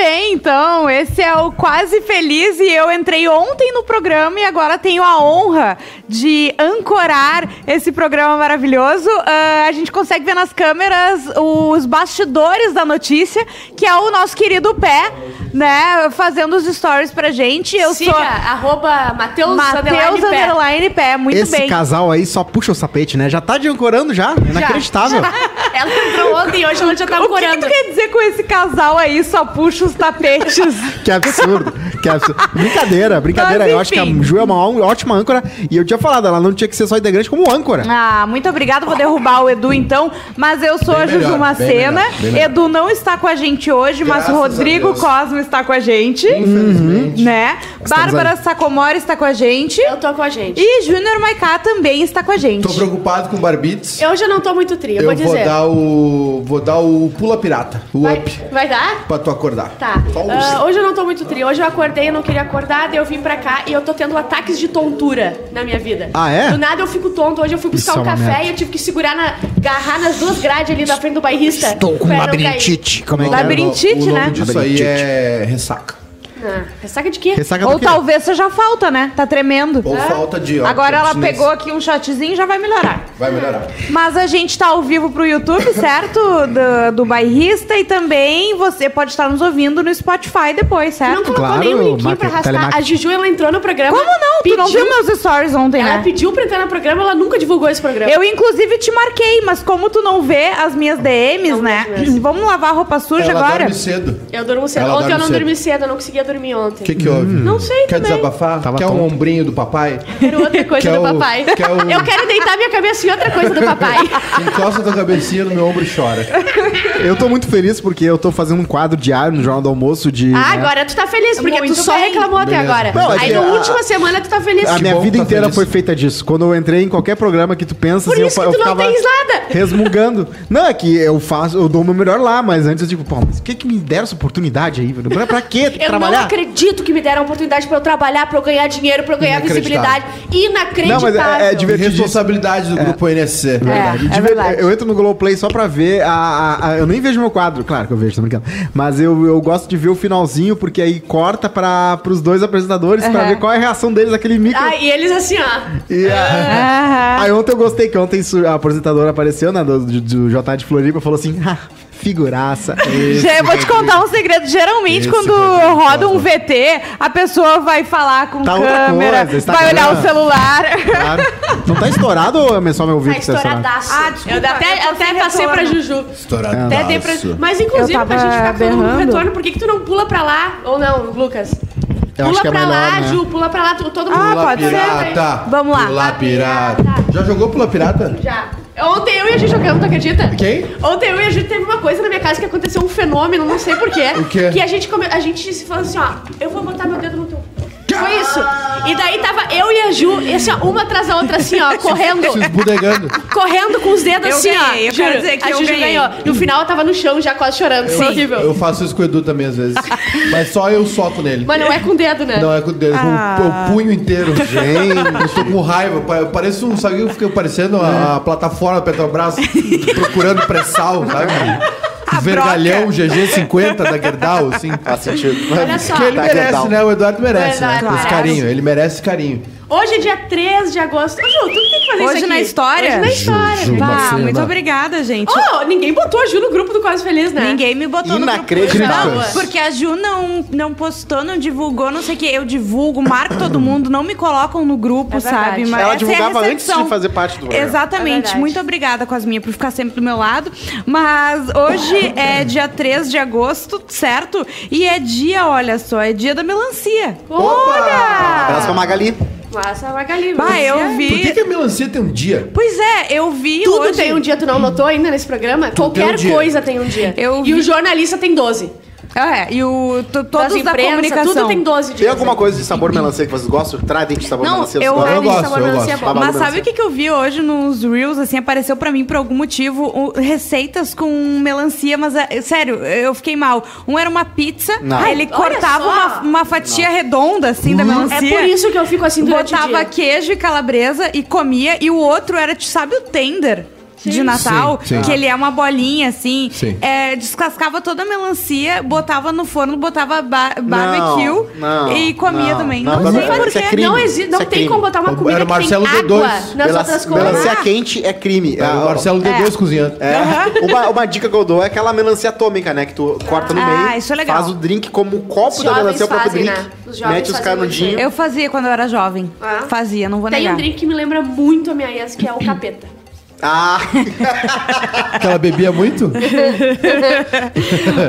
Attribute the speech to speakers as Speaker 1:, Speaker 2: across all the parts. Speaker 1: apresentação. Esse é o Quase Feliz e eu entrei ontem no programa e agora tenho a honra de ancorar esse programa maravilhoso. Ah, a gente consegue ver nas câmeras os bastidores da notícia, que é o nosso querido Pé, né, fazendo os stories pra gente. Eu
Speaker 2: Siga,
Speaker 1: sou
Speaker 2: arroba Matheus
Speaker 1: Matheus
Speaker 2: Underline Pé.
Speaker 1: Underline Pé, muito
Speaker 3: Esse
Speaker 1: bem.
Speaker 3: casal aí só puxa o sapete, né? Já tá de ancorando já. Inacreditável.
Speaker 2: Ela entrou ontem e hoje ela já tá
Speaker 1: O que, que é?
Speaker 2: corando.
Speaker 1: tu quer dizer com esse casal aí só puxa os tapetes?
Speaker 3: Que absurdo, que absurdo. Brincadeira, brincadeira.
Speaker 1: Mas,
Speaker 3: eu acho que a
Speaker 1: enfim.
Speaker 3: Ju é uma ó- ótima âncora. E eu tinha falado, ela não tinha que ser só integrante como âncora.
Speaker 1: Ah, muito obrigada. Vou derrubar o Edu então. Mas eu sou
Speaker 3: Bem
Speaker 1: a Juju
Speaker 3: melhor, bem
Speaker 1: Macena.
Speaker 3: melhor, bem melhor.
Speaker 1: Edu não está com a gente hoje, mas
Speaker 4: Graças
Speaker 1: o Rodrigo
Speaker 4: a Deus.
Speaker 1: Cosmo está com a gente.
Speaker 4: Infelizmente.
Speaker 1: Né? Bárbara
Speaker 3: aí.
Speaker 1: Sacomori está com a gente.
Speaker 2: Eu tô com a gente.
Speaker 1: E Júnior Maiká também está com a gente.
Speaker 4: Tô preocupado com Barbitos.
Speaker 2: Eu já não tô muito tri, eu, vou dizer.
Speaker 4: dar o. Vou dar o pula pirata, o
Speaker 2: vai,
Speaker 4: up,
Speaker 2: vai dar?
Speaker 4: pra tu acordar.
Speaker 2: Tá.
Speaker 4: Só um-
Speaker 2: Ah, hoje eu não tô muito tri. Hoje eu acordei, eu não queria acordar, daí eu vim pra cá e eu tô tendo ataques de tontura na minha vida.
Speaker 3: Ah, é?
Speaker 2: Do nada eu fico tonto. Hoje eu fui buscar
Speaker 3: Isso é
Speaker 2: um
Speaker 3: uma
Speaker 2: café
Speaker 3: merda.
Speaker 2: e eu tive que segurar na. agarrar nas duas grades ali da frente do bairrista. pra não cair.
Speaker 3: Como é que é?
Speaker 1: Labirintite,
Speaker 4: o, no- o nome
Speaker 1: né?
Speaker 4: disso
Speaker 3: Labirintite.
Speaker 4: aí é ressaca.
Speaker 2: Ah, ressaca de quê?
Speaker 3: Ressaca do
Speaker 1: Ou
Speaker 3: quê?
Speaker 1: talvez seja falta, né? Tá tremendo.
Speaker 4: Ou falta é de. ó,
Speaker 1: Agora ela
Speaker 4: abstinência.
Speaker 1: pegou aqui um shotzinho e já vai melhorar.
Speaker 4: Vai melhorar.
Speaker 1: Mas a gente tá ao vivo pro YouTube, certo? Do, do bairrista e também você pode estar nos ouvindo no Spotify depois,
Speaker 2: Tu não
Speaker 1: certo?
Speaker 2: colocou
Speaker 3: Claro,
Speaker 2: nenhum linkinho pra
Speaker 3: marketing,
Speaker 2: arrastar. A
Speaker 3: telemarketing.
Speaker 2: Juju, ela entrou no programa.
Speaker 1: Como não? Tu não viu
Speaker 2: pediu-
Speaker 1: meus stories ontem,
Speaker 2: Ela
Speaker 1: né?
Speaker 2: pediu pra entrar no programa, ela nunca divulgou esse programa.
Speaker 1: Eu, inclusive, te marquei, mas como tu não vê as minhas DMs,
Speaker 2: Não
Speaker 1: né?
Speaker 2: vejo mesmo.
Speaker 1: Vamos lavar a roupa suja
Speaker 4: ela
Speaker 1: agora?
Speaker 4: dorme cedo.
Speaker 2: Eu durmo cedo.
Speaker 4: Ela
Speaker 2: ontem eu
Speaker 4: dorme
Speaker 2: não
Speaker 4: cedo.
Speaker 2: dormi cedo, eu não conseguia dormir ontem.
Speaker 4: O que, que houve?
Speaker 2: Não sei
Speaker 4: Quer
Speaker 2: também.
Speaker 4: desabafar?
Speaker 3: Tava
Speaker 4: Quer um
Speaker 3: tonto.
Speaker 4: ombrinho do papai?
Speaker 2: Quero outra coisa
Speaker 4: Quer
Speaker 3: é
Speaker 2: do
Speaker 4: o-
Speaker 2: papai.
Speaker 4: quer o-
Speaker 2: Eu quero deitar minha cabeça em outra coisa do papai.
Speaker 3: Né.
Speaker 4: Encosta tua cabecinha no meu ombro e chora.
Speaker 3: Eu tô muito feliz porque eu tô fazendo um quadro diário no Jornal do Almoço de.
Speaker 2: Ah,
Speaker 3: né,
Speaker 2: agora tu tá feliz, porque
Speaker 1: Muito
Speaker 2: tu só
Speaker 1: bem.
Speaker 2: reclamou até
Speaker 4: Beleza.
Speaker 2: agora.
Speaker 3: Não, é
Speaker 2: Aí
Speaker 3: que
Speaker 2: na
Speaker 3: a-
Speaker 2: última semana tu tá feliz.
Speaker 3: A
Speaker 4: Que
Speaker 3: minha
Speaker 4: bom,
Speaker 3: vida
Speaker 4: tá
Speaker 3: inteira
Speaker 4: feliz.
Speaker 3: foi feita disso. Quando eu entrei em qualquer programa que tu pensa,
Speaker 2: Por
Speaker 3: assim,
Speaker 2: isso
Speaker 3: eu,
Speaker 2: que
Speaker 3: eu
Speaker 2: tu não
Speaker 3: ficava
Speaker 2: tens nada.
Speaker 3: resmungando. Não, é que eu faço, eu dou o meu melhor lá, mas antes eu digo, pô, mas por que, que me deram essa oportunidade aí, velho? Pra, pra quê? Tem que
Speaker 2: Eu não
Speaker 3: trabalhar?
Speaker 2: acredito que me deram a oportunidade pra eu trabalhar, pra eu ganhar dinheiro, pra eu ganhar visibilidade.
Speaker 3: Não,
Speaker 4: Inacreditável.
Speaker 2: Inacreditável.
Speaker 3: mas é, é
Speaker 4: E
Speaker 3: divertido.
Speaker 4: Responsabilidade do grupo NSC.
Speaker 2: verdade.
Speaker 3: De
Speaker 2: É
Speaker 3: ver-
Speaker 2: verdade.
Speaker 3: Eu entro no Globoplay só pra ver a, a- a- Eu nem vejo meu quadro, claro que eu vejo, tô brincando. Mas eu, eu gosto de ver o finalzinho, porque aí corta pra, pros dois apresentadores pra
Speaker 1: Aham.
Speaker 3: ver qual é a reação deles àquele micro.
Speaker 2: Ah, e eles assim, ó.
Speaker 3: E a-
Speaker 1: Aham.
Speaker 3: Aí ontem Ah, eu gostei que ontem su- a apresentadora apareceu, né, do, do, do JA de Floripa, falou assim, ah, figuraça.
Speaker 1: Já,
Speaker 2: é
Speaker 1: eu vou te contar um segredo. Geralmente,
Speaker 4: Esse
Speaker 1: quando
Speaker 4: Rodrigo
Speaker 1: roda um
Speaker 4: Cosma.
Speaker 1: VT, a pessoa vai falar com
Speaker 3: Tá outra
Speaker 1: câmera,
Speaker 3: coisa, Instagram.
Speaker 1: vai olhar o celular.
Speaker 3: Claro. Não tá estourado ou é só meu ouvido
Speaker 2: Tá
Speaker 3: que tá estourado?
Speaker 2: estouradaço.
Speaker 1: Ah, desculpa,
Speaker 2: eu até,
Speaker 1: eu tô
Speaker 2: até
Speaker 1: sem
Speaker 2: passei pra
Speaker 1: retorno.
Speaker 2: Juju.
Speaker 4: Estourado.
Speaker 2: Até dei pra... Mas inclusive,
Speaker 1: Eu
Speaker 2: pra gente
Speaker 1: tava
Speaker 2: ficar com todo mundo no
Speaker 1: berrando.
Speaker 2: retorno, por que, que tu não pula pra lá? Ou não, Lucas?
Speaker 3: Eu
Speaker 2: pula
Speaker 3: acho que é
Speaker 2: pra
Speaker 3: melhor,
Speaker 2: lá,
Speaker 3: né? tá.
Speaker 2: Ju, pula pra lá, tu- todo mundo.
Speaker 1: Ah,
Speaker 4: Pula
Speaker 1: pode ser.
Speaker 2: né?
Speaker 4: pirata.
Speaker 1: Vamos lá.
Speaker 4: Pula pirata.
Speaker 2: Pirata.
Speaker 4: Já jogou pula pirata?
Speaker 2: Já. Ontem eu e a gente jogamos, tu acredita?
Speaker 4: Quem?
Speaker 2: Ontem eu e a gente teve uma coisa na minha casa que aconteceu um fenômeno, não sei porquê.
Speaker 4: O quê?
Speaker 2: Que a gente, come... a gente se falou assim, ó, eu vou botar meu dedo no teu... Foi isso. E daí tava eu e a Ju, e assim, ó, uma atrás da outra, assim, ó, correndo.
Speaker 4: Se esbudegando.
Speaker 2: Correndo com os dedos
Speaker 1: Eu
Speaker 2: assim,
Speaker 1: ganhei,
Speaker 2: ó.
Speaker 1: eu quero
Speaker 2: Juro,
Speaker 1: dizer que
Speaker 2: a
Speaker 1: eu
Speaker 2: Ju
Speaker 1: ganhei.
Speaker 2: ganhou. No final eu tava no chão já quase chorando. Foi horrível.
Speaker 4: Eu faço isso com o Edu também, às vezes. Mas só eu soco nele.
Speaker 2: Mas não é com o dedo, né?
Speaker 4: Não, é com o dedo, com
Speaker 1: Ah.
Speaker 4: o punho inteiro. Gente, eu tô com raiva. pa- Eu pareço um, sabe o que eu fiquei parecendo? A, a plataforma Petrobras procurando pré-sal, sabe?
Speaker 1: A
Speaker 4: Vergalhão GG50 da Gerdau, assim.
Speaker 5: Faz sentido.
Speaker 2: Olha só.
Speaker 4: Que ele
Speaker 5: Da
Speaker 4: merece,
Speaker 5: Gerdau.
Speaker 4: né? O Eduardo merece, né?
Speaker 2: Eduardo
Speaker 4: Esse
Speaker 2: merece.
Speaker 4: carinho, ele merece carinho.
Speaker 2: Hoje é dia 3 de agosto. Ô, Ju, tu que tem que fazer
Speaker 1: Hoje
Speaker 2: isso aqui.
Speaker 1: na história?
Speaker 2: Hoje na história.
Speaker 4: Ju,
Speaker 2: né?
Speaker 4: Ju.
Speaker 1: Ah,
Speaker 4: Macena.
Speaker 1: muito obrigada, gente.
Speaker 2: Ô, ninguém botou a Ju no grupo do Quase Feliz, né?
Speaker 1: Ninguém me botou no grupo.
Speaker 3: Inacreditável.
Speaker 1: Não, porque a Ju não, não postou, não divulgou, não sei o que. Eu divulgo, marco todo mundo, não me colocam no grupo,
Speaker 2: É verdade.
Speaker 1: sabe? Mas
Speaker 3: Ela
Speaker 1: essa é a
Speaker 3: divulgava antes
Speaker 1: recepção.
Speaker 3: de fazer parte do programa.
Speaker 2: É
Speaker 1: Exatamente.
Speaker 2: verdade.
Speaker 1: Muito obrigada, Cosminha, por ficar sempre do meu lado. Mas hoje é dia 3 de agosto, certo? E é dia, olha só, é dia da melancia.
Speaker 3: Abraço pra
Speaker 2: Olha!
Speaker 3: Magali.
Speaker 2: Massa Magali.
Speaker 1: Bah, eu
Speaker 4: Por que,
Speaker 1: vi.
Speaker 4: que a melancia tem um dia?
Speaker 1: Pois é, eu vi
Speaker 2: é? Tudo
Speaker 1: hoje.
Speaker 2: tem um dia, tu não notou ainda nesse programa? Qualquer
Speaker 4: um dia.
Speaker 2: coisa tem um dia.
Speaker 1: Eu
Speaker 2: E
Speaker 1: vi.
Speaker 2: o jornalista tem 12.
Speaker 1: É, e o, to-
Speaker 2: Das
Speaker 1: todos da
Speaker 2: imprensa,
Speaker 1: comunicação.
Speaker 2: Tudo tem 12 dias.
Speaker 5: Tem alguma coisa de sabor melancia que vocês gostam? Tradem de sabor
Speaker 1: Não,
Speaker 5: melancia.
Speaker 1: eu-
Speaker 5: vocês gostam?
Speaker 2: Ai,
Speaker 4: Eu
Speaker 2: gente,
Speaker 4: gosto,
Speaker 2: sabor
Speaker 4: eu
Speaker 2: melancia é
Speaker 4: gosto.
Speaker 2: bom.
Speaker 5: Babado
Speaker 1: Mas sabe
Speaker 5: melancia.
Speaker 1: o que, que eu vi hoje nos Reels? Assim, apareceu pra mim por algum motivo o- receitas com melancia, mas é, sério, eu fiquei mal. Um era uma pizza,
Speaker 3: Não. Hum.
Speaker 1: aí ele
Speaker 2: Olha
Speaker 1: cortava
Speaker 2: só.
Speaker 1: uma, uma fatia redonda, assim, da melancia.
Speaker 2: É por isso que eu fico assim durante o
Speaker 1: Botava
Speaker 2: dia.
Speaker 1: queijo e calabresa e comia, e o outro era, sabe, o tender? de Natal,
Speaker 4: Sim, sim.
Speaker 1: que ele é uma bolinha assim.
Speaker 4: Sim.
Speaker 1: É, descascava toda a melancia, botava no forno, botava ba- barbecue
Speaker 3: não,
Speaker 1: e comia
Speaker 3: não,
Speaker 1: também.
Speaker 3: não,
Speaker 1: Não,
Speaker 3: não,
Speaker 1: sei
Speaker 3: não,
Speaker 1: porquê.
Speaker 3: isso é crime.
Speaker 2: não existe, não
Speaker 3: Isso é
Speaker 2: tem
Speaker 3: crime.
Speaker 2: como botar uma
Speaker 4: Era
Speaker 2: comida
Speaker 4: o
Speaker 2: que tem
Speaker 4: Marcelo
Speaker 2: água
Speaker 4: D2.
Speaker 2: nas
Speaker 3: Melancia-
Speaker 2: outras coisas.
Speaker 3: Melancia quente é crime.
Speaker 4: É, o Marcelo
Speaker 1: É.
Speaker 4: D2 cozinhando.
Speaker 3: É, uma, uma dica que eu dou é aquela melancia atômica, né? Que tu corta no
Speaker 1: Ah,
Speaker 3: meio,
Speaker 1: isso é legal.
Speaker 3: faz o drink como o
Speaker 2: Os
Speaker 3: copo da
Speaker 2: jovens
Speaker 3: melancia, o próprio
Speaker 2: fazem,
Speaker 3: drink,
Speaker 2: né? Os jovens
Speaker 3: mete os
Speaker 2: fazem muito
Speaker 3: canudinhos.
Speaker 1: Eu fazia quando eu era jovem.
Speaker 2: Ah.
Speaker 1: Fazia, não vou
Speaker 2: Tem
Speaker 1: negar.
Speaker 2: um drink que me lembra muito a minha ex, que é o capeta.
Speaker 3: Ah,
Speaker 4: Que ela bebia muito?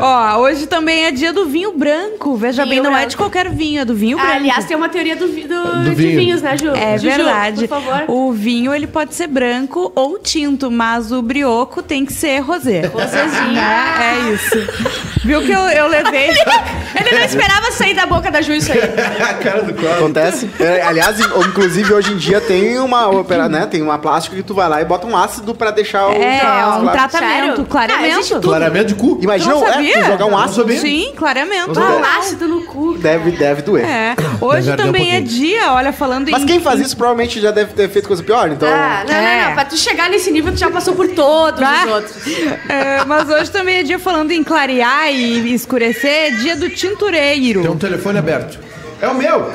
Speaker 1: Ó, hoje também é dia do vinho branco. Veja
Speaker 2: Vinho
Speaker 1: bem, não é
Speaker 2: branco. Ah,
Speaker 1: de qualquer vinho, é do vinho branco.
Speaker 2: Aliás, tem uma teoria do, vi- do-
Speaker 4: Do
Speaker 2: de
Speaker 4: vinho.
Speaker 2: vinhos, né, Ju?
Speaker 1: É
Speaker 2: Juju,
Speaker 1: verdade.
Speaker 2: por favor.
Speaker 1: O vinho ele pode ser branco ou tinto, mas o brioco tem que ser rosé.
Speaker 2: Rosézinho.
Speaker 1: Né? É isso. Viu que eu, eu levei.
Speaker 2: Ele não esperava sair da boca da Ju isso aí.
Speaker 4: a cara do Cláudio.
Speaker 3: acontece. É, aliás, in- inclusive hoje em dia tem uma ópera, né? Tem uma plástica que tu vai lá e bota um ácido pra deixar o.
Speaker 1: É,
Speaker 3: claro.
Speaker 1: um tratamento,
Speaker 2: Sério? Ah,
Speaker 1: clareamento.
Speaker 2: existe tudo.
Speaker 4: Clareamento de cu.
Speaker 3: Imagina
Speaker 1: Tu não
Speaker 3: é, tu
Speaker 1: sabia?
Speaker 3: jogar um
Speaker 4: Não
Speaker 3: ácido.
Speaker 4: sabia.
Speaker 1: Sim, clareamento. Ah,
Speaker 3: Não
Speaker 2: Um ácido no cu. cara.
Speaker 3: Deve, deve doer.
Speaker 1: É.
Speaker 4: Deve
Speaker 1: Hoje
Speaker 4: arder um
Speaker 1: também é
Speaker 4: pouquinho.
Speaker 1: dia, olha, falando
Speaker 3: Mas
Speaker 1: em.
Speaker 3: quem faz isso provavelmente já deve ter feito coisa pior, então.
Speaker 2: Ah, não,
Speaker 1: É.
Speaker 2: não, não. Pra tu chegar nesse nível, tu já passou por todos
Speaker 1: Ah.
Speaker 2: os outros.
Speaker 1: É, mas hoje também é dia falando em clarear e escurecer, é dia do tintureiro.
Speaker 4: Tem um telefone aberto. É o meu!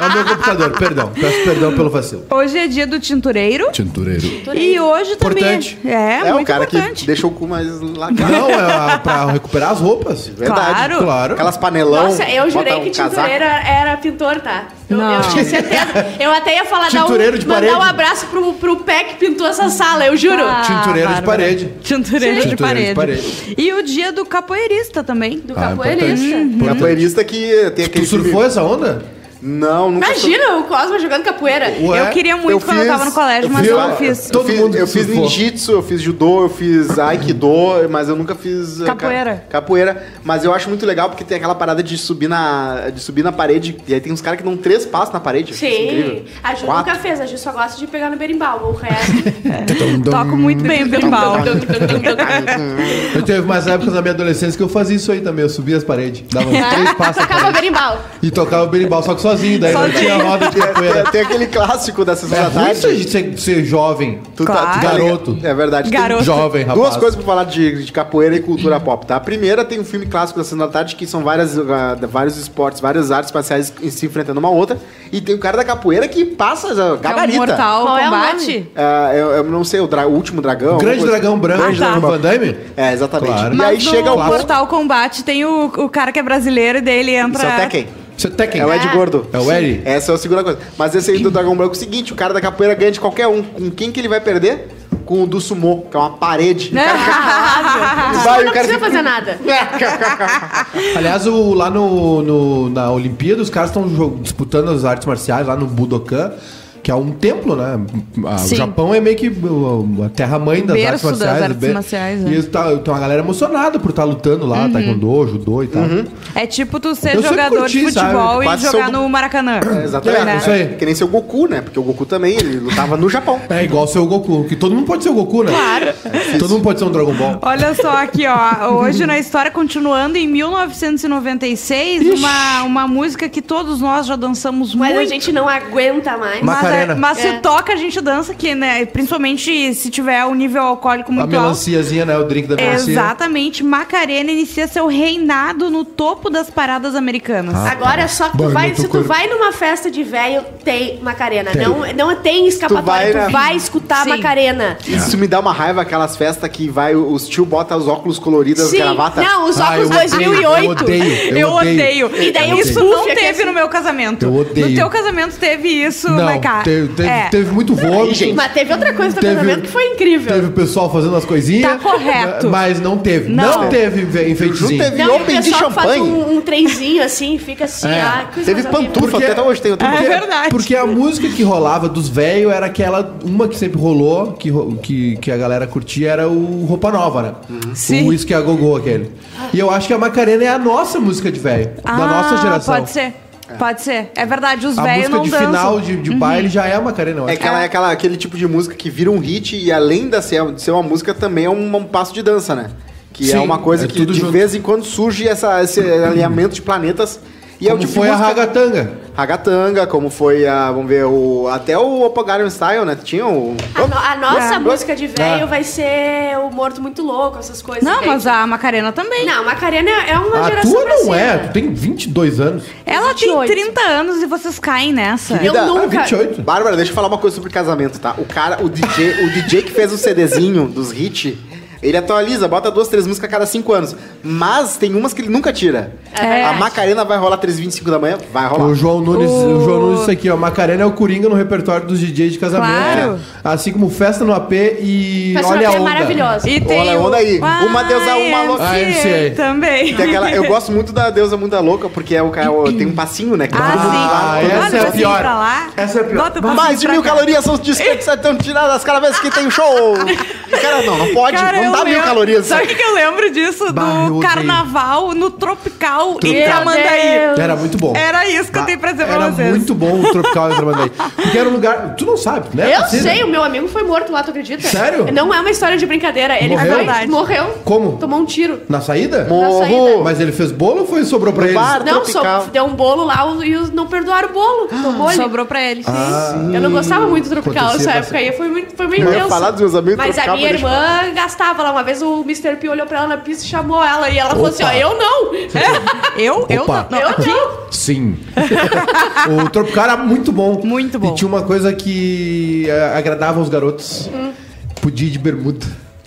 Speaker 4: É o meu computador, perdão. Peço perdão pelo vacilo.
Speaker 1: Hoje é dia do tintureiro.
Speaker 4: Tintureiro.
Speaker 1: E hoje também.
Speaker 4: Importante.
Speaker 1: É, é,
Speaker 3: é o
Speaker 1: muito
Speaker 3: cara
Speaker 1: importante.
Speaker 3: que deixou o cu mais lacrado.
Speaker 4: Não, é pra recuperar as roupas.
Speaker 3: Verdade.
Speaker 1: Claro.
Speaker 4: Claro.
Speaker 3: Aquelas panelão.
Speaker 2: Nossa, eu jurei
Speaker 3: bota um
Speaker 2: que
Speaker 3: casaco.
Speaker 2: tintureiro era pintor, tá? Eu,
Speaker 1: Não.
Speaker 2: eu tinha certeza. Eu até ia falar, dar um,
Speaker 4: Tintureiro de
Speaker 2: mandar
Speaker 4: parede.
Speaker 2: um abraço pro, pro pé que pintou essa sala, eu juro.
Speaker 1: Ah,
Speaker 4: Tintureiro de
Speaker 1: Bárbara.
Speaker 4: parede.
Speaker 1: Tintureiro,
Speaker 4: Sim.
Speaker 1: de, parede.
Speaker 4: Tintureiro de
Speaker 1: E o dia do capoeirista também.
Speaker 2: Do
Speaker 4: Ah,
Speaker 2: capoeirista.
Speaker 4: importante.
Speaker 3: O capoeirista que tem aquele.
Speaker 4: Tu surfou
Speaker 3: filme-
Speaker 4: essa onda?
Speaker 3: Não, nunca.
Speaker 2: Imagina o Cosma jogando capoeira.
Speaker 4: Ué,
Speaker 1: Eu queria muito
Speaker 3: eu
Speaker 1: quando eu
Speaker 3: fiz-
Speaker 1: tava no colégio,
Speaker 3: eu
Speaker 1: mas
Speaker 3: fiz-
Speaker 1: eu não fiz.
Speaker 3: Eu
Speaker 4: Todo
Speaker 3: fiz,
Speaker 4: mundo
Speaker 3: eu fiz
Speaker 4: surfou.
Speaker 3: ninjitsu, eu fiz judô, eu fiz aikido, mas eu nunca fiz eh, ca-
Speaker 1: Capoeira.
Speaker 3: capoeira, mas eu acho muito legal porque tem aquela parada de subir na de subir na parede e aí tem uns caras que dão três passos na parede. isso é
Speaker 2: Sim.
Speaker 3: incrível.
Speaker 2: A Ju
Speaker 3: Quatro.
Speaker 2: nunca fez, a Ju só gosta de pegar no berimbau. O resto.
Speaker 1: Toco muito bem o berimbau.
Speaker 4: Eu teve mais épocas na minha adolescência que eu fazia isso aí também. Eu subia as paredes, dava uns três passos na
Speaker 2: Tocava
Speaker 4: parede
Speaker 2: berimbau.
Speaker 4: e tocava o berimbau, só que sozinho. Daí não tinha roda de
Speaker 3: Tem,
Speaker 4: capoeira.
Speaker 3: tem aquele clássico da sessão
Speaker 4: É
Speaker 3: da
Speaker 4: ruim
Speaker 3: tarde.
Speaker 4: ser, ser- ser jovem.
Speaker 3: Tu tá- tu tá
Speaker 4: Claro.
Speaker 3: ligado?
Speaker 4: Garoto.
Speaker 3: É verdade. Tem
Speaker 1: Garoto.
Speaker 4: Jovem, rapaz.
Speaker 3: Duas coisas pra falar de, de capoeira e cultura pop, tá? A primeira tem um filme clássico da Sessão da Tarde que são várias, ah, vários esportes, várias artes marciais se enfrentando uma a outra. E tem o cara da capoeira que passa ah,
Speaker 1: É um
Speaker 3: gabarita.
Speaker 1: mortal
Speaker 2: Qual é o
Speaker 1: combate.
Speaker 3: Ah, eu, eu não sei, o, dra- o último dragão.
Speaker 4: O grande
Speaker 3: alguma coisa.
Speaker 4: dragão branco,
Speaker 1: Ah, tá.
Speaker 4: do Van Damme?
Speaker 3: É, exatamente.
Speaker 4: Claro.
Speaker 3: E
Speaker 1: mas
Speaker 3: aí
Speaker 1: no
Speaker 3: chega o clássico.
Speaker 1: Mortal Combate tem o, o cara que é brasileiro e daí ele entra.
Speaker 3: Isso é o Tekken.
Speaker 4: Isso é Tekken.
Speaker 3: É o Ed Gordo.
Speaker 4: É o Ed?
Speaker 3: Essa é a segunda coisa. Mas esse aí do Dragão Branco é o seguinte: o cara da capoeira ganha de qualquer um. Com quem que ele vai perder? Com o do Sumo, que é uma parede.
Speaker 1: Né?
Speaker 3: O cara
Speaker 2: Só
Speaker 3: Vai,
Speaker 2: não
Speaker 3: o cara
Speaker 2: precisa
Speaker 3: fica-
Speaker 2: fazer nada.
Speaker 4: Aliás, o- lá no, no- na Olimpíada, os caras estão disputando as artes marciais lá no Budokan, que é um templo, né? Ah,
Speaker 1: Sim.
Speaker 4: O Japão é meio que uh, a terra-mãe das
Speaker 1: Berço
Speaker 4: artes
Speaker 1: das
Speaker 4: marciais.
Speaker 1: artes
Speaker 4: be-
Speaker 1: marciais, é. Uhum.
Speaker 4: E tá, tá uma galera emocionada por estar lutando lá, taekwondo, judô e tal.
Speaker 1: É tipo tu ser
Speaker 4: Eu sempre
Speaker 1: jogador de
Speaker 4: curti, sabe?
Speaker 1: futebol e
Speaker 3: Quase
Speaker 1: jogar
Speaker 3: sou do-
Speaker 1: no Maracanã. Né?
Speaker 3: É, exatamente.
Speaker 4: É, isso aí.
Speaker 3: Que nem seu Goku, né? Porque o Goku também, ele lutava no Japão.
Speaker 4: É igual ser o Goku, que todo mundo pode ser o Goku, né? Claro. todo mundo pode ser um Dragon Ball.
Speaker 1: Olha só aqui, ó. Hoje na história, continuando, em 1996, uma, uma música que todos nós já dançamos
Speaker 2: Mas a
Speaker 1: muito.
Speaker 2: gente não aguenta mais.
Speaker 4: Mas-
Speaker 1: Mas,
Speaker 4: Macarena.
Speaker 1: é- mas
Speaker 2: É.
Speaker 1: se toca, a gente dança, que, né? Principalmente se tiver um nível alcoólico
Speaker 4: a
Speaker 1: muito alto.
Speaker 4: melanciazinha, né? O drink da melancia.
Speaker 1: Exatamente, Macarena inicia seu reinado no topo das paradas americanas.
Speaker 4: Ah,
Speaker 2: Agora é só que tu
Speaker 4: Barulho
Speaker 2: vai,
Speaker 4: no
Speaker 2: se
Speaker 4: teu
Speaker 2: tu
Speaker 4: corpo.
Speaker 2: vai numa festa de velho, tem Macarena. Não, não tem escapatória.
Speaker 3: Tu vai,
Speaker 2: Tu
Speaker 3: né?
Speaker 2: vai escutar
Speaker 1: Sim.
Speaker 2: Macarena.
Speaker 3: Isso me dá uma raiva, aquelas festas que vai, os tio bota os óculos coloridos,
Speaker 2: Sim.
Speaker 3: gravata.
Speaker 2: Não, os
Speaker 4: Ah,
Speaker 2: óculos
Speaker 4: eu odeio,
Speaker 2: 2008.
Speaker 4: Eu odeio. Eu, odeio.
Speaker 2: E daí
Speaker 4: Eu
Speaker 2: o
Speaker 1: isso
Speaker 4: odeio.
Speaker 1: não
Speaker 2: puff é que
Speaker 1: teve
Speaker 2: assim-
Speaker 1: no meu casamento.
Speaker 4: Eu odeio.
Speaker 1: No teu casamento teve isso,
Speaker 4: Não,
Speaker 1: Maiká.
Speaker 4: teve, teve,
Speaker 1: né, É.
Speaker 4: teve muito vômito.
Speaker 3: gente,
Speaker 2: Mas teve outra coisa no teu
Speaker 4: Teve-
Speaker 2: casamento que foi incrível.
Speaker 4: Teve o pessoal fazendo as coisinhas.
Speaker 1: Tá correto.
Speaker 4: Mas não teve. Não,
Speaker 1: Não.
Speaker 4: teve ve- enfeitezinho.
Speaker 3: Não teve.
Speaker 2: Não, e o
Speaker 3: open de
Speaker 2: pessoal que faz
Speaker 3: champanhe.
Speaker 2: um, um trenzinho assim, fica assim,
Speaker 4: É.
Speaker 2: ah, que coisa
Speaker 3: Teve
Speaker 2: mais horrível.
Speaker 3: pantufa,
Speaker 4: Porque-
Speaker 3: até hoje tem. Eu tenho
Speaker 1: É
Speaker 3: porque-
Speaker 1: verdade.
Speaker 4: Porque a música que rolava dos velhos era aquela, uma que sempre rolou, que, ro- que, que a galera curtia, era o Roupa Nova, né?
Speaker 1: Uhum. Sim.
Speaker 4: O Whisky a Gogô, aquele. E eu acho que a Macarena é a nossa música de velho, da nossa geração.
Speaker 1: Ah, Pode ser. Pode ser. É verdade, os
Speaker 4: A
Speaker 1: velhos
Speaker 4: música
Speaker 1: não
Speaker 4: de
Speaker 1: dançam. Uhum.
Speaker 4: final de, de baile já é a Macarena, eu
Speaker 3: É
Speaker 4: acho.
Speaker 3: aquela, é aquela- aquele tipo de música que vira um hit e além da ser, de ser uma música, também é um, um passo de dança, né? Que é
Speaker 4: Sim,
Speaker 3: uma coisa
Speaker 4: é
Speaker 3: que
Speaker 4: tudo
Speaker 3: de
Speaker 4: junto.
Speaker 3: vez em quando surge essa, esse alinhamento de planetas. E é o
Speaker 4: Como
Speaker 3: tipo de
Speaker 4: foi a
Speaker 3: música-
Speaker 4: Ragatanga.
Speaker 3: Ragatanga, como foi a. Vamos ver, o, até o Opogaram Style, né? Tinha o.
Speaker 2: A, no- a nossa música de velho vai ser o Morto Muito Louco, essas coisas.
Speaker 1: Não,
Speaker 2: que a
Speaker 1: mas a Macarena também.
Speaker 2: gente- Não, Macarena é uma
Speaker 4: A
Speaker 2: geração
Speaker 4: tua
Speaker 2: pra
Speaker 4: não
Speaker 2: cima.
Speaker 4: é, tu tem 22 anos.
Speaker 1: Ela tem
Speaker 2: 28.
Speaker 1: 30 anos e vocês caem nessa.
Speaker 2: Eu
Speaker 3: Vida-
Speaker 4: Ah,
Speaker 2: nunca...
Speaker 4: 28.
Speaker 3: Bárbara, deixa eu falar uma coisa sobre casamento, tá? O cara, o DJ, o DJ que fez o CDzinho dos hits, ele atualiza, bota duas, três músicas a cada cinco anos. Mas tem umas que ele nunca tira.
Speaker 1: É.
Speaker 3: A Macarena vai rolar 3h25 da manhã? Vai rolar.
Speaker 4: O João Nunes, o... João Nunes isso aqui, ó. Macarena é o Coringa no repertório dos DJs de casamento.
Speaker 1: Claro.
Speaker 4: Assim como Festa no AP e
Speaker 2: Festa
Speaker 4: Olha
Speaker 2: Olha
Speaker 4: a
Speaker 2: é
Speaker 4: Onda.
Speaker 2: maravilhosa.
Speaker 1: E
Speaker 3: Olha,
Speaker 1: o-
Speaker 3: olha aí. Uma deusa, uma
Speaker 1: YMCA
Speaker 3: louca.
Speaker 4: Ah, YMCA.
Speaker 1: Também.
Speaker 3: Tem aquela- eu gosto muito da Deusa Muda Louca, porque é o, cara- o- tem um passinho, né? Que
Speaker 1: Ah,
Speaker 3: todo mundo
Speaker 1: sim.
Speaker 3: dá, todo mundo
Speaker 4: essa
Speaker 1: Bota o
Speaker 4: é a
Speaker 1: passinho
Speaker 4: pior.
Speaker 1: pra lá,
Speaker 4: Essa é a pior.
Speaker 1: bota o passinho
Speaker 3: Mais de
Speaker 1: pra
Speaker 3: mil
Speaker 1: cá.
Speaker 3: calorias são desperdiçadas, estão tiradas cada vez que tem show. Cara, não, não pode,
Speaker 1: Cara,
Speaker 3: não
Speaker 1: eu
Speaker 3: dá mil
Speaker 1: lembro-
Speaker 3: calorias.
Speaker 1: Sabe o que, que eu lembro disso?
Speaker 4: Bah, eu
Speaker 1: Do
Speaker 4: odeio.
Speaker 1: carnaval no Tropical em
Speaker 4: Tropical.
Speaker 1: Tramandaí.
Speaker 4: Era muito bom. Ah,
Speaker 1: Era isso que eu tenho pra dizer pra
Speaker 4: Era
Speaker 1: vocês.
Speaker 4: muito bom o Tropical e o Tramandaí. Porque era um lugar... Tu não sabe, né?
Speaker 2: Eu
Speaker 4: Cacina?
Speaker 2: sei, o meu amigo foi morto lá, tu acredita?
Speaker 4: Sério?
Speaker 2: Não é uma história de brincadeira. Ele
Speaker 4: Morreu?
Speaker 2: foi-
Speaker 1: Verdade.
Speaker 2: morreu.
Speaker 4: Como?
Speaker 2: Tomou um tiro.
Speaker 4: Na saída?
Speaker 3: Morro.
Speaker 4: Mas ele fez bolo ou foi sobrou pra
Speaker 3: No
Speaker 4: eles?
Speaker 3: bar.
Speaker 2: Não,
Speaker 3: Tropical.
Speaker 2: só deu um bolo lá e os- não perdoaram o bolo.
Speaker 4: Ah,
Speaker 2: Tomou ele. Ah,
Speaker 1: Sobrou pra eles.
Speaker 2: Eu não gostava muito do tropical
Speaker 4: Acontecia
Speaker 2: nessa época aí, foi, muito, foi meio
Speaker 3: Eu ia
Speaker 2: intenso.
Speaker 3: falar dos meus amigos
Speaker 2: Mas
Speaker 3: tropical,
Speaker 2: a minha
Speaker 3: mas deixa
Speaker 2: irmã gastava lá. Uma vez o Mr. P olhou pra ela na pista e chamou ela. E ela falou assim: ó,
Speaker 4: Opa. tá
Speaker 2: eu não!
Speaker 1: Eu, eu
Speaker 4: Opa.
Speaker 1: não.
Speaker 2: eu
Speaker 1: não.
Speaker 2: não!
Speaker 4: Sim. o Tropical era muito bom.
Speaker 1: Muito bom.
Speaker 4: E tinha uma coisa que eh, agradava os garotos.
Speaker 1: Hum.
Speaker 4: Podia ir de bermuda.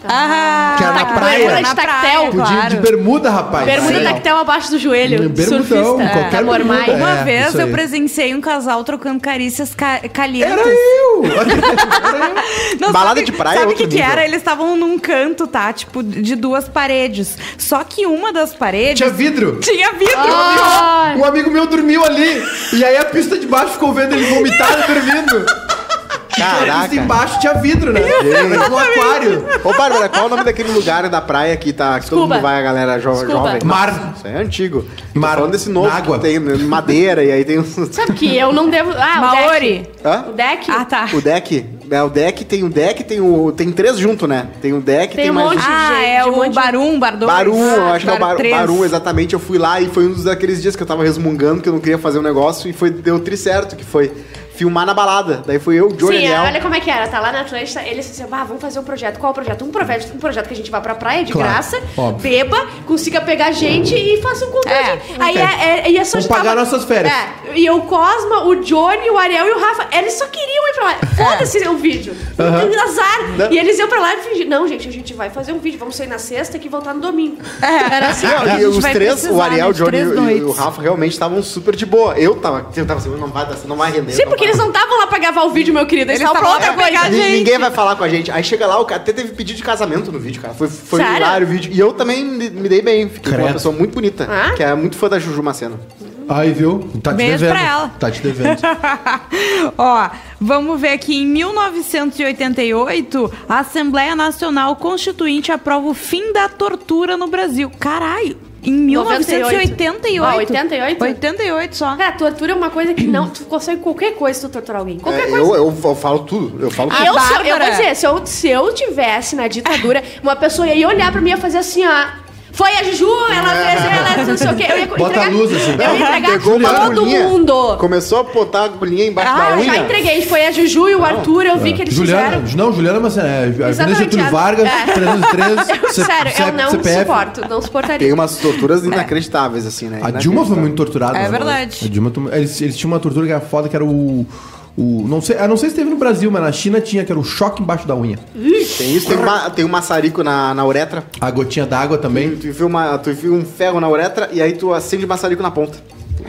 Speaker 1: Ah,
Speaker 4: Que era na
Speaker 1: tá-
Speaker 4: praia.
Speaker 1: era
Speaker 2: de tactel.
Speaker 1: praia,
Speaker 4: Podia ir
Speaker 1: claro.
Speaker 4: de bermuda, rapaz.
Speaker 2: Bermuda
Speaker 4: Sim.
Speaker 2: tactel abaixo do joelho.
Speaker 4: Bermudão,
Speaker 2: surfista.
Speaker 4: qualquer
Speaker 2: amor
Speaker 4: bermuda.
Speaker 2: mais.
Speaker 4: É,
Speaker 1: Uma vez
Speaker 4: isso aí.
Speaker 1: eu presenciei um casal trocando carícias ca calientes.
Speaker 4: Era eu! Era eu.
Speaker 1: Não,
Speaker 3: Balada
Speaker 1: sabe-
Speaker 3: de praia é
Speaker 1: Sabe o que,
Speaker 3: outro
Speaker 1: que
Speaker 3: nível.
Speaker 1: era? Eles estavam num canto, tá? Tipo, de duas paredes. Só que uma das paredes
Speaker 4: Tinha vidro.
Speaker 1: tinha vidro.
Speaker 2: Ah!
Speaker 4: Um amigo meu dormiu ali. E aí a pista de baixo ficou vendo ele vomitar e dormindo. A pista
Speaker 3: Caraca.
Speaker 4: embaixo tinha vidro, né? Era um aquário.
Speaker 3: Ô, Bárbara, qual é o nome daquele lugar da praia que, tá, que todo
Speaker 2: Scuba.
Speaker 3: mundo vai, a galera jo
Speaker 2: Scuba.
Speaker 3: jovem?
Speaker 4: Mar.
Speaker 3: Isso aí é antigo.
Speaker 4: Mar.
Speaker 3: Tô falando desse novo
Speaker 4: Na água.
Speaker 3: que tem né, madeira e aí tem uns...
Speaker 2: Sabe que eu não devo. Ah,
Speaker 1: Maori.
Speaker 3: Hã?
Speaker 2: o deck. O deck?
Speaker 1: Ah, tá.
Speaker 3: O deck? É, o deck tem o deck, tem o. Tem três junto, né? Tem o deck, tem,
Speaker 2: Tem um
Speaker 3: mais.
Speaker 2: monte.
Speaker 1: Ah,
Speaker 2: de-
Speaker 1: é
Speaker 2: de um monte
Speaker 1: o
Speaker 2: de-
Speaker 1: Barum, Bar 2.
Speaker 3: Barum, eu acho que é o Bar,
Speaker 1: Ah, três.
Speaker 3: Barum, exatamente. Eu fui lá e foi um dos daqueles dias que eu tava resmungando, que eu não queria fazer um negócio, e foi, deu tri certo, que foi filmar na balada. Daí foi eu, Johnny
Speaker 2: Sim,
Speaker 3: Eliel.
Speaker 2: olha como é que era. Tá lá na Atlântida, eles disseram, ah, vamos fazer um projeto. Qual o projeto? Um projeto, um projeto que a gente vá pra praia de
Speaker 4: Claro,
Speaker 2: graça,
Speaker 4: óbvio.
Speaker 2: beba, consiga pegar gente e faça um convite.
Speaker 1: É,
Speaker 2: Aí é, é, e é só
Speaker 4: Vamos
Speaker 2: tava-
Speaker 4: pagar nossas férias.
Speaker 2: É, e o Cosma, o Johnny, o Ariel e o Rafa, eles só queriam ir pra lá.
Speaker 1: É.
Speaker 2: Foda-se o vídeo.
Speaker 4: Aham.
Speaker 2: Azar. E eles iam pra lá e fingiam, não, gente, a gente vai fazer um vídeo, vamos sair na sexta que voltar no domingo. Era assim.
Speaker 3: Não,
Speaker 1: É, A
Speaker 3: e
Speaker 1: gente
Speaker 3: os
Speaker 1: vai
Speaker 3: três,
Speaker 1: precisar,
Speaker 3: o Ariel,
Speaker 1: né,
Speaker 3: o
Speaker 1: de
Speaker 3: Johnny
Speaker 1: três
Speaker 3: e- e o
Speaker 1: noites.
Speaker 3: Rafa realmente estavam super de boa. Eu tava, eu tava assim, não vai dar, não vai render.
Speaker 2: Sim,
Speaker 3: não
Speaker 2: porque
Speaker 3: vai.
Speaker 2: eles não estavam lá pra gravar o vídeo, meu querido. Eles
Speaker 1: Eles
Speaker 2: estavam pra
Speaker 1: tavam lá
Speaker 2: outra
Speaker 1: pra
Speaker 2: coisa.
Speaker 1: pegar
Speaker 3: Ni-
Speaker 1: gente.
Speaker 3: Ninguém vai falar com a gente. Aí chega lá, o cara até teve pedido de casamento no vídeo, cara. Foi, foi
Speaker 2: Sério?
Speaker 3: hilário o vídeo. E eu também me me dei bem. Fiquei com
Speaker 4: Credo.
Speaker 3: uma pessoa muito bonita,
Speaker 2: Ah?
Speaker 3: que é muito fã da Juju Macena.
Speaker 4: Aí, viu? Tá te
Speaker 1: Beijo
Speaker 4: devendo.
Speaker 1: pra ela.
Speaker 4: Tá te devendo.
Speaker 1: Ó, vamos ver aqui. Em 1988, a Assembleia Nacional Constituinte aprova o fim da tortura no Brasil. Caralho! Em 1988.
Speaker 2: Ah, 88?
Speaker 1: 88 só.
Speaker 2: Cara, tortura é uma coisa que não. Tu consegue qualquer coisa se tu torturar alguém. Qualquer
Speaker 3: É,
Speaker 2: coisa.
Speaker 3: eu, eu, eu falo tudo. Eu falo
Speaker 1: Ah,
Speaker 3: tudo.
Speaker 2: eu, se eu, eu vou
Speaker 1: Bárbara.
Speaker 2: dizer, se eu, se eu tivesse na ditadura, uma pessoa ia olhar pra mim e ia fazer assim, ó. Foi a Juju, ela fez, ela não sei o quê. Eu ia
Speaker 4: Bota a luz, assim.
Speaker 2: Eu ia entregar
Speaker 3: Pegou uma
Speaker 2: todo
Speaker 3: agulhinha,
Speaker 2: mundo.
Speaker 3: Começou a botar a agulhinha embaixo da
Speaker 2: Ah,
Speaker 3: unha.
Speaker 2: já entreguei. Foi a Juju e o Arthur, eu vi que eles
Speaker 4: Juliana,
Speaker 2: fizeram.
Speaker 4: não, Juliana, mas é, Avenida
Speaker 2: Exatamente,
Speaker 4: Getúlio
Speaker 2: é.
Speaker 4: Vargas,
Speaker 2: É.
Speaker 4: 303, C-
Speaker 2: Sério,
Speaker 4: C-
Speaker 2: eu não
Speaker 4: CPF.
Speaker 2: suporto, não suportaria.
Speaker 3: Tem umas torturas
Speaker 2: É.
Speaker 3: inacreditáveis, assim, né?
Speaker 4: A Dilma foi muito torturada.
Speaker 1: É
Speaker 4: né?
Speaker 1: verdade.
Speaker 4: A Dilma, tom- eles, eles tinham uma tortura que era foda, que era o... o não sei, ah, não sei se teve no Brasil, mas na China tinha, que era o choque embaixo da unha.
Speaker 3: Tem isso, tem, uma, tem um maçarico na, na uretra.
Speaker 4: A gotinha d'água também.
Speaker 3: Tu enfia, uma, tu enfia um ferro na uretra e aí tu acende maçarico na ponta.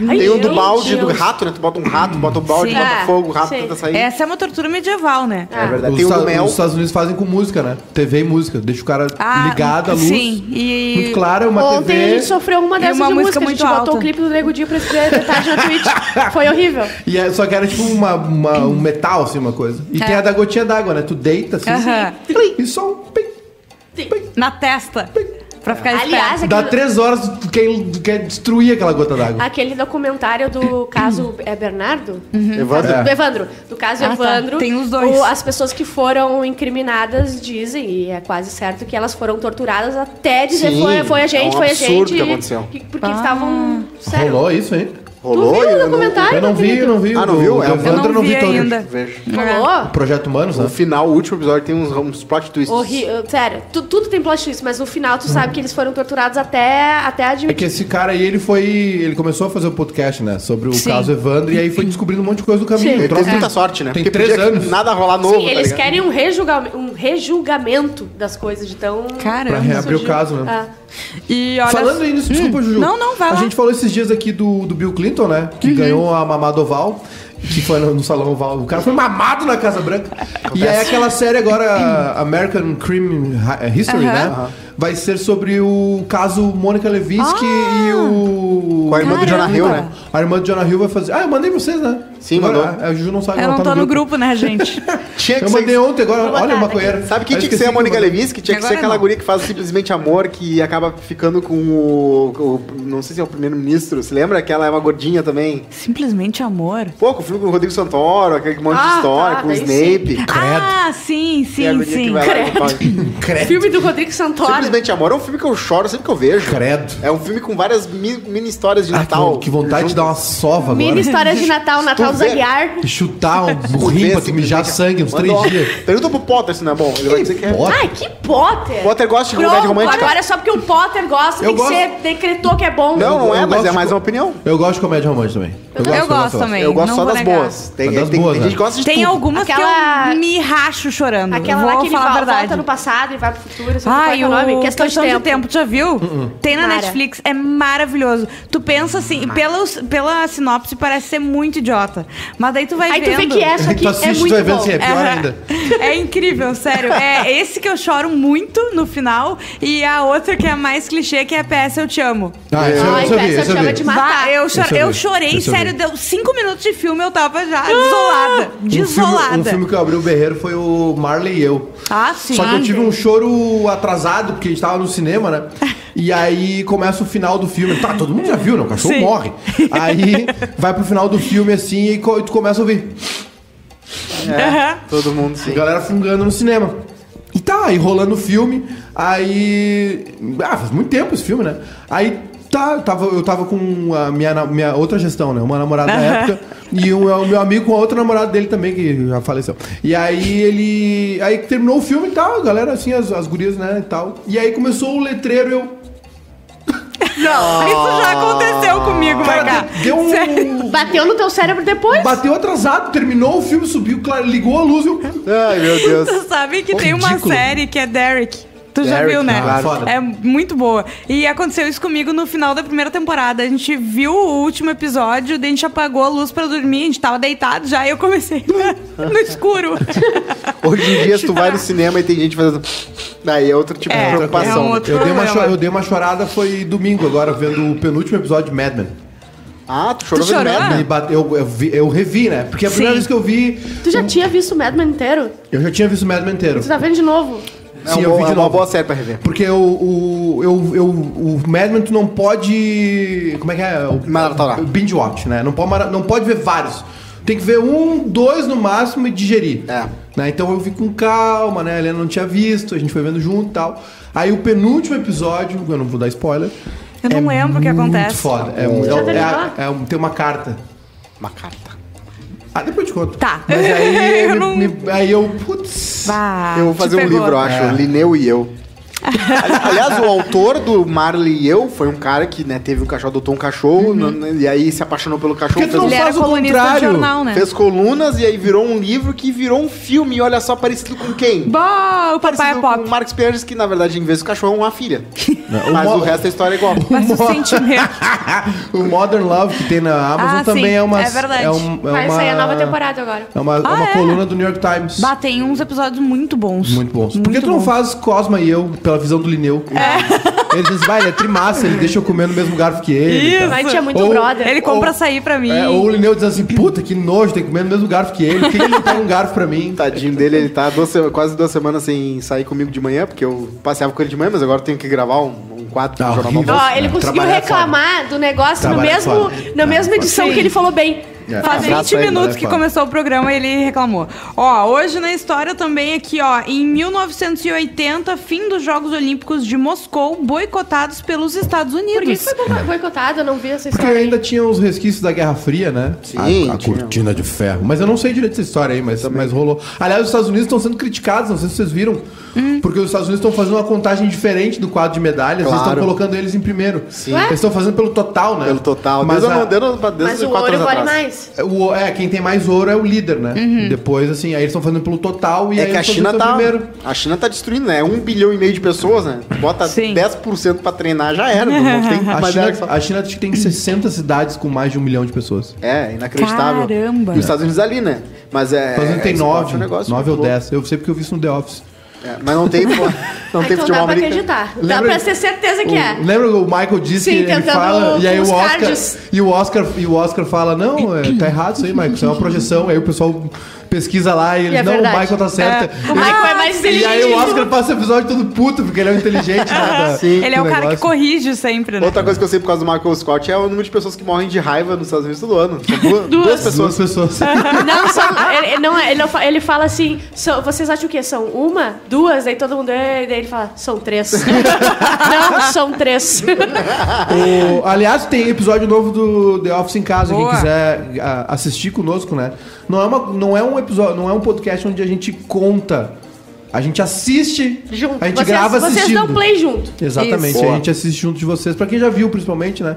Speaker 2: Ai,
Speaker 3: tem um do
Speaker 2: meu
Speaker 3: balde do
Speaker 2: Deus.
Speaker 3: rato, né? Tu bota um rato, bota um balde,
Speaker 1: Sim.
Speaker 3: bota
Speaker 2: Ah,
Speaker 3: fogo, o rato
Speaker 2: sim.
Speaker 3: tenta sair.
Speaker 1: Essa é uma tortura medieval, né?
Speaker 3: É verdade.
Speaker 4: Os,
Speaker 3: Tem o do
Speaker 4: Estados-
Speaker 3: mel.
Speaker 4: os Estados Unidos fazem com música, né? TV e música. Deixa o cara
Speaker 1: Ah,
Speaker 4: ligado, a luz.
Speaker 1: sim, e-
Speaker 4: Muito claro, é uma
Speaker 2: Ontem
Speaker 4: TV.
Speaker 2: a gente sofreu uma dessas
Speaker 1: uma
Speaker 2: de
Speaker 1: música
Speaker 2: música, a gente
Speaker 1: muito
Speaker 2: botou
Speaker 1: alta.
Speaker 2: o clipe do Nego Dia pra escrever detalhe na Twitch. Foi horrível.
Speaker 4: E é, só que era tipo uma, uma- um metal, assim, uma coisa. E tem a da gotinha d'água, né? Tu deita assim,
Speaker 1: Aham.
Speaker 4: plim, e só um plim.
Speaker 1: Na testa. Pra ficar
Speaker 2: Aliás,
Speaker 1: esperto.
Speaker 4: Dá
Speaker 2: aquele,
Speaker 4: três horas, tu quer, tu quer destruir aquela gota d'água.
Speaker 2: aquele documentário do caso é Bernardo?
Speaker 3: Evandro,
Speaker 2: Do Evandro. Do caso
Speaker 1: Uhum. É. Ah, tá.
Speaker 2: Evandro.
Speaker 1: Tem os dois.
Speaker 2: o- as pessoas que foram incriminadas dizem, e é quase certo, que elas foram torturadas até dizer
Speaker 3: Sim,
Speaker 2: foi, foi a gente,
Speaker 3: é um
Speaker 2: foi a
Speaker 3: absurdo
Speaker 2: gente.
Speaker 3: que aconteceu.
Speaker 1: Ah.
Speaker 2: que- porque estavam. Ah, Sério.
Speaker 4: Rolou isso, hein?
Speaker 3: Rolou?
Speaker 2: tu viu
Speaker 3: Eu
Speaker 2: o
Speaker 3: não-
Speaker 2: documentário?
Speaker 4: Eu não vi, eu não vi.
Speaker 3: Ah, não
Speaker 4: o
Speaker 3: viu?
Speaker 4: do
Speaker 3: É, eu
Speaker 4: Evandro,
Speaker 1: não
Speaker 4: eu não vi,
Speaker 1: vi
Speaker 4: todo.
Speaker 1: ainda.
Speaker 3: Vejo.
Speaker 2: Rolou?
Speaker 4: Projeto Humanos,
Speaker 3: O
Speaker 4: né?
Speaker 3: final, o último episódio tem uns, uns plot twists.
Speaker 2: Horri- Sério, tu- tudo tem plot twist, mas no final tu sabe que eles foram torturados até, até
Speaker 4: É
Speaker 2: admitir.
Speaker 4: que esse cara aí, ele foi. Ele começou a fazer o podcast, né? Sobre o
Speaker 1: Sim.
Speaker 4: caso Evandro, e aí foi descobrindo um monte de coisa do caminho.
Speaker 2: Sim.
Speaker 4: O
Speaker 3: Ele
Speaker 4: troço
Speaker 3: teve muita sorte, né?
Speaker 4: Tem
Speaker 3: Porque
Speaker 4: três
Speaker 3: podia
Speaker 4: anos.
Speaker 3: Nada rolar novo.
Speaker 2: Sim,
Speaker 3: tá
Speaker 2: eles
Speaker 3: ligado?
Speaker 2: querem um, rejulga- um rejulgamento das coisas de tão.
Speaker 4: Pra
Speaker 1: Caramba.
Speaker 4: reabrir o caso, né?
Speaker 2: Ah.
Speaker 1: E olha. Hum.
Speaker 4: Falando aí nisso,
Speaker 3: Hum.
Speaker 4: desculpa, Juju.
Speaker 1: Não, não, vai
Speaker 4: A
Speaker 1: lá.
Speaker 4: gente falou esses dias aqui do, do Bill Clinton, né? Que
Speaker 3: Uhum.
Speaker 4: ganhou a mamada oval. Que foi no, no salão oval. O cara foi mamado na Casa Branca. E aí aquela série agora, American Crime Hi- History,
Speaker 1: Aham.
Speaker 4: né? Vai ser sobre o caso Mônica Levinsky
Speaker 1: Ah.
Speaker 4: e o...
Speaker 3: Com a irmã do Jonah
Speaker 1: Caramba.
Speaker 3: Hill, né?
Speaker 4: A irmã do Jonah Hill vai fazer... Ah, eu mandei pra vocês, né?
Speaker 3: Sim,
Speaker 4: Agora,
Speaker 3: mandou.
Speaker 4: A, a Juju não tá sabe.
Speaker 1: Eu não tô no grupo, né, gente?
Speaker 3: Tinha que
Speaker 4: Eu mandei
Speaker 3: ser...
Speaker 4: ontem, agora,
Speaker 2: botar,
Speaker 4: olha o
Speaker 2: tá
Speaker 4: maconheiro.
Speaker 3: Sabe quem tinha
Speaker 4: Eu
Speaker 3: que
Speaker 4: esqueci
Speaker 3: ser a
Speaker 4: eu
Speaker 3: Mônica
Speaker 4: mandei.
Speaker 3: Levinsky? Tinha que
Speaker 1: Agora
Speaker 3: ser aquela
Speaker 1: não.
Speaker 3: guria que faz simplesmente amor, que acaba ficando com o... o- não sei se é o primeiro-ministro. Se lembra que ela é uma gordinha também?
Speaker 1: Simplesmente amor.
Speaker 3: Pô, com o filme com o Rodrigo Santoro, aquele monte
Speaker 2: Ah,
Speaker 3: de história,
Speaker 2: tá,
Speaker 3: com o
Speaker 2: daí
Speaker 3: Snape.
Speaker 1: Ah, sim,
Speaker 3: E a
Speaker 1: sim,
Speaker 3: guria que
Speaker 1: sim.
Speaker 3: vai lá e fala-
Speaker 2: Filme do Rodrigo Santoro.
Speaker 3: Simplesmente Amor é um filme que eu choro sempre que eu vejo.
Speaker 4: Credo.
Speaker 3: É um filme com várias mi- mini histórias de
Speaker 4: Ah,
Speaker 3: Natal.
Speaker 4: que, que vontade de dar uma sova agora.
Speaker 2: Mini história de Natal, Natal dos
Speaker 3: vê?
Speaker 2: Aguiar.
Speaker 4: E chutar um burrinho pra tu mijar
Speaker 3: né?
Speaker 4: sangue uns três dias.
Speaker 3: Pergunta pro Potter se não é bom. Ele vai dizer que é.
Speaker 4: Potter? um
Speaker 2: Ai, que Potter!
Speaker 3: Potter gosta de comédia
Speaker 2: Pronto,
Speaker 3: romântica?
Speaker 2: agora é só porque o Potter gosta,
Speaker 4: Eu
Speaker 2: tem
Speaker 4: gosto.
Speaker 2: que ser, decretou que é bom.
Speaker 3: Não, não
Speaker 4: Eu
Speaker 3: é, mas
Speaker 4: gosto
Speaker 3: é
Speaker 4: de-
Speaker 3: mais uma opinião.
Speaker 4: Eu gosto de comédia romântica também.
Speaker 1: Eu gosto também.
Speaker 3: Eu gosto
Speaker 1: não
Speaker 3: só
Speaker 1: vou
Speaker 3: das
Speaker 1: negar.
Speaker 3: boas. Tem,
Speaker 4: Mas das
Speaker 3: tem-
Speaker 4: boas,
Speaker 3: tem
Speaker 4: né?
Speaker 3: gente que gosta de
Speaker 1: Tem
Speaker 3: tudo.
Speaker 1: algumas que
Speaker 2: Tipo, Aquela-
Speaker 1: eu me racho chorando.
Speaker 2: Aquela
Speaker 1: vou
Speaker 2: lá que ele
Speaker 1: falar
Speaker 2: vol-
Speaker 1: a verdade.
Speaker 2: volta no passado e vai pro futuro, sei lá qual
Speaker 1: Ai,
Speaker 2: é o nome.
Speaker 1: o
Speaker 2: Questão, de tempo.
Speaker 1: tu já viu?
Speaker 4: Uh,
Speaker 1: Tem na
Speaker 2: Mara.
Speaker 1: Netflix, é maravilhoso. Tu pensa assim, e pelos, pela sinopse parece ser muito idiota. Mas daí tu vai
Speaker 2: Aí
Speaker 1: vendo.
Speaker 2: tu vê que essa aqui
Speaker 4: Tu assiste,
Speaker 2: é
Speaker 4: tu
Speaker 2: muito
Speaker 4: vai vendo
Speaker 2: bom.
Speaker 4: Então, se é pior
Speaker 1: Aham.
Speaker 4: ainda.
Speaker 1: É incrível, sério. É esse que eu choro muito no final e a outra que é a mais clichê, que é PS Eu Te Amo.
Speaker 4: Ah, esse eu-
Speaker 2: Ai,
Speaker 4: esse eu vi,
Speaker 2: essa
Speaker 4: esse eu
Speaker 2: chama
Speaker 4: vi. Um
Speaker 2: de matar.
Speaker 1: Vai, eu, cho-
Speaker 4: Deixa eu
Speaker 1: eu
Speaker 4: ver,
Speaker 1: chorei,
Speaker 4: deixa eu
Speaker 1: sério,
Speaker 4: ver.
Speaker 1: deu cinco minutos de filme eu tava já desolada. Desolada.
Speaker 4: Um filme, um filme que eu abri o berreiro foi o Marley e eu.
Speaker 1: Ah, sim.
Speaker 4: Só que eu tive um choro atrasado, porque a gente tava no cinema, né? E aí começa o final do filme. Tá, todo mundo já viu, né? O cachorro
Speaker 1: Sim.
Speaker 4: morre. Aí vai pro final do filme assim e co- tu começa a ouvir.
Speaker 1: Aham.
Speaker 3: É, Todo mundo sim.
Speaker 4: Galera fungando no cinema. E tá, aí rolando o filme, aí. Ah, faz muito tempo esse filme, né? Aí tá, eu tava, eu tava com a minha, na- minha outra gestão, né? Uma namorada da época. E o, o meu amigo com a outra namorada dele também, que já faleceu. E aí ele. Aí terminou o filme e tal, a galera, assim, as, as gurias, né? E tal. E aí começou o letreiro, eu.
Speaker 1: Não, isso já aconteceu comigo, Marca.
Speaker 4: Oh. Cara, deu um.
Speaker 1: Sério.
Speaker 2: Bateu no teu cérebro depois?
Speaker 4: Bateu atrasado, terminou o filme, subiu, claro, ligou a luz e eu.
Speaker 3: Ai, meu Deus.
Speaker 1: Tu sabe que tem uma
Speaker 4: Ridículo.
Speaker 1: série que é Derek. Tu já
Speaker 3: Derek,
Speaker 1: viu, né?
Speaker 4: ah, foda.
Speaker 1: É muito boa. E aconteceu isso comigo no final da primeira temporada. A gente viu o último episódio, daí a gente apagou a luz pra dormir, a gente tava deitado já e eu comecei no escuro.
Speaker 3: Hoje em dia, se tu vai no cinema e tem gente fazendo... Daí é outro tipo
Speaker 1: Tá. É,
Speaker 3: de
Speaker 1: é um
Speaker 3: preocupação. né?
Speaker 1: outro-
Speaker 4: Eu dei, uma
Speaker 1: problema.
Speaker 4: cho- eu dei uma chorada, foi domingo agora, vendo o penúltimo episódio de Mad Men.
Speaker 3: Ah, tu chorou
Speaker 1: Tu
Speaker 3: vendo
Speaker 1: chorou?
Speaker 3: merda.
Speaker 1: Ah.
Speaker 4: Me bate- eu, eu vi- eu revi, né? Porque a primeira
Speaker 1: Sim.
Speaker 4: vez que eu vi,
Speaker 2: Tu já tinha visto o Madman inteiro?
Speaker 4: eu já tinha visto o Mad Men inteiro.
Speaker 2: Tu tá vendo de novo?
Speaker 3: É
Speaker 4: Ah. Sim,
Speaker 3: um
Speaker 4: eu
Speaker 3: bom-
Speaker 4: vi de
Speaker 3: é uma
Speaker 4: novo.
Speaker 3: boa série pra rever.
Speaker 4: Porque o, o, eu, eu, o Mad Men tu não pode... Como é que é? O,
Speaker 3: Maratonar.
Speaker 4: Binge watch, né? Não pode, mara- não pode ver vários. Tem que ver um, dois no máximo e digerir.
Speaker 3: É.
Speaker 4: Né? Então eu vi com calma, né? A Helena não tinha visto, a gente foi vendo junto e tal. Aí o penúltimo episódio, eu não vou dar spoiler.
Speaker 1: Eu não lembro o que
Speaker 4: É Muito
Speaker 1: acontece.
Speaker 4: foda. É, muito-
Speaker 2: Já terminou?
Speaker 4: é- é um- tem uma carta.
Speaker 3: Uma carta.
Speaker 4: Ah, depois eu te conto.
Speaker 1: Tá.
Speaker 4: Mas aí
Speaker 1: Eu
Speaker 4: me-
Speaker 1: não-
Speaker 4: me- aí eu, putz.
Speaker 1: Bah,
Speaker 3: eu vou
Speaker 1: Ah, te
Speaker 3: fazer um
Speaker 1: pegou.
Speaker 3: livro, eu acho.
Speaker 4: É.
Speaker 3: Lineu e eu. Ali- Aliás, o autor do Marley e eu foi um cara que né, teve um cachorro, adotou um cachorro
Speaker 1: Uhum.
Speaker 3: n- n- e aí se apaixonou pelo cachorro,
Speaker 4: Porque
Speaker 3: fez, um
Speaker 4: tu
Speaker 1: Ele era
Speaker 4: Faz o
Speaker 1: colunista do
Speaker 4: contrário.
Speaker 1: jornal, né?
Speaker 3: fez colunas e aí virou um livro que virou um filme. E olha só, parecido com
Speaker 4: um
Speaker 3: quem?
Speaker 1: Bah, o papai é
Speaker 3: Parecido com
Speaker 1: pop.
Speaker 3: o Marcos Pierres, que na verdade, em vez do cachorro, é uma filha. Mas
Speaker 4: Mo-
Speaker 3: o resto da história é igual.
Speaker 1: Mas um o sentimento.
Speaker 4: Ah, o Modern Love que tem na Amazon
Speaker 1: Ah,
Speaker 4: também
Speaker 1: sim,
Speaker 4: é uma.
Speaker 1: é verdade.
Speaker 4: um- é
Speaker 2: Vai
Speaker 4: uma-
Speaker 2: sair a nova temporada agora.
Speaker 4: É uma, é
Speaker 1: Ah,
Speaker 4: uma
Speaker 1: é?
Speaker 4: coluna do New York Times.
Speaker 1: Bah, tem uns episódios muito bons.
Speaker 4: Muito bom. Por que tu não
Speaker 1: bons.
Speaker 4: faz Cosma e eu, pela visão do Lineu? Ele diz, vai, ele é trimassa, ele deixa eu comer no mesmo garfo que ele. e tal.
Speaker 2: Vai, tinha muito
Speaker 4: Ou-
Speaker 2: brother.
Speaker 1: Ele compra
Speaker 4: Ou-
Speaker 1: açaí pra mim.
Speaker 4: É, ou o Lineu diz assim, puta, que nojo, tem que comer no mesmo garfo que ele. Por que ele não pega um garfo pra mim?
Speaker 3: Tadinho dele, ele tá duas se- quase duas semanas sem sair comigo de manhã, porque eu passeava com ele de manhã, mas agora eu tenho que gravar um, um quadro
Speaker 4: Tá
Speaker 3: pro jornal
Speaker 4: horrível.
Speaker 3: Maldoso.
Speaker 2: Ó, ele conseguiu
Speaker 4: Trabalhar é
Speaker 2: reclamar do negócio no
Speaker 4: Trabalhar
Speaker 2: mesmo,
Speaker 4: fora.
Speaker 2: na mesma edição que ele falou bem.
Speaker 4: É,
Speaker 1: Faz
Speaker 4: abraço
Speaker 1: 20
Speaker 4: aí,
Speaker 1: minutos
Speaker 4: né,
Speaker 1: que
Speaker 4: Fábio?
Speaker 1: começou o programa e ele reclamou. Ó, hoje na história também aqui, ó, em 1980, fim dos Jogos Olímpicos de Moscou, boicotados pelos Estados
Speaker 2: Por que que
Speaker 1: Unidos.
Speaker 2: foi boi- boicotado? Eu não vi essa
Speaker 4: Porque
Speaker 2: história.
Speaker 4: ainda tinha os resquícios da Guerra Fria, né?
Speaker 3: Sim,
Speaker 4: A, a
Speaker 3: tinha.
Speaker 4: cortina de ferro. Mas eu não sei direito essa história aí, mas, mas rolou. Aliás, os Estados Unidos estão sendo criticados, não sei se vocês viram. Porque os Estados Unidos estão fazendo uma contagem diferente do quadro de medalhas. Eles
Speaker 3: Claro.
Speaker 4: estão colocando eles em primeiro.
Speaker 3: Sim.
Speaker 4: Eles estão fazendo pelo total, né?
Speaker 3: Pelo total. é
Speaker 4: Mas,
Speaker 3: desde,
Speaker 4: a-
Speaker 3: a... desde, desde
Speaker 2: Mas o
Speaker 3: quatro
Speaker 2: ouro
Speaker 3: anos
Speaker 2: vale
Speaker 3: atrás.
Speaker 2: mais.
Speaker 4: o- é, quem tem mais ouro é o líder, né? Depois, assim, aí eles estão fazendo pelo total e
Speaker 3: É
Speaker 4: aí
Speaker 3: que a
Speaker 4: os Estados
Speaker 3: China
Speaker 4: Unidos
Speaker 3: tá.
Speaker 4: estão primeiro.
Speaker 3: A China tá destruindo, né? Um bilhão e meio de pessoas, né? Bota
Speaker 1: Sim.
Speaker 3: 10% pra treinar, já era. Não tem
Speaker 4: A
Speaker 3: mais
Speaker 4: China,
Speaker 3: nada que
Speaker 4: a China acho que tem 60 cidades com mais de um milhão de pessoas.
Speaker 3: É, inacreditável.
Speaker 1: Caramba.
Speaker 3: E os Estados Unidos ali, né? Mas é.
Speaker 4: Mas não
Speaker 3: é, esporte
Speaker 4: tem
Speaker 3: é
Speaker 4: nove,
Speaker 3: um negócio
Speaker 4: nove ou
Speaker 3: muito louco.
Speaker 4: dez. Eu sei porque eu vi isso no The Office.
Speaker 3: É, mas não tem,
Speaker 2: Ah,
Speaker 3: não tem
Speaker 2: então dá
Speaker 3: futebol
Speaker 2: pra
Speaker 3: americano.
Speaker 2: acreditar. Dá
Speaker 4: Lembra-
Speaker 2: pra ter certeza que é.
Speaker 4: O- Lembra o Michael disse
Speaker 2: Sim,
Speaker 4: que ele
Speaker 2: tentando
Speaker 4: fala e aí
Speaker 2: com
Speaker 4: o
Speaker 2: os
Speaker 4: Oscar
Speaker 2: cardios.
Speaker 4: e o Oscar e o Oscar fala não, é, tá errado isso aí, Michael, isso é uma projeção. Aí o pessoal pesquisa lá e ele
Speaker 2: E é
Speaker 4: não,
Speaker 2: verdade.
Speaker 4: o Michael tá certo.
Speaker 1: É. O Michael é mais
Speaker 4: E aí
Speaker 1: inteligente.
Speaker 4: o Oscar passa o episódio todo puto porque ele é um inteligente. né, da-
Speaker 3: Sim.
Speaker 1: Ele é o
Speaker 4: do
Speaker 1: cara que
Speaker 4: negócio.
Speaker 1: corrige sempre, né?
Speaker 3: Outra coisa que eu sei por causa do Michael Scott é o número de pessoas que morrem de raiva nos Estados Unidos todo ano. São duas, duas pessoas.
Speaker 4: Duas pessoas.
Speaker 2: Não, são- ele, ele não, é- ele, não fa- ele fala assim, são- vocês acham o quê? São uma? Duas? Daí todo mundo, "Ei", daí ele fala, são três. não, são três.
Speaker 4: O- aliás, tem episódio novo do The Office em casa,
Speaker 1: Boa.
Speaker 4: quem quiser a- assistir conosco, né? Não é, uma, não é um episódio, não é um podcast onde a gente conta. A gente assiste,
Speaker 2: Junto.
Speaker 4: a gente
Speaker 2: vocês,
Speaker 4: grava assistindo.
Speaker 2: Vocês dão play junto.
Speaker 4: Exatamente,
Speaker 3: Isso.
Speaker 4: a
Speaker 3: Boa.
Speaker 4: gente assiste junto de vocês, pra quem já viu principalmente, né?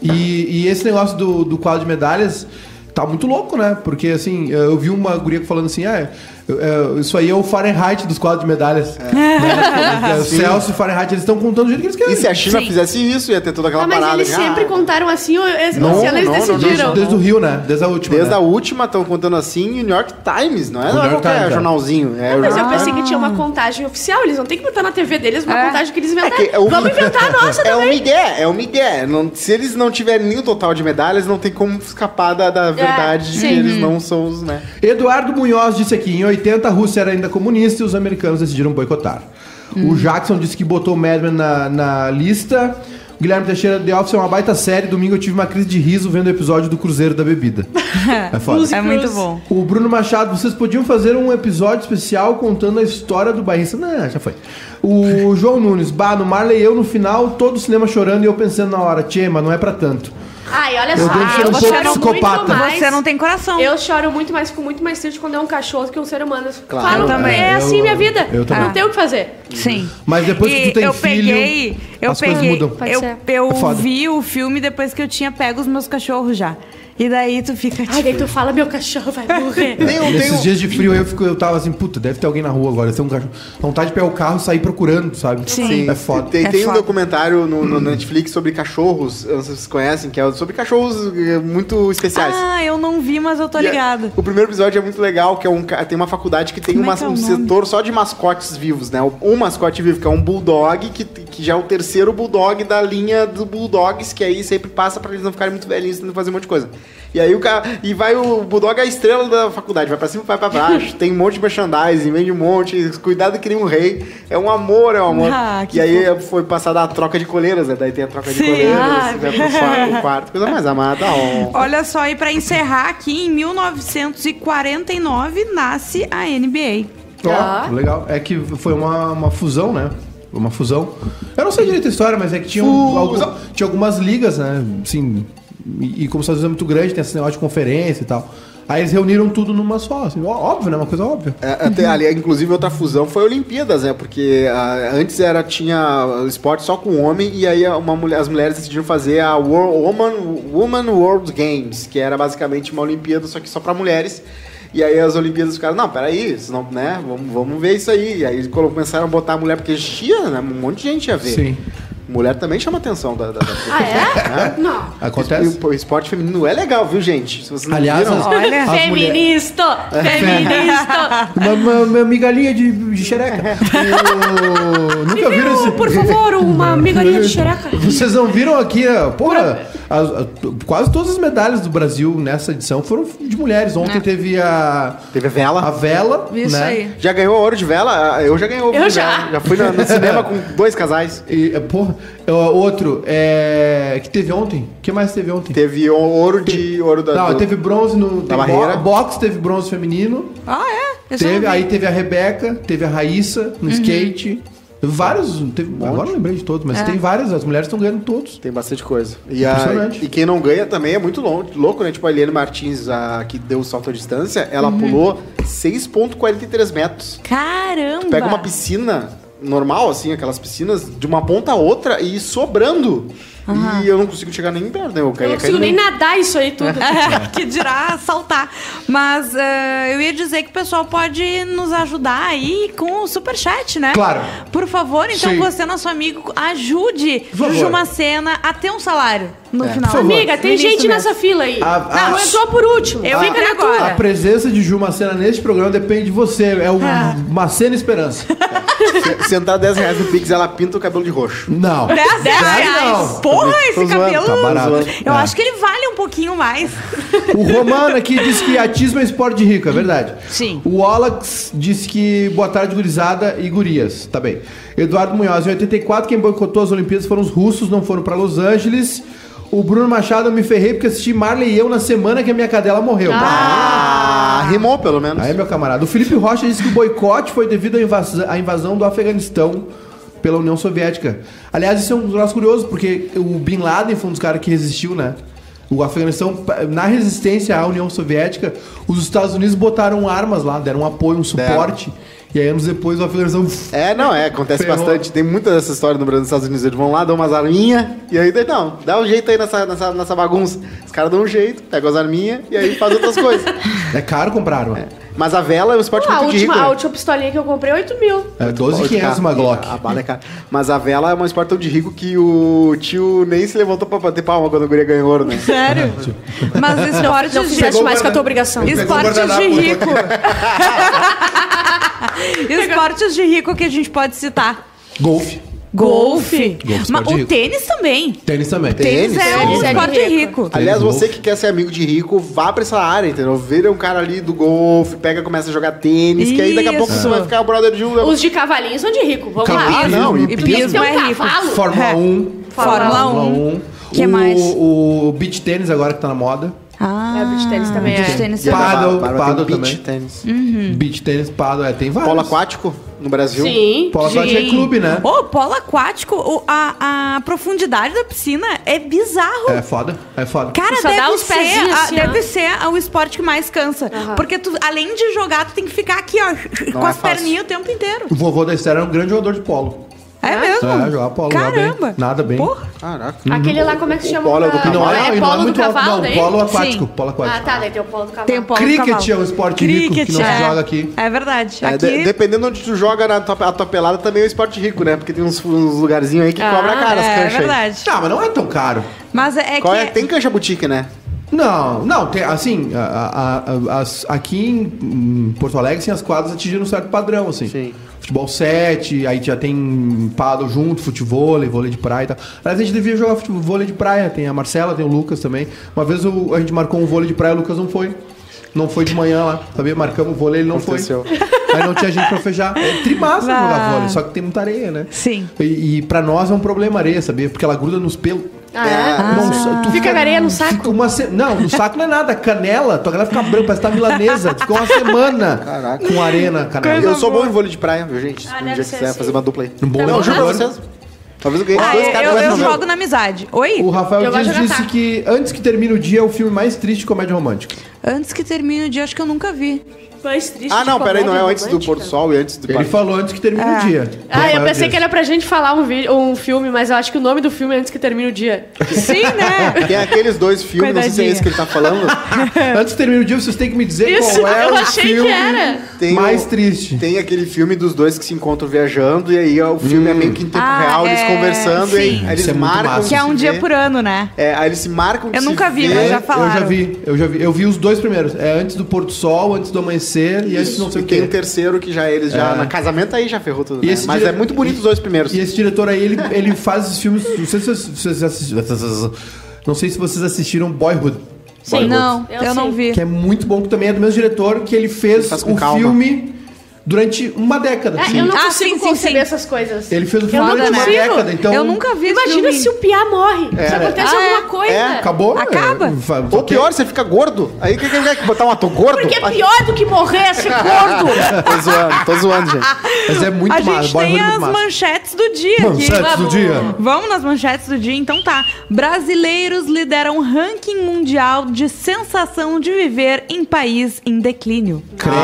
Speaker 4: E, e esse negócio do, do quadro de medalhas tá muito louco, né? Porque assim, eu vi uma guria falando assim, ah, eu- eu- isso aí é o Fahrenheit dos quadros de medalhas. É, o Celso e o Fahrenheit, eles estão contando do jeito que eles querem.
Speaker 3: E se a China
Speaker 1: Sim.
Speaker 3: fizesse isso, ia ter toda aquela
Speaker 2: Ah, mas
Speaker 3: parada.
Speaker 2: eles
Speaker 3: Ah,
Speaker 2: sempre contaram assim, ou eles,
Speaker 3: Não,
Speaker 2: se eles
Speaker 3: não, não, não,
Speaker 4: Desde,
Speaker 2: decidiram.
Speaker 4: desde o Rio, né? Desde a última.
Speaker 3: Desde
Speaker 4: né?
Speaker 3: a última estão contando assim e o New York Times, não é,
Speaker 4: O
Speaker 3: não é
Speaker 4: New York
Speaker 3: qualquer
Speaker 4: Times, é.
Speaker 3: jornalzinho. É, o
Speaker 2: Mas eu
Speaker 3: Jornal
Speaker 2: pensei que tinha uma contagem oficial, eles não tem que botar na TV deles uma
Speaker 1: É.
Speaker 2: contagem que eles
Speaker 3: É
Speaker 2: inventaram.
Speaker 3: que é o-
Speaker 2: Vamos inventar a nossa
Speaker 3: É um
Speaker 2: também.
Speaker 3: migué, é um migué. Não- se eles não tiverem nenhum total de medalhas, não tem como escapar da, da verdade de que
Speaker 2: É, sim.
Speaker 3: eles não são os, né?
Speaker 4: Eduardo Munhoz disse aqui: em 80 a Rússia era ainda comunista e os americanos decidiram boicotar. O Jackson disse que botou o Madman na, na lista. O Guilherme Teixeira, The Office é uma baita série. Domingo eu tive uma crise de riso vendo o episódio do Cruzeiro da Bebida. é foda.
Speaker 1: É muito bom.
Speaker 4: O Bruno Machado, vocês podiam fazer um episódio especial contando a história do bairrista. Não, já foi. O João Nunes, bah, no Marley eu no final, todo o cinema chorando e eu pensando na hora, tchê, mas não é pra tanto.
Speaker 2: Ai, olha
Speaker 4: Eu
Speaker 2: só,
Speaker 4: devo ser um
Speaker 2: eu
Speaker 4: pouco
Speaker 2: choro muito
Speaker 4: psicopata.
Speaker 2: mais.
Speaker 1: Você não tem um. coração.
Speaker 2: Eu choro muito mais, fico muito mais triste quando é um cachorro que um ser humano.
Speaker 3: Claro,
Speaker 2: Falo,
Speaker 1: eu também.
Speaker 2: É assim minha vida.
Speaker 4: Eu também.
Speaker 2: Não tem o que fazer.
Speaker 1: Sim.
Speaker 4: Mas depois que
Speaker 1: E
Speaker 4: tu tem
Speaker 1: eu
Speaker 4: filho,
Speaker 1: peguei, eu
Speaker 4: as coisas
Speaker 1: peguei,
Speaker 4: mudam.
Speaker 2: Pode ser.
Speaker 1: eu,
Speaker 4: É
Speaker 1: eu
Speaker 4: foda.
Speaker 1: vi o filme depois que eu tinha pego os meus cachorros já. E daí tu fica
Speaker 2: Ai,
Speaker 4: Ah.
Speaker 1: tipo,
Speaker 2: daí tu fala, meu cachorro vai morrer.
Speaker 3: Tem um- tem
Speaker 4: É, Nesses
Speaker 3: um-
Speaker 4: dias de frio eu, fico, eu tava assim, puta, deve ter alguém na rua agora. Tem um cachorro. Vontade de pegar o carro e sair procurando, sabe?
Speaker 1: Sim.
Speaker 4: É foda.
Speaker 3: Tem,
Speaker 1: É
Speaker 3: tem um
Speaker 1: foda.
Speaker 3: documentário no, no Netflix sobre cachorros, eu não sei se vocês conhecem, que é sobre cachorros eh, muito especiais.
Speaker 1: ah, eu não vi, mas eu tô
Speaker 3: E é-
Speaker 1: ligado.
Speaker 3: o primeiro episódio é muito legal, que é um, ca- tem uma faculdade que tem
Speaker 1: Como é
Speaker 3: uma-
Speaker 1: que é o
Speaker 3: um
Speaker 1: nome?
Speaker 3: setor só de mascotes vivos, né? Um mascote vivo, que é um bulldog, que, que já é o terceiro bulldog da linha dos bulldogs, que aí sempre passa pra eles não ficarem muito velhinhos tentando fazer um monte de coisa. E aí o cara. E vai o bulldog é a estrela da faculdade, vai pra cima, vai pra baixo, tem um monte de merchandising, vende um monte, cuidado que nem um rei. É um amor, é um amor.
Speaker 1: Ah, que
Speaker 3: e aí foi passada a troca de coleiras, né? Daí tem a troca de
Speaker 1: Sim.
Speaker 3: coleiras, né?
Speaker 2: Ah,
Speaker 3: vai pro quarto, quarto, coisa mais amada, ó.
Speaker 1: Olha só, e pra encerrar aqui, em 1949 nasce a NBA.
Speaker 4: Ó,
Speaker 2: Ah.
Speaker 4: legal. É que foi uma, uma fusão, né? Uma fusão. Eu não sei direito a história, mas é que tinha, um, algum- tinha algumas ligas, né? Assim, e, e como os Estados Unidos é muito grande, tem esse negócio de conferência e tal. Aí eles reuniram tudo numa só, assim, ó, óbvio, né? Uma coisa óbvia.
Speaker 3: É, até ali, inclusive, outra fusão foi Olimpíadas, né? Porque ah, antes era, tinha esporte só com homem, e aí uma mulher- as mulheres decidiram fazer a Wor- Woman, Woman World Games, que era basicamente uma Olimpíada, só que só pra mulheres. E aí as Olimpíadas ficaram, não, peraí, isso não, né? Vamos, vamos ver isso aí. E aí quando começaram a botar a mulher, porque tinha, né? Um monte de gente ia ver.
Speaker 4: Sim.
Speaker 3: Mulher também chama atenção da. da, da-
Speaker 2: Ah, é? Não.
Speaker 3: E
Speaker 4: Acontece.
Speaker 3: o- O esporte feminino é legal, viu, gente? Se vocês não
Speaker 4: Aliás,
Speaker 3: viram,
Speaker 4: as-
Speaker 1: Olha.
Speaker 4: as É. mulheres-
Speaker 2: Feministo! Feministo!
Speaker 4: Uma, uma- uma migalhinha de, de xereca. O- Nunca viram
Speaker 2: Viu,
Speaker 4: esse.
Speaker 2: por favor, uma migalhinha de xereca?
Speaker 4: Vocês não viram aqui, ó, porra, as- as- quase todas as medalhas do Brasil nessa edição foram de mulheres. Ontem teve a,
Speaker 3: Teve a vela.
Speaker 4: a vela,
Speaker 1: É. Isso
Speaker 4: né?
Speaker 1: aí.
Speaker 3: Já ganhou ouro de vela? Ah, Eu já ganhei ouro
Speaker 2: Eu
Speaker 3: de
Speaker 2: já.
Speaker 3: vela. Já fui na- no cinema com dois casais.
Speaker 4: E, eh, porra, eh, outro, é, que teve ontem? O que mais teve ontem?
Speaker 3: Teve o- ouro de ouro da.
Speaker 4: Não,
Speaker 3: do-
Speaker 4: teve bronze no teve
Speaker 3: barreira.
Speaker 4: bo- boxe, teve bronze feminino.
Speaker 1: Ah, é? Eu só não
Speaker 4: Teve,
Speaker 1: vi. Uhum.
Speaker 4: aí teve a Rebeca, teve a Raíssa no skate. Teve vários. Teve, agora eu lembrei de todos,
Speaker 1: É.
Speaker 4: mas tem várias. As mulheres estão ganhando todos.
Speaker 3: Tem bastante coisa. E, a-
Speaker 4: Impressionante.
Speaker 3: e quem não ganha também é muito lon- louco, né? Tipo, a Eliane Martins, a, que deu o salto à distância, ela
Speaker 4: Uhum.
Speaker 3: pulou 6,43 metros.
Speaker 1: Caramba!
Speaker 3: Pega uma piscina normal, assim, aquelas piscinas, de uma ponta a outra e sobrando. E eu não consigo chegar nem perto, né? Eu,
Speaker 2: Eu
Speaker 3: caí,
Speaker 2: não consigo
Speaker 3: caí no-
Speaker 2: nem nadar isso aí tudo.
Speaker 4: É. né?
Speaker 1: que dirá saltar. Mas eh, eu ia dizer que o pessoal pode nos ajudar aí com o superchat, né?
Speaker 4: Claro.
Speaker 1: Por favor, então
Speaker 4: Sim.
Speaker 1: você, nosso amigo, ajude
Speaker 4: favor. É,
Speaker 1: Juju Macena a ter um salário no final.
Speaker 4: por favor.
Speaker 2: Amiga, tem
Speaker 1: No início
Speaker 2: gente
Speaker 1: mesmo.
Speaker 2: nessa Ah, fila aí.
Speaker 4: A- a-
Speaker 2: não, entrou por último.
Speaker 1: Eu
Speaker 2: Fica
Speaker 1: entrei
Speaker 2: na tua.
Speaker 1: agora.
Speaker 4: A presença de Ju Macena neste programa depende de você. É um,
Speaker 1: Ah.
Speaker 4: uma cena esperança.
Speaker 3: Se entrar 10 reais no Pix, ela pinta o cabelo de roxo.
Speaker 4: Não.
Speaker 1: 10 reais.
Speaker 4: não.
Speaker 1: Porra,
Speaker 3: Tô
Speaker 1: esse
Speaker 3: zoando,
Speaker 1: cabelo.
Speaker 3: tá barato.
Speaker 1: Eu
Speaker 4: É.
Speaker 1: acho que ele vale um pouquinho mais.
Speaker 4: O Romano aqui diz que atismo é esporte de rico, é verdade.
Speaker 1: Sim.
Speaker 4: O Olax diz que boa tarde, gurizada e gurias. Tá bem. Eduardo Munhoz, em 84, quem boicotou as Olimpíadas foram os russos, não foram pra Los Angeles. O Bruno Machado, eu me ferrei porque assisti Marley e eu na semana que a minha cadela morreu.
Speaker 3: Ah, rimou pelo menos.
Speaker 4: Aí, meu camarada. O Felipe Rocha disse que o boicote foi devido à invasão, à invasão do Afeganistão pela União Soviética. Aliás, isso é um negócio curioso, porque o Bin Laden foi um dos caras que resistiu, né? O Afeganistão, na resistência à União Soviética, os Estados Unidos botaram armas lá, deram um apoio, um suporte. E aí, anos depois, o Afeganistão.
Speaker 3: É, não, é, acontece
Speaker 4: Ferrou.
Speaker 3: bastante. Tem muita dessa história no Brasil nos Estados Unidos. Eles vão lá, dão umas arminhas, e aí, não, dá um jeito aí nessa, nessa, nessa bagunça. Os caras dão um jeito, pegam as arminhas e aí faz outras coisas.
Speaker 4: É caro comprar arma.
Speaker 3: Mas a vela é um esporte
Speaker 2: Pô, a,
Speaker 3: muito de rico.
Speaker 2: última, a
Speaker 3: né?
Speaker 2: última pistolinha que eu comprei, 8 mil.
Speaker 4: É, 12,500
Speaker 3: Cara,
Speaker 4: uma Glock.
Speaker 3: A bala é cara. Mas a vela é um esporte tão de rico que o tio nem se levantou pra bater palma quando o guria ganhou ouro, né?
Speaker 1: Sério. Mas esportes
Speaker 2: Não
Speaker 1: de
Speaker 2: fizeste mais que a tua obrigação.
Speaker 1: Esportes de rico. Esportes de rico que a gente pode citar.
Speaker 4: Golfe.
Speaker 1: Golfe.
Speaker 4: Golfe,
Speaker 1: Mas
Speaker 4: esporte
Speaker 1: o
Speaker 4: rico.
Speaker 1: tênis também.
Speaker 4: Tênis também.
Speaker 1: Tênis é um
Speaker 3: tênis é
Speaker 1: esporte
Speaker 2: rico.
Speaker 1: rico.
Speaker 3: Aliás,
Speaker 4: golfe.
Speaker 3: você que quer ser amigo de rico, vá pra essa área, entendeu? Vira um cara ali do golfe, pega, começa a jogar tênis, que aí daqui a pouco
Speaker 1: Isso.
Speaker 3: você vai ficar brother de um.
Speaker 2: Os de cavalinho são de rico, vamos lá.
Speaker 3: Ah, não,
Speaker 4: Campismo.
Speaker 3: e
Speaker 2: Tem que ter
Speaker 1: Pismo é
Speaker 2: um
Speaker 1: rico.
Speaker 2: cavalo.
Speaker 4: Fórmula
Speaker 1: É.
Speaker 4: 1.
Speaker 1: Fórmula 1. Que
Speaker 4: o,
Speaker 1: mais?
Speaker 4: O beach tênis agora que tá na moda.
Speaker 1: Ah,
Speaker 2: É, beach tennis também
Speaker 1: beach
Speaker 2: é.
Speaker 1: tennis
Speaker 3: E aí,
Speaker 1: também.
Speaker 4: Paddle,
Speaker 3: tem
Speaker 4: paddle
Speaker 3: beach
Speaker 4: também.
Speaker 3: um tênis.
Speaker 2: Uhum.
Speaker 4: Beach tênis, pado, é, tem vários.
Speaker 3: Polo aquático no Brasil.
Speaker 2: Sim.
Speaker 4: Polo aquático é clube, né?
Speaker 1: Ô, polo aquático, o- a, a profundidade da piscina é bizarro.
Speaker 4: É foda, é foda.
Speaker 1: Cara,
Speaker 2: Só dá
Speaker 1: deve
Speaker 2: uns
Speaker 1: ser,
Speaker 2: pezinhos
Speaker 1: a-
Speaker 2: assim, ó.
Speaker 1: deve ser a- o esporte que mais cansa. Porque tu, além de jogar, tu tem que ficar aqui, ó, com
Speaker 3: é
Speaker 1: as
Speaker 3: fácil.
Speaker 1: perninhas o tempo inteiro.
Speaker 4: O vovô da Esther era um grande jogador de polo.
Speaker 1: É, mesmo?
Speaker 4: É, jogar polo, nada bem-
Speaker 1: Caramba.
Speaker 4: nada bem.
Speaker 1: Porra.
Speaker 3: Caraca.
Speaker 2: Aquele lá, como é que se
Speaker 3: Uhum. O
Speaker 2: chama?
Speaker 3: polo é do
Speaker 2: Ah,
Speaker 3: cavalo.
Speaker 4: não
Speaker 2: é
Speaker 4: e
Speaker 2: polo do
Speaker 4: muito alto,
Speaker 2: cavalo,
Speaker 4: não,
Speaker 2: daí?
Speaker 4: polo é aquático,
Speaker 1: Sim.
Speaker 4: polo
Speaker 2: Ah,
Speaker 4: aquático.
Speaker 2: tá, daí tem o polo do cavalo.
Speaker 1: Tem o polo
Speaker 4: Cricket
Speaker 1: cavalo.
Speaker 4: é um esporte rico que não se joga aqui.
Speaker 1: É verdade.
Speaker 3: É, de-
Speaker 1: aqui...
Speaker 3: dependendo onde tu joga na tua, a tua pelada também é um esporte rico, né? Porque tem uns, uns lugarzinhos aí que
Speaker 2: Ah,
Speaker 3: cobra a cara as
Speaker 1: é,
Speaker 3: canchas. aí.
Speaker 1: verdade.
Speaker 2: tá.
Speaker 4: Não, mas não é tão caro.
Speaker 1: Mas é, é que...
Speaker 3: Qual é? Tem cancha boutique, né?
Speaker 4: Não, não, tem, assim, a- a- a- as- aqui em em Porto Alegre, assim, as quadras atingiram um certo padrão, assim.
Speaker 3: Sim.
Speaker 4: Futebol 7, aí já tem pado junto, futebol, vôlei de praia e tal. Aliás, a gente devia jogar futebol, vôlei de praia, tem a Marcela, tem o Lucas também. Uma vez o- a gente marcou um vôlei de praia, o Lucas não foi. Não foi de manhã lá, sabia? Marcamos o vôlei, ele não
Speaker 3: Aconteceu.
Speaker 4: foi. Aí não tinha gente pra fechar. É trimassa
Speaker 1: Ah.
Speaker 4: jogar vôlei, só que tem muita areia, né?
Speaker 1: Sim.
Speaker 4: E, e pra nós é um problema a areia, sabia? Porque ela gruda nos pelos.
Speaker 2: Ah, é?
Speaker 4: Não, só- tu
Speaker 2: Fica a areia no saco.
Speaker 4: Fica uma se- Não, no saco não é nada. Canela, tua canela fica branca, parece que tá milanesa. Tu Fica uma semana
Speaker 3: Caraca.
Speaker 4: com areia na canela.
Speaker 3: eu sou bom em vôlei de praia, viu, gente?
Speaker 2: Ah,
Speaker 3: Se um
Speaker 2: deve
Speaker 3: dia
Speaker 2: ser
Speaker 3: quiser
Speaker 2: assim.
Speaker 3: fazer uma dupla aí.
Speaker 4: Um bom
Speaker 3: não,
Speaker 4: levantador.
Speaker 3: juro pra vocês. Talvez eu ganhei
Speaker 1: Ah,
Speaker 3: dois
Speaker 1: eu,
Speaker 3: caras
Speaker 1: eu,
Speaker 3: no jogo.
Speaker 1: jogo na amizade. Oi?
Speaker 4: O Rafael
Speaker 2: Eu gosto de
Speaker 4: Dias
Speaker 2: jogar
Speaker 4: disse
Speaker 2: taco.
Speaker 4: que antes que termine o dia é o filme mais triste de comédia romântica.
Speaker 1: Antes que termine o dia, acho que eu nunca vi.
Speaker 2: Mais triste
Speaker 3: Ah, não,
Speaker 2: de
Speaker 3: peraí, não é
Speaker 2: comédia
Speaker 3: antes do pôr do
Speaker 2: romântica.
Speaker 3: sol e antes do
Speaker 4: Ele
Speaker 3: par-
Speaker 4: falou antes que termine o dia. do
Speaker 2: Ah,
Speaker 4: Rafael
Speaker 2: eu pensei
Speaker 4: Dias.
Speaker 2: que era pra gente falar um, vídeo, um filme, mas eu acho que o nome do filme é antes que termine o dia.
Speaker 1: Sim, né?
Speaker 3: Tem aqueles dois filmes, não sei se é
Speaker 1: Coitadinha.
Speaker 3: esse que ele tá falando.
Speaker 4: Antes que termine o dia, vocês têm que me dizer
Speaker 2: Isso,
Speaker 4: qual é
Speaker 2: eu
Speaker 4: o
Speaker 2: achei que
Speaker 4: filme
Speaker 2: era.
Speaker 3: Tem
Speaker 4: mais
Speaker 3: o-
Speaker 4: triste.
Speaker 3: Tem aquele filme dos dois que se encontram viajando, e aí ó, o filme é meio que em tempo
Speaker 1: Ah,
Speaker 3: real, eles
Speaker 1: é,
Speaker 3: conversando, e aí
Speaker 1: sim.
Speaker 3: eles
Speaker 4: Isso é muito
Speaker 3: marcam.
Speaker 4: massa.
Speaker 3: de
Speaker 1: Que é um
Speaker 3: se
Speaker 1: dia
Speaker 3: ver.
Speaker 1: por ano, né?
Speaker 3: É, aí eles se marcam de
Speaker 1: Eu
Speaker 3: se
Speaker 1: nunca vi,
Speaker 3: ver.
Speaker 1: mas já
Speaker 4: É, eu já
Speaker 1: falaram.
Speaker 4: vi, eu já vi. Eu vi os dois primeiros. É antes do pôr do sol, antes do amanhecer e antes
Speaker 3: Isso,
Speaker 4: do não sei
Speaker 3: e
Speaker 4: o
Speaker 3: tem o
Speaker 4: quê.
Speaker 3: terceiro que já eles já.
Speaker 4: É.
Speaker 3: Na casamento aí já ferrou tudo.
Speaker 4: E
Speaker 3: né?
Speaker 4: esse
Speaker 3: Mas
Speaker 4: dire-
Speaker 3: é muito bonito os dois primeiros.
Speaker 4: E esse diretor aí, ele, ele faz esses filmes. Não sei se vocês- se vocês assistiram. Não sei se vocês assistiram Boyhood.
Speaker 2: Sim.
Speaker 1: Não, eu,
Speaker 2: Eu
Speaker 1: não
Speaker 2: sei.
Speaker 1: vi.
Speaker 4: Que é muito bom, que também é do mesmo diretor, que ele
Speaker 3: Ele
Speaker 4: fez
Speaker 3: faz com
Speaker 4: um
Speaker 3: calma.
Speaker 4: filme durante uma década.
Speaker 2: É, eu não
Speaker 1: Ah,
Speaker 2: consigo
Speaker 1: sim, sim,
Speaker 2: conceber
Speaker 1: sim.
Speaker 2: essas coisas.
Speaker 4: Ele fez o filme
Speaker 2: Eu não
Speaker 4: durante uma
Speaker 2: consigo.
Speaker 4: década, então...
Speaker 1: né? eu nunca vi esse
Speaker 2: Imagina
Speaker 1: filme.
Speaker 2: se o Piá morre. se acontece
Speaker 1: Ah, é.
Speaker 2: alguma coisa.
Speaker 3: É,
Speaker 4: Acabou?
Speaker 1: Acaba.
Speaker 4: É, fa-
Speaker 3: Ou pior, você fica gordo. Aí o que que ele quer? Botar um ator gordo?
Speaker 2: Porque é pior do que morrer, é ser gordo.
Speaker 3: tô zoando, tô zoando, gente.
Speaker 4: Mas é muito
Speaker 1: A
Speaker 4: massa,
Speaker 1: gente
Speaker 4: Boyhood
Speaker 1: tem
Speaker 4: é muito
Speaker 1: as
Speaker 4: massa.
Speaker 1: manchetes do dia aqui.
Speaker 4: Manchetes do
Speaker 2: Vamos.
Speaker 4: dia.
Speaker 1: Vamos nas manchetes do dia, então tá. Brasileiros lideram ranking mundial de sensação de viver em país em declínio.
Speaker 4: Credo!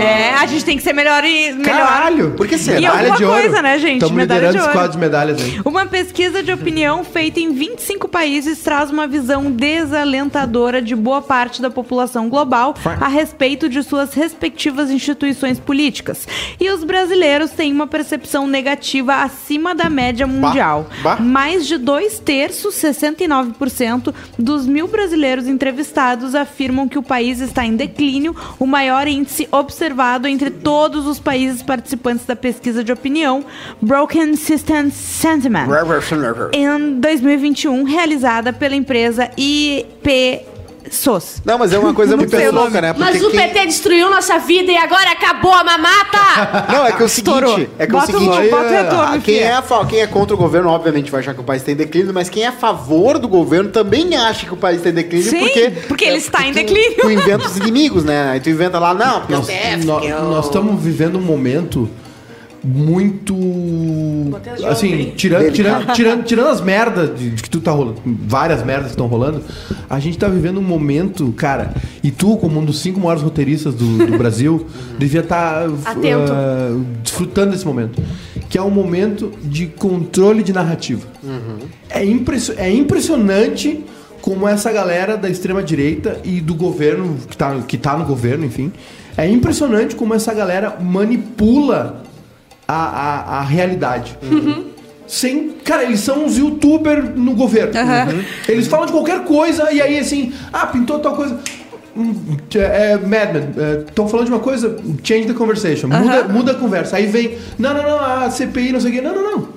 Speaker 1: É, a gente tem que ser melhor e melhor.
Speaker 4: Caralho!
Speaker 3: Por que será?
Speaker 1: E alguma coisa, né, gente?
Speaker 4: Estamos
Speaker 1: Medalha
Speaker 4: liderando
Speaker 1: de
Speaker 4: esse
Speaker 1: ouro.
Speaker 4: quadro de medalhas aí.
Speaker 1: Uma pesquisa de opinião feita em 25 países traz uma visão desalentadora de boa parte da população global a respeito de suas respectivas instituições políticas. E os brasileiros têm uma percepção negativa acima da média mundial.
Speaker 3: bah.
Speaker 1: Mais de dois terços, 69%, dos mil brasileiros entrevistados afirmam que o país está em declínio, o maior índice observado entre todos os países participantes da pesquisa de opinião Broken System Sentiment. Em 2021, realizada pela empresa IPSOS.
Speaker 3: Não, mas é uma coisa muito
Speaker 1: sei o
Speaker 3: louca, né?
Speaker 2: Mas o
Speaker 3: Porque quem-
Speaker 2: PT destruiu nossa vida e agora acabou a mamata.
Speaker 3: Não, é que é o
Speaker 1: Estourou.
Speaker 3: seguinte, é que é o
Speaker 1: Bota o-
Speaker 3: seguinte,
Speaker 1: bota o retorno,
Speaker 3: ah, quem,
Speaker 1: fia.
Speaker 3: é a fa- quem é contra o governo, obviamente, vai achar que o país está em declínio, mas quem é a favor do governo também acha que o país está em declínio,
Speaker 1: Sim,
Speaker 3: porque...
Speaker 1: porque ele está em
Speaker 3: tu-
Speaker 1: declínio.
Speaker 3: Tu inventa os inimigos, né? Aí tu inventa lá, não, porque
Speaker 4: Nós,
Speaker 3: o TF,
Speaker 4: nó-
Speaker 3: que é o-
Speaker 4: nós estamos vivendo um momento muito.
Speaker 2: de
Speaker 4: Assim,
Speaker 2: ontem.
Speaker 4: tirando,
Speaker 3: Delicado.
Speaker 4: tirando, tirando, tirando as merdas de, de que tu tá rolando, várias merdas que estão rolando, a gente tá vivendo um momento, cara, e tu, como um dos cinco maiores roteiristas do, do Brasil,
Speaker 3: Uhum.
Speaker 4: devia estar
Speaker 2: Atento.
Speaker 4: desfrutando desse momento. Que é um momento de controle de narrativa.
Speaker 3: Uhum.
Speaker 4: É, impressi- é impressionante como essa galera da extrema-direita e do governo, que tá, que tá no governo, enfim. É impressionante como essa galera manipula a, a, a realidade. Uhum. Sem. Cara, eles são uns youtubers no governo. Uhum.
Speaker 1: Aham.
Speaker 4: Eles falam de qualquer coisa e aí assim, ah, pintou tal coisa. Hum, É, é, Madman, estão falando de uma coisa, change the conversation, muda, muda a conversa. Aí vem, não, não, não, a CPI, não sei o quê. Não, não, não.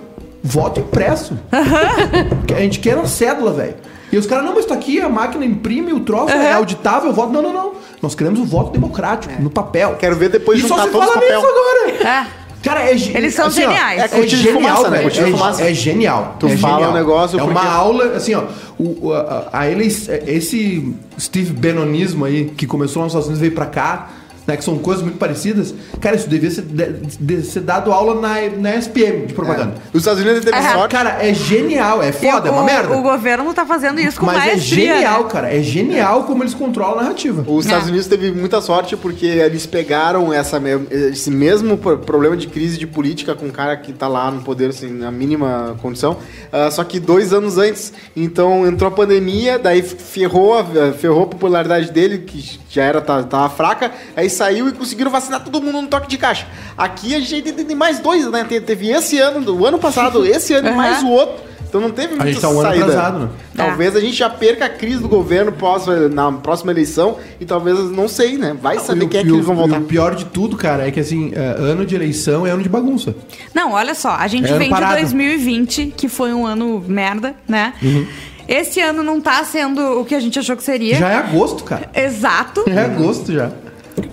Speaker 4: Voto impresso. A gente quer uma cédula, velho. E os caras, não, mas tá aqui, a máquina imprime o troço, é auditável, eu voto. Não, não, não. Nós queremos o voto democrático,
Speaker 1: É.
Speaker 4: no papel.
Speaker 3: Quero ver depois
Speaker 4: E só
Speaker 3: juntar
Speaker 4: se
Speaker 3: todos
Speaker 4: fala
Speaker 3: os papel.
Speaker 4: nisso agora.
Speaker 1: Ah,
Speaker 4: Cara, é ge-
Speaker 1: Eles são
Speaker 4: ó,
Speaker 1: geniais.
Speaker 4: é,
Speaker 3: É cortina de
Speaker 4: genial,
Speaker 3: fumaça, né?
Speaker 4: velho.
Speaker 3: Cortina
Speaker 4: É,
Speaker 3: de
Speaker 4: ge-
Speaker 3: fumaça.
Speaker 4: é genial.
Speaker 3: Tu
Speaker 4: é
Speaker 3: fala
Speaker 4: genial.
Speaker 3: um negócio
Speaker 4: É uma
Speaker 3: porque-
Speaker 4: aula, assim, ó. O, o- a, a, ele- esse Steve Bannonismo aí, que começou lá nos Estados Unidos e veio pra cá, né? Que são coisas muito parecidas. Cara, isso devia ser, de- de- ser dado aula na, na SPM de propaganda.
Speaker 3: Os Estados Unidos teve
Speaker 1: Aham.
Speaker 3: sorte.
Speaker 4: Cara, é genial, é foda, é uma
Speaker 1: o,
Speaker 4: merda.
Speaker 1: O governo tá fazendo isso com
Speaker 4: Mas é
Speaker 1: maestria. né?
Speaker 4: genial, cara. É genial como eles controlam a narrativa.
Speaker 3: Os Estados
Speaker 1: É.
Speaker 3: Unidos teve muita sorte porque eles pegaram essa, me- esse mesmo pro- problema de crise de política com um cara que tá lá no poder, assim, na mínima condição, ah, só que dois anos antes. Então entrou a pandemia, daí ferrou a, ferrou a popularidade dele, que já era, tá- tava, fraca, aí saiu e conseguiram vacinar todo mundo no toque de caixa. Aqui a gente tem, tem mais dois, né? Te- Teve esse ano, o ano passado, esse ano e
Speaker 1: Aham.
Speaker 3: mais o outro. Então não teve muita
Speaker 4: gente tá um ano
Speaker 3: saída.
Speaker 4: atrasado, né?
Speaker 3: Talvez a gente já perca a crise do governo pós- na próxima eleição e talvez, não sei, né? Vai saber
Speaker 4: E o-
Speaker 3: quem é
Speaker 4: e
Speaker 3: que
Speaker 4: o-
Speaker 3: eles vão
Speaker 4: e
Speaker 3: voltar.
Speaker 4: O pior de tudo, cara, é que assim, é, ano de eleição é ano de bagunça.
Speaker 1: Não, olha só, a gente
Speaker 4: Era
Speaker 1: vem
Speaker 4: parado.
Speaker 1: de 2020, que foi um ano merda, né?
Speaker 4: Uhum.
Speaker 1: Esse ano não tá sendo o que a gente achou que seria.
Speaker 4: Já é agosto, cara.
Speaker 1: Exato.
Speaker 4: É
Speaker 3: Uhum.
Speaker 4: agosto já.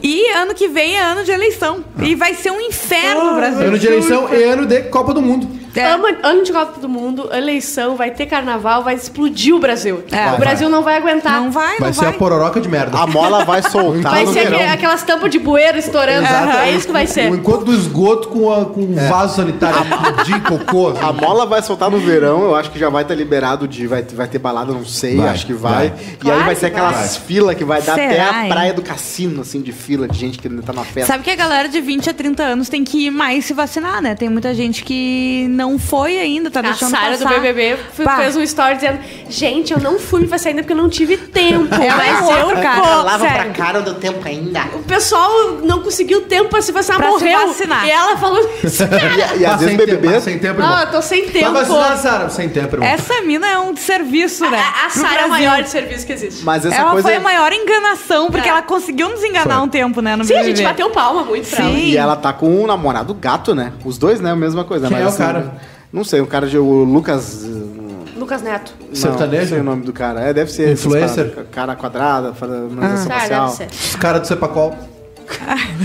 Speaker 1: E ano que vem é ano de eleição. E vai ser um inferno, Brasil.
Speaker 4: Ah. Ano de eleição é ano de Copa do Mundo.
Speaker 1: É.
Speaker 2: Ama- ano de Copa do Mundo, eleição, vai ter carnaval, vai explodir o Brasil.
Speaker 1: É.
Speaker 2: o Brasil não vai aguentar.
Speaker 1: Não vai, não
Speaker 4: Vai
Speaker 1: vai. Ah,
Speaker 4: ser a pororoca de merda.
Speaker 3: A mola vai soltar
Speaker 2: Vai
Speaker 3: no
Speaker 2: ser
Speaker 3: verão.
Speaker 2: aquele- aquelas tampas de bueiro estourando.
Speaker 4: Exato.
Speaker 2: É isso que vai ser.
Speaker 4: O encontro do esgoto com, a, com
Speaker 3: É.
Speaker 4: um vaso sanitário de cocô. assim.
Speaker 3: A mola vai soltar no verão, eu acho que já vai estar liberado de. Vai, vai ter balada, não sei,
Speaker 4: Vai,
Speaker 3: acho que vai.
Speaker 4: vai.
Speaker 3: E
Speaker 2: Claro
Speaker 3: aí vai
Speaker 2: que
Speaker 3: ser aquelas filas que vai dar
Speaker 1: Será,
Speaker 3: até a
Speaker 1: hein?
Speaker 3: praia do cassino, assim, de fila, de gente que ainda tá na festa.
Speaker 1: Sabe que a galera de 20 a 30 anos tem que ir mais se vacinar, né? Tem muita gente que não foi ainda, tá
Speaker 2: A
Speaker 1: deixando
Speaker 2: Sara do
Speaker 1: passar.
Speaker 2: BBB fe-
Speaker 1: Bah.
Speaker 2: fez um story dizendo: Gente, eu não fui me vacinar ainda porque eu não tive tempo.
Speaker 1: É,
Speaker 2: mas
Speaker 1: é
Speaker 2: eu
Speaker 1: outro cara.
Speaker 2: vou.
Speaker 1: Lá-
Speaker 3: Lava pra
Speaker 1: sério.
Speaker 3: cara do tempo ainda.
Speaker 2: O pessoal não conseguiu tempo pra se vacinar,
Speaker 1: Pra se
Speaker 2: morreu.
Speaker 1: vacinar.
Speaker 2: E ela falou isso.
Speaker 3: E, e
Speaker 4: Mas
Speaker 3: às vezes
Speaker 4: sem
Speaker 3: o
Speaker 4: tempo,
Speaker 3: BBB.
Speaker 4: mas sem tempo, irmão.
Speaker 2: Não, eu tô sem tempo.
Speaker 4: Vai vacinar, Sara. Sem tempo, irmão.
Speaker 1: Essa mina Ah, é um serviço, né?
Speaker 2: A, a
Speaker 1: Pro
Speaker 2: Sara é o
Speaker 1: Brasil.
Speaker 2: maior serviço que existe.
Speaker 3: Mas essa
Speaker 1: ela
Speaker 3: coisa. é
Speaker 1: foi a maior enganação, porque
Speaker 2: É.
Speaker 1: ela conseguiu nos enganar
Speaker 4: é Foi.
Speaker 1: um tempo, né? No
Speaker 2: Sim, a
Speaker 1: BBB.
Speaker 2: gente bateu palma muito pra ela.
Speaker 1: Sim.
Speaker 3: E ela tá com o namorado gato, né? Os dois, né? A mesma coisa.
Speaker 4: Quem
Speaker 3: mas
Speaker 4: é o cara?
Speaker 3: Não sei, o cara de o Lucas. eh,
Speaker 2: Lucas Neto.
Speaker 3: Não,
Speaker 4: Sertanejo?
Speaker 3: Não sei o nome do cara. É, deve ser. essas
Speaker 4: Influencer?
Speaker 3: paradas. Cara quadrada,
Speaker 1: Ah,
Speaker 3: harmonização
Speaker 2: Tá,
Speaker 3: facial.
Speaker 2: deve ser.
Speaker 4: Os caras do Cepacol.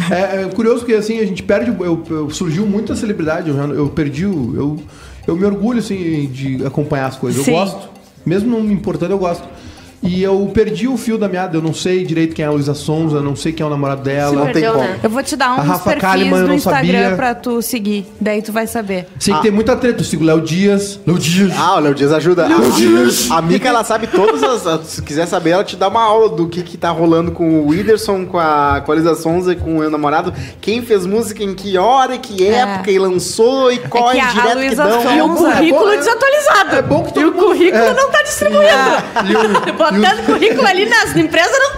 Speaker 4: é, é curioso que assim, a gente perde. Eu, eu- surgiu muita celebridade, eu, já- eu perdi. o- Eu, eu me orgulho assim, de acompanhar as coisas.
Speaker 1: Sim.
Speaker 4: Eu gosto. Mesmo não me importando, eu gosto. E eu perdi o fio da meada, eu não sei direito quem é a Luísa Sonza, não sei quem é o namorado dela.
Speaker 3: Se não
Speaker 2: Perdeu,
Speaker 3: tem como.
Speaker 2: né?
Speaker 1: Eu vou te dar
Speaker 4: A
Speaker 1: uns
Speaker 4: Rafa
Speaker 1: perfis
Speaker 4: Kalimann, eu
Speaker 1: no
Speaker 4: não
Speaker 1: Instagram
Speaker 4: sabia.
Speaker 1: pra tu seguir. Daí tu vai saber.
Speaker 4: Sei que tem muita treta, eu sigo Léo Dias. Léo Dias.
Speaker 3: Ah, o Léo Dias ajuda. A- A Mica, ela sabe todas as, as- Se quiser saber, ela te dá uma aula do que, que tá rolando com o Whindersson, com a Coaliza Sonza e com o meu namorado. Quem fez música em que hora, e que época, e lançou, e qual
Speaker 1: É.
Speaker 3: é,
Speaker 1: que a- a
Speaker 3: direto que
Speaker 1: Luísa
Speaker 3: dão.
Speaker 1: Sonza-
Speaker 3: E o-
Speaker 1: um currículo
Speaker 2: desatualizado.
Speaker 4: É bom que todo
Speaker 2: e o
Speaker 4: mundo-
Speaker 2: currículo
Speaker 4: é.
Speaker 2: não tá distribuído.
Speaker 1: Ah.
Speaker 2: Botando currículo ali nas empresas, não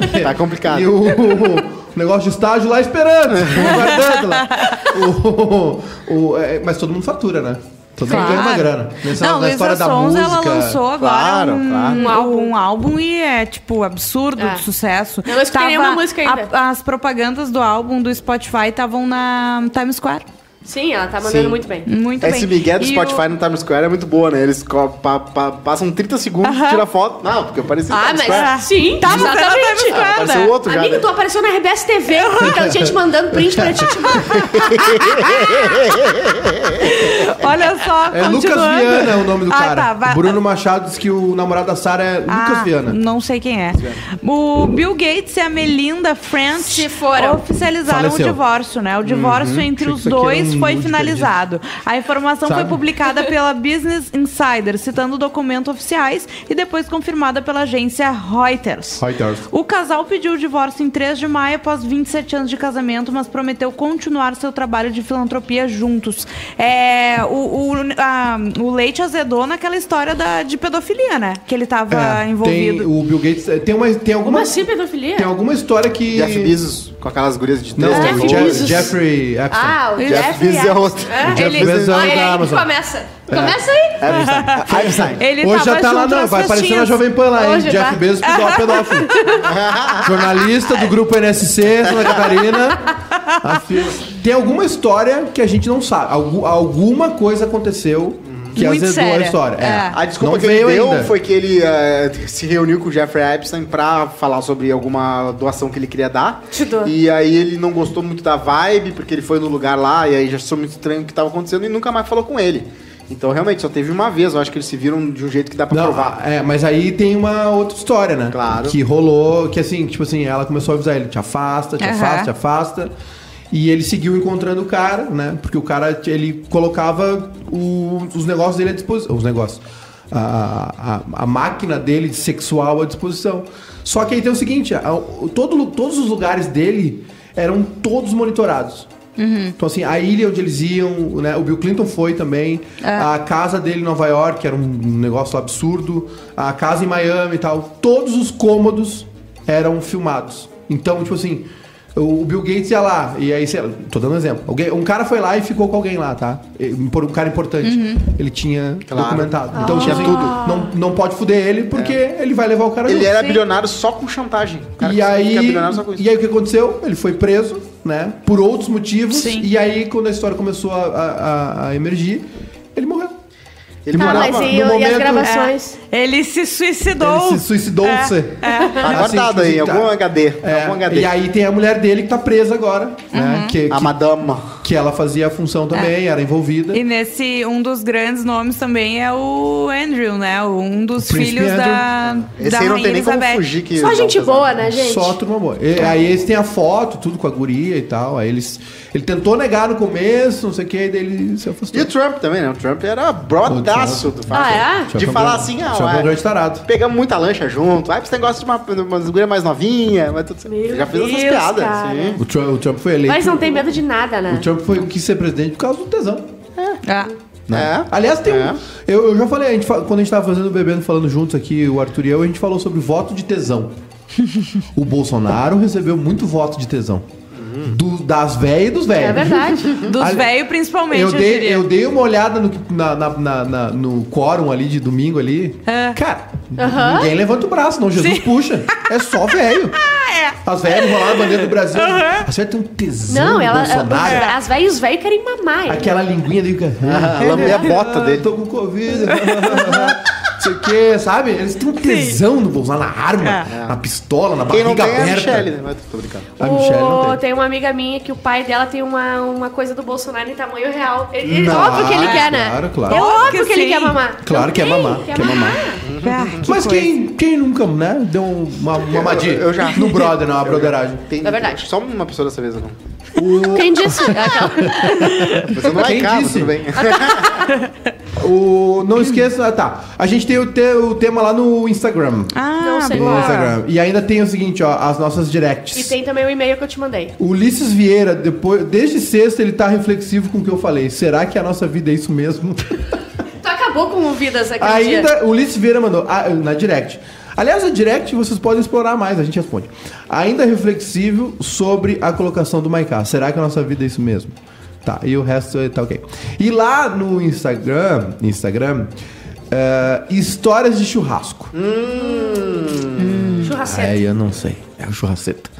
Speaker 2: estamos.
Speaker 3: Tá complicado.
Speaker 4: E o, o negócio de estágio lá esperando, guardando lá. O- o- o- é, mas todo mundo fatura, né? Todo mundo ganha uma grana. Nessa,
Speaker 1: não,
Speaker 4: na
Speaker 1: Luísa
Speaker 4: história da
Speaker 1: Sonza, ela
Speaker 4: música.
Speaker 1: lançou agora
Speaker 3: Claro,
Speaker 1: um,
Speaker 3: claro.
Speaker 1: um álbum, um álbum e é, tipo, absurdo
Speaker 2: É.
Speaker 1: de sucesso.
Speaker 2: Eu não escutei nenhuma música ainda.
Speaker 1: a- as propagandas do álbum do Spotify estavam na Times Square.
Speaker 2: Sim, ela tá mandando
Speaker 3: Sim.
Speaker 2: muito bem.
Speaker 1: Muito
Speaker 3: Esse
Speaker 1: bem.
Speaker 3: Miguel do
Speaker 1: E
Speaker 3: Spotify no Times Square é muito boa, né? Eles co- pa- pa- passam 30 segundos,
Speaker 1: Aham.
Speaker 3: tiram a foto. Não, porque eu pareci no
Speaker 2: Ah,
Speaker 3: Times
Speaker 2: mas
Speaker 3: Square.
Speaker 2: sim,
Speaker 1: Tá, mas ela tá
Speaker 2: exatamente.
Speaker 1: no Times Square,
Speaker 3: Apareceu
Speaker 1: né?
Speaker 3: outro já,
Speaker 2: Amigo,
Speaker 3: né?
Speaker 2: tu apareceu na RBS TV, então tinha te mandando print pra ti.
Speaker 1: o- Olha só,
Speaker 4: É Lucas
Speaker 1: tá continuando.
Speaker 4: Viana é o nome do
Speaker 1: Ah,
Speaker 4: cara.
Speaker 1: tá, vai-
Speaker 4: Bruno Machado diz que o namorado da Sara é Lucas
Speaker 1: Ah,
Speaker 4: Viana.
Speaker 1: Não sei quem é. O Bill Gates e a Melinda French
Speaker 2: Se foram.
Speaker 1: oficializaram
Speaker 4: Faleceu. Uhum.
Speaker 1: o divórcio, né? O divórcio entre
Speaker 4: Achei que
Speaker 1: os
Speaker 4: isso aqui era
Speaker 1: dois
Speaker 4: um
Speaker 1: foi
Speaker 4: nude
Speaker 1: finalizado. A informação foi
Speaker 4: Sabe?
Speaker 1: publicada pela Business Insider, citando documentos oficiais e depois confirmada pela agência Reuters.
Speaker 4: Reuters.
Speaker 1: O casal pediu o divórcio em 3 de maio após 27 anos de casamento, mas prometeu continuar seu trabalho de filantropia juntos. É, o, o, a- o Leite azedou naquela história da, de pedofilia, né? Que ele tava
Speaker 4: É,
Speaker 1: envolvido.
Speaker 4: tem o Bill Gates. é, Tem, uma, tem, alguma,
Speaker 2: Como assim, pedofilia?
Speaker 4: tem alguma história que.
Speaker 3: Jeff Bezos com aquelas gurias de
Speaker 4: Não,
Speaker 3: texto.
Speaker 2: Jeff
Speaker 4: o
Speaker 3: boa.
Speaker 4: Je
Speaker 2: Bezos.
Speaker 4: Jeffrey Epstein.
Speaker 2: Ah, o
Speaker 3: Jeff
Speaker 2: Jeff
Speaker 3: Bezos é
Speaker 2: Epstein.
Speaker 3: outro.
Speaker 2: É,
Speaker 4: Jeff
Speaker 2: ele-
Speaker 4: Bezos é o
Speaker 2: Olha
Speaker 4: da
Speaker 2: aí,
Speaker 4: Amazon. É.
Speaker 2: começa. Começa aí. Tá,
Speaker 3: Epstein. Epstein.
Speaker 1: Ele
Speaker 4: Hoje
Speaker 1: tava
Speaker 4: já tá lá,
Speaker 1: junto
Speaker 4: não.
Speaker 1: nas
Speaker 4: Vai aparecer na
Speaker 1: festinhas. tá.
Speaker 4: Jovem Pan lá, hein?
Speaker 2: Hoje
Speaker 4: Jeff
Speaker 2: vai.
Speaker 4: Bezos, pedó- pedófilo. Jornalista do grupo NSC, Santa Catarina. A fi- Tem alguma história que a gente não sabe. Algu- alguma coisa aconteceu que
Speaker 1: Muito
Speaker 4: azedou
Speaker 1: séria.
Speaker 4: a história. É.
Speaker 1: É.
Speaker 3: A Ah, desculpa
Speaker 4: Não
Speaker 3: que ele
Speaker 4: veio
Speaker 3: deu
Speaker 4: ainda.
Speaker 3: foi que ele eh, se reuniu com o Jeffrey Epstein pra falar sobre alguma doação que ele queria dar.
Speaker 2: Te dou.
Speaker 3: E aí ele não gostou muito da vibe, porque ele foi no lugar lá e aí já achou muito estranho o que tava acontecendo e nunca mais falou com ele. Então realmente só teve uma vez, eu acho que eles se viram de um jeito que dá pra
Speaker 4: Não,
Speaker 3: provar.
Speaker 4: é, mas aí tem uma outra história, né?
Speaker 3: Claro.
Speaker 4: Que rolou, que assim, tipo assim, ela começou a avisar ele, te afasta, te
Speaker 1: Aham.
Speaker 4: afasta, te afasta. E ele seguiu encontrando o cara, né? Porque o cara, ele colocava o- os negócios dele à disposição. Os negócios. A, a- a máquina dele de sexual à disposição. Só que aí tem o seguinte, a- o- todo lu- todos os lugares dele eram todos monitorados. Então, assim, a ilha onde eles iam, né? O Bill Clinton foi também. A casa dele em Nova York, que era um negócio absurdo. A casa em Miami e tal. Todos os cômodos eram filmados. Então, tipo assim, o o Bill Gates ia lá, e aí, sei lá, tô dando exemplo. Alguém- um cara foi lá e ficou com alguém lá, tá? E- por Um cara importante.
Speaker 1: Uhum.
Speaker 4: Ele tinha
Speaker 3: Claro.
Speaker 4: documentado. Então tinha
Speaker 1: Ah.
Speaker 3: sim.
Speaker 4: tudo. Não, não pode fuder ele, porque ele vai levar o cara
Speaker 3: É. Ele
Speaker 4: junto.
Speaker 3: era bilionário só com chantagem. O cara
Speaker 4: E
Speaker 3: que fica
Speaker 4: aí,
Speaker 3: bilionário só com isso.
Speaker 4: e aí o que aconteceu? Ele foi preso, né? Por outros motivos.
Speaker 1: Sim.
Speaker 4: E aí, quando a história começou a, a- a- a emergir, ele morreu.
Speaker 3: ele
Speaker 2: Tá,
Speaker 3: morava
Speaker 2: mas e,
Speaker 4: no
Speaker 2: e as
Speaker 4: momento- é
Speaker 2: gravações?
Speaker 1: Ele se suicidou.
Speaker 4: Ele se suicidou. Assim,
Speaker 1: É,
Speaker 4: se É,
Speaker 3: tá guardado aí, em algum HD. em algum HD.
Speaker 4: tá. E aí tem a mulher dele que tá presa agora,
Speaker 1: Uhum.
Speaker 4: né? Que,
Speaker 3: A
Speaker 4: que-
Speaker 3: madama.
Speaker 4: que ela fazia a função
Speaker 1: É.
Speaker 4: também, era envolvida.
Speaker 1: E nesse, um dos grandes nomes também é o Andrew, né? Um dos
Speaker 4: Príncipe
Speaker 1: filhos da,
Speaker 3: Esse
Speaker 1: da
Speaker 3: aí não
Speaker 1: Rainha
Speaker 3: tem nem como
Speaker 1: Elizabeth.
Speaker 3: fugir que... tá
Speaker 2: Só gente boa, né, gente?
Speaker 4: Só turma boa. E- aí eles têm a foto, tudo com a guria e tal. Aí eles. Ele tentou negar no começo, não sei o que, daí ele se afastou.
Speaker 3: E o Trump também, né? O Trump era brodaço do fato.
Speaker 2: Ah, é?
Speaker 4: Trump
Speaker 3: De
Speaker 4: é um
Speaker 3: falar
Speaker 4: grande-
Speaker 3: assim, ah,
Speaker 4: Trump é um
Speaker 3: ué,
Speaker 4: grande tarado.
Speaker 3: pegamos muita lancha junto. Ah, você gosta de uma, de uma gurias mais novinha, mas tudo certo.
Speaker 2: Meu
Speaker 3: Já fez essas
Speaker 2: Deus,
Speaker 3: piadas.
Speaker 2: cara.
Speaker 3: sim.
Speaker 4: O Trump, o Trump foi eleito.
Speaker 2: Mas não tem medo de nada, né?
Speaker 4: O Trump foi quis ser presidente por causa do tesão.
Speaker 1: Ah,
Speaker 3: É.
Speaker 4: Aliás, tem
Speaker 3: É.
Speaker 4: um. Eu, eu já falei, a gente fa- quando a gente tava fazendo o bebendo falando juntos aqui, o Arthur e eu, a gente falou sobre voto de tesão. o Bolsonaro recebeu muito voto de tesão.
Speaker 3: Uhum.
Speaker 4: Do- das velhas e dos velhos.
Speaker 2: É verdade.
Speaker 1: dos
Speaker 4: Ali-
Speaker 1: velhos, principalmente, eu,
Speaker 4: Eu dei,
Speaker 1: diria.
Speaker 4: eu dei uma olhada no, na- na- na- na- no quórum ali de domingo ali.
Speaker 1: É.
Speaker 4: Cara,
Speaker 2: Aham.
Speaker 4: ninguém levanta o braço, não. Jesus puxa. É só velho.
Speaker 1: Ah, é.
Speaker 4: As velhas enrolaram a bandeira do Brasil. As velhas têm um tesão
Speaker 2: Não,
Speaker 4: do
Speaker 2: ela,
Speaker 4: Bolsonaro.
Speaker 2: os- as velhas os velhos querem mamar. ele.
Speaker 4: Aquela linguinha dele.
Speaker 3: Ah, lambei a bota dele.
Speaker 4: Tô com Covid. Não sei o quê, sabe? Eles têm um tesão no Bolsonaro, na arma, na pistola, na
Speaker 3: Quem não
Speaker 4: barriga
Speaker 3: tem é a
Speaker 4: aberta.
Speaker 3: Michelle, né? Mas tô brincando.
Speaker 4: A Michelle não
Speaker 2: O-
Speaker 4: tem.
Speaker 2: tem uma amiga minha que o pai dela tem uma, uma coisa do Bolsonaro em tamanho real. Ele, ele-
Speaker 4: Não, Ah,
Speaker 2: óbvio que ele quer, né?
Speaker 4: claro, claro.
Speaker 2: É óbvio
Speaker 1: Óbvio
Speaker 2: que,
Speaker 1: que
Speaker 2: ele
Speaker 1: sim.
Speaker 2: quer mamar.
Speaker 4: Claro
Speaker 2: Não
Speaker 4: que é
Speaker 2: tem,
Speaker 4: mamar,
Speaker 2: Quer
Speaker 4: que é
Speaker 2: mamar.
Speaker 4: mamar.
Speaker 1: Ah, que
Speaker 4: Mas
Speaker 1: coisa.
Speaker 4: quem, quem nunca, né? Deu uma, uma madia
Speaker 3: eu já.
Speaker 4: no brother, não, uma broderagem.
Speaker 3: Tem,
Speaker 2: É verdade.
Speaker 3: acho que Só uma pessoa dessa vez, eu não.
Speaker 2: Quem disse? Aquela-
Speaker 3: Você não vai
Speaker 4: Quem
Speaker 3: em casa,
Speaker 4: disse?
Speaker 3: tudo bem.
Speaker 4: O, não esqueça, ah, tá. A gente tem o, te- o tema lá no Instagram.
Speaker 1: Ah,
Speaker 2: Não sei
Speaker 1: boa.
Speaker 4: No
Speaker 2: lá.
Speaker 4: Instagram. E ainda tem o seguinte, ó, as nossas directs.
Speaker 2: E tem também o e-mail que eu te mandei.
Speaker 4: O Ulisses Vieira, depois, desde sexta, ele tá reflexivo com o que eu falei. Será que a nossa vida é isso mesmo?
Speaker 2: Tu acabou com o Vidas aquele dia.
Speaker 4: Ainda, o Ulisses Vieira mandou ah, na direct. Aliás, a direct vocês podem explorar mais, a gente responde. Ainda reflexivo sobre a colocação do Maiká. Será que a nossa vida é isso mesmo? Tá, e o resto é- tá ok. E lá no Instagram, Instagram, é, histórias de churrasco.
Speaker 2: Churrasqueiro.
Speaker 4: Aí eu não sei. É o churrasceta.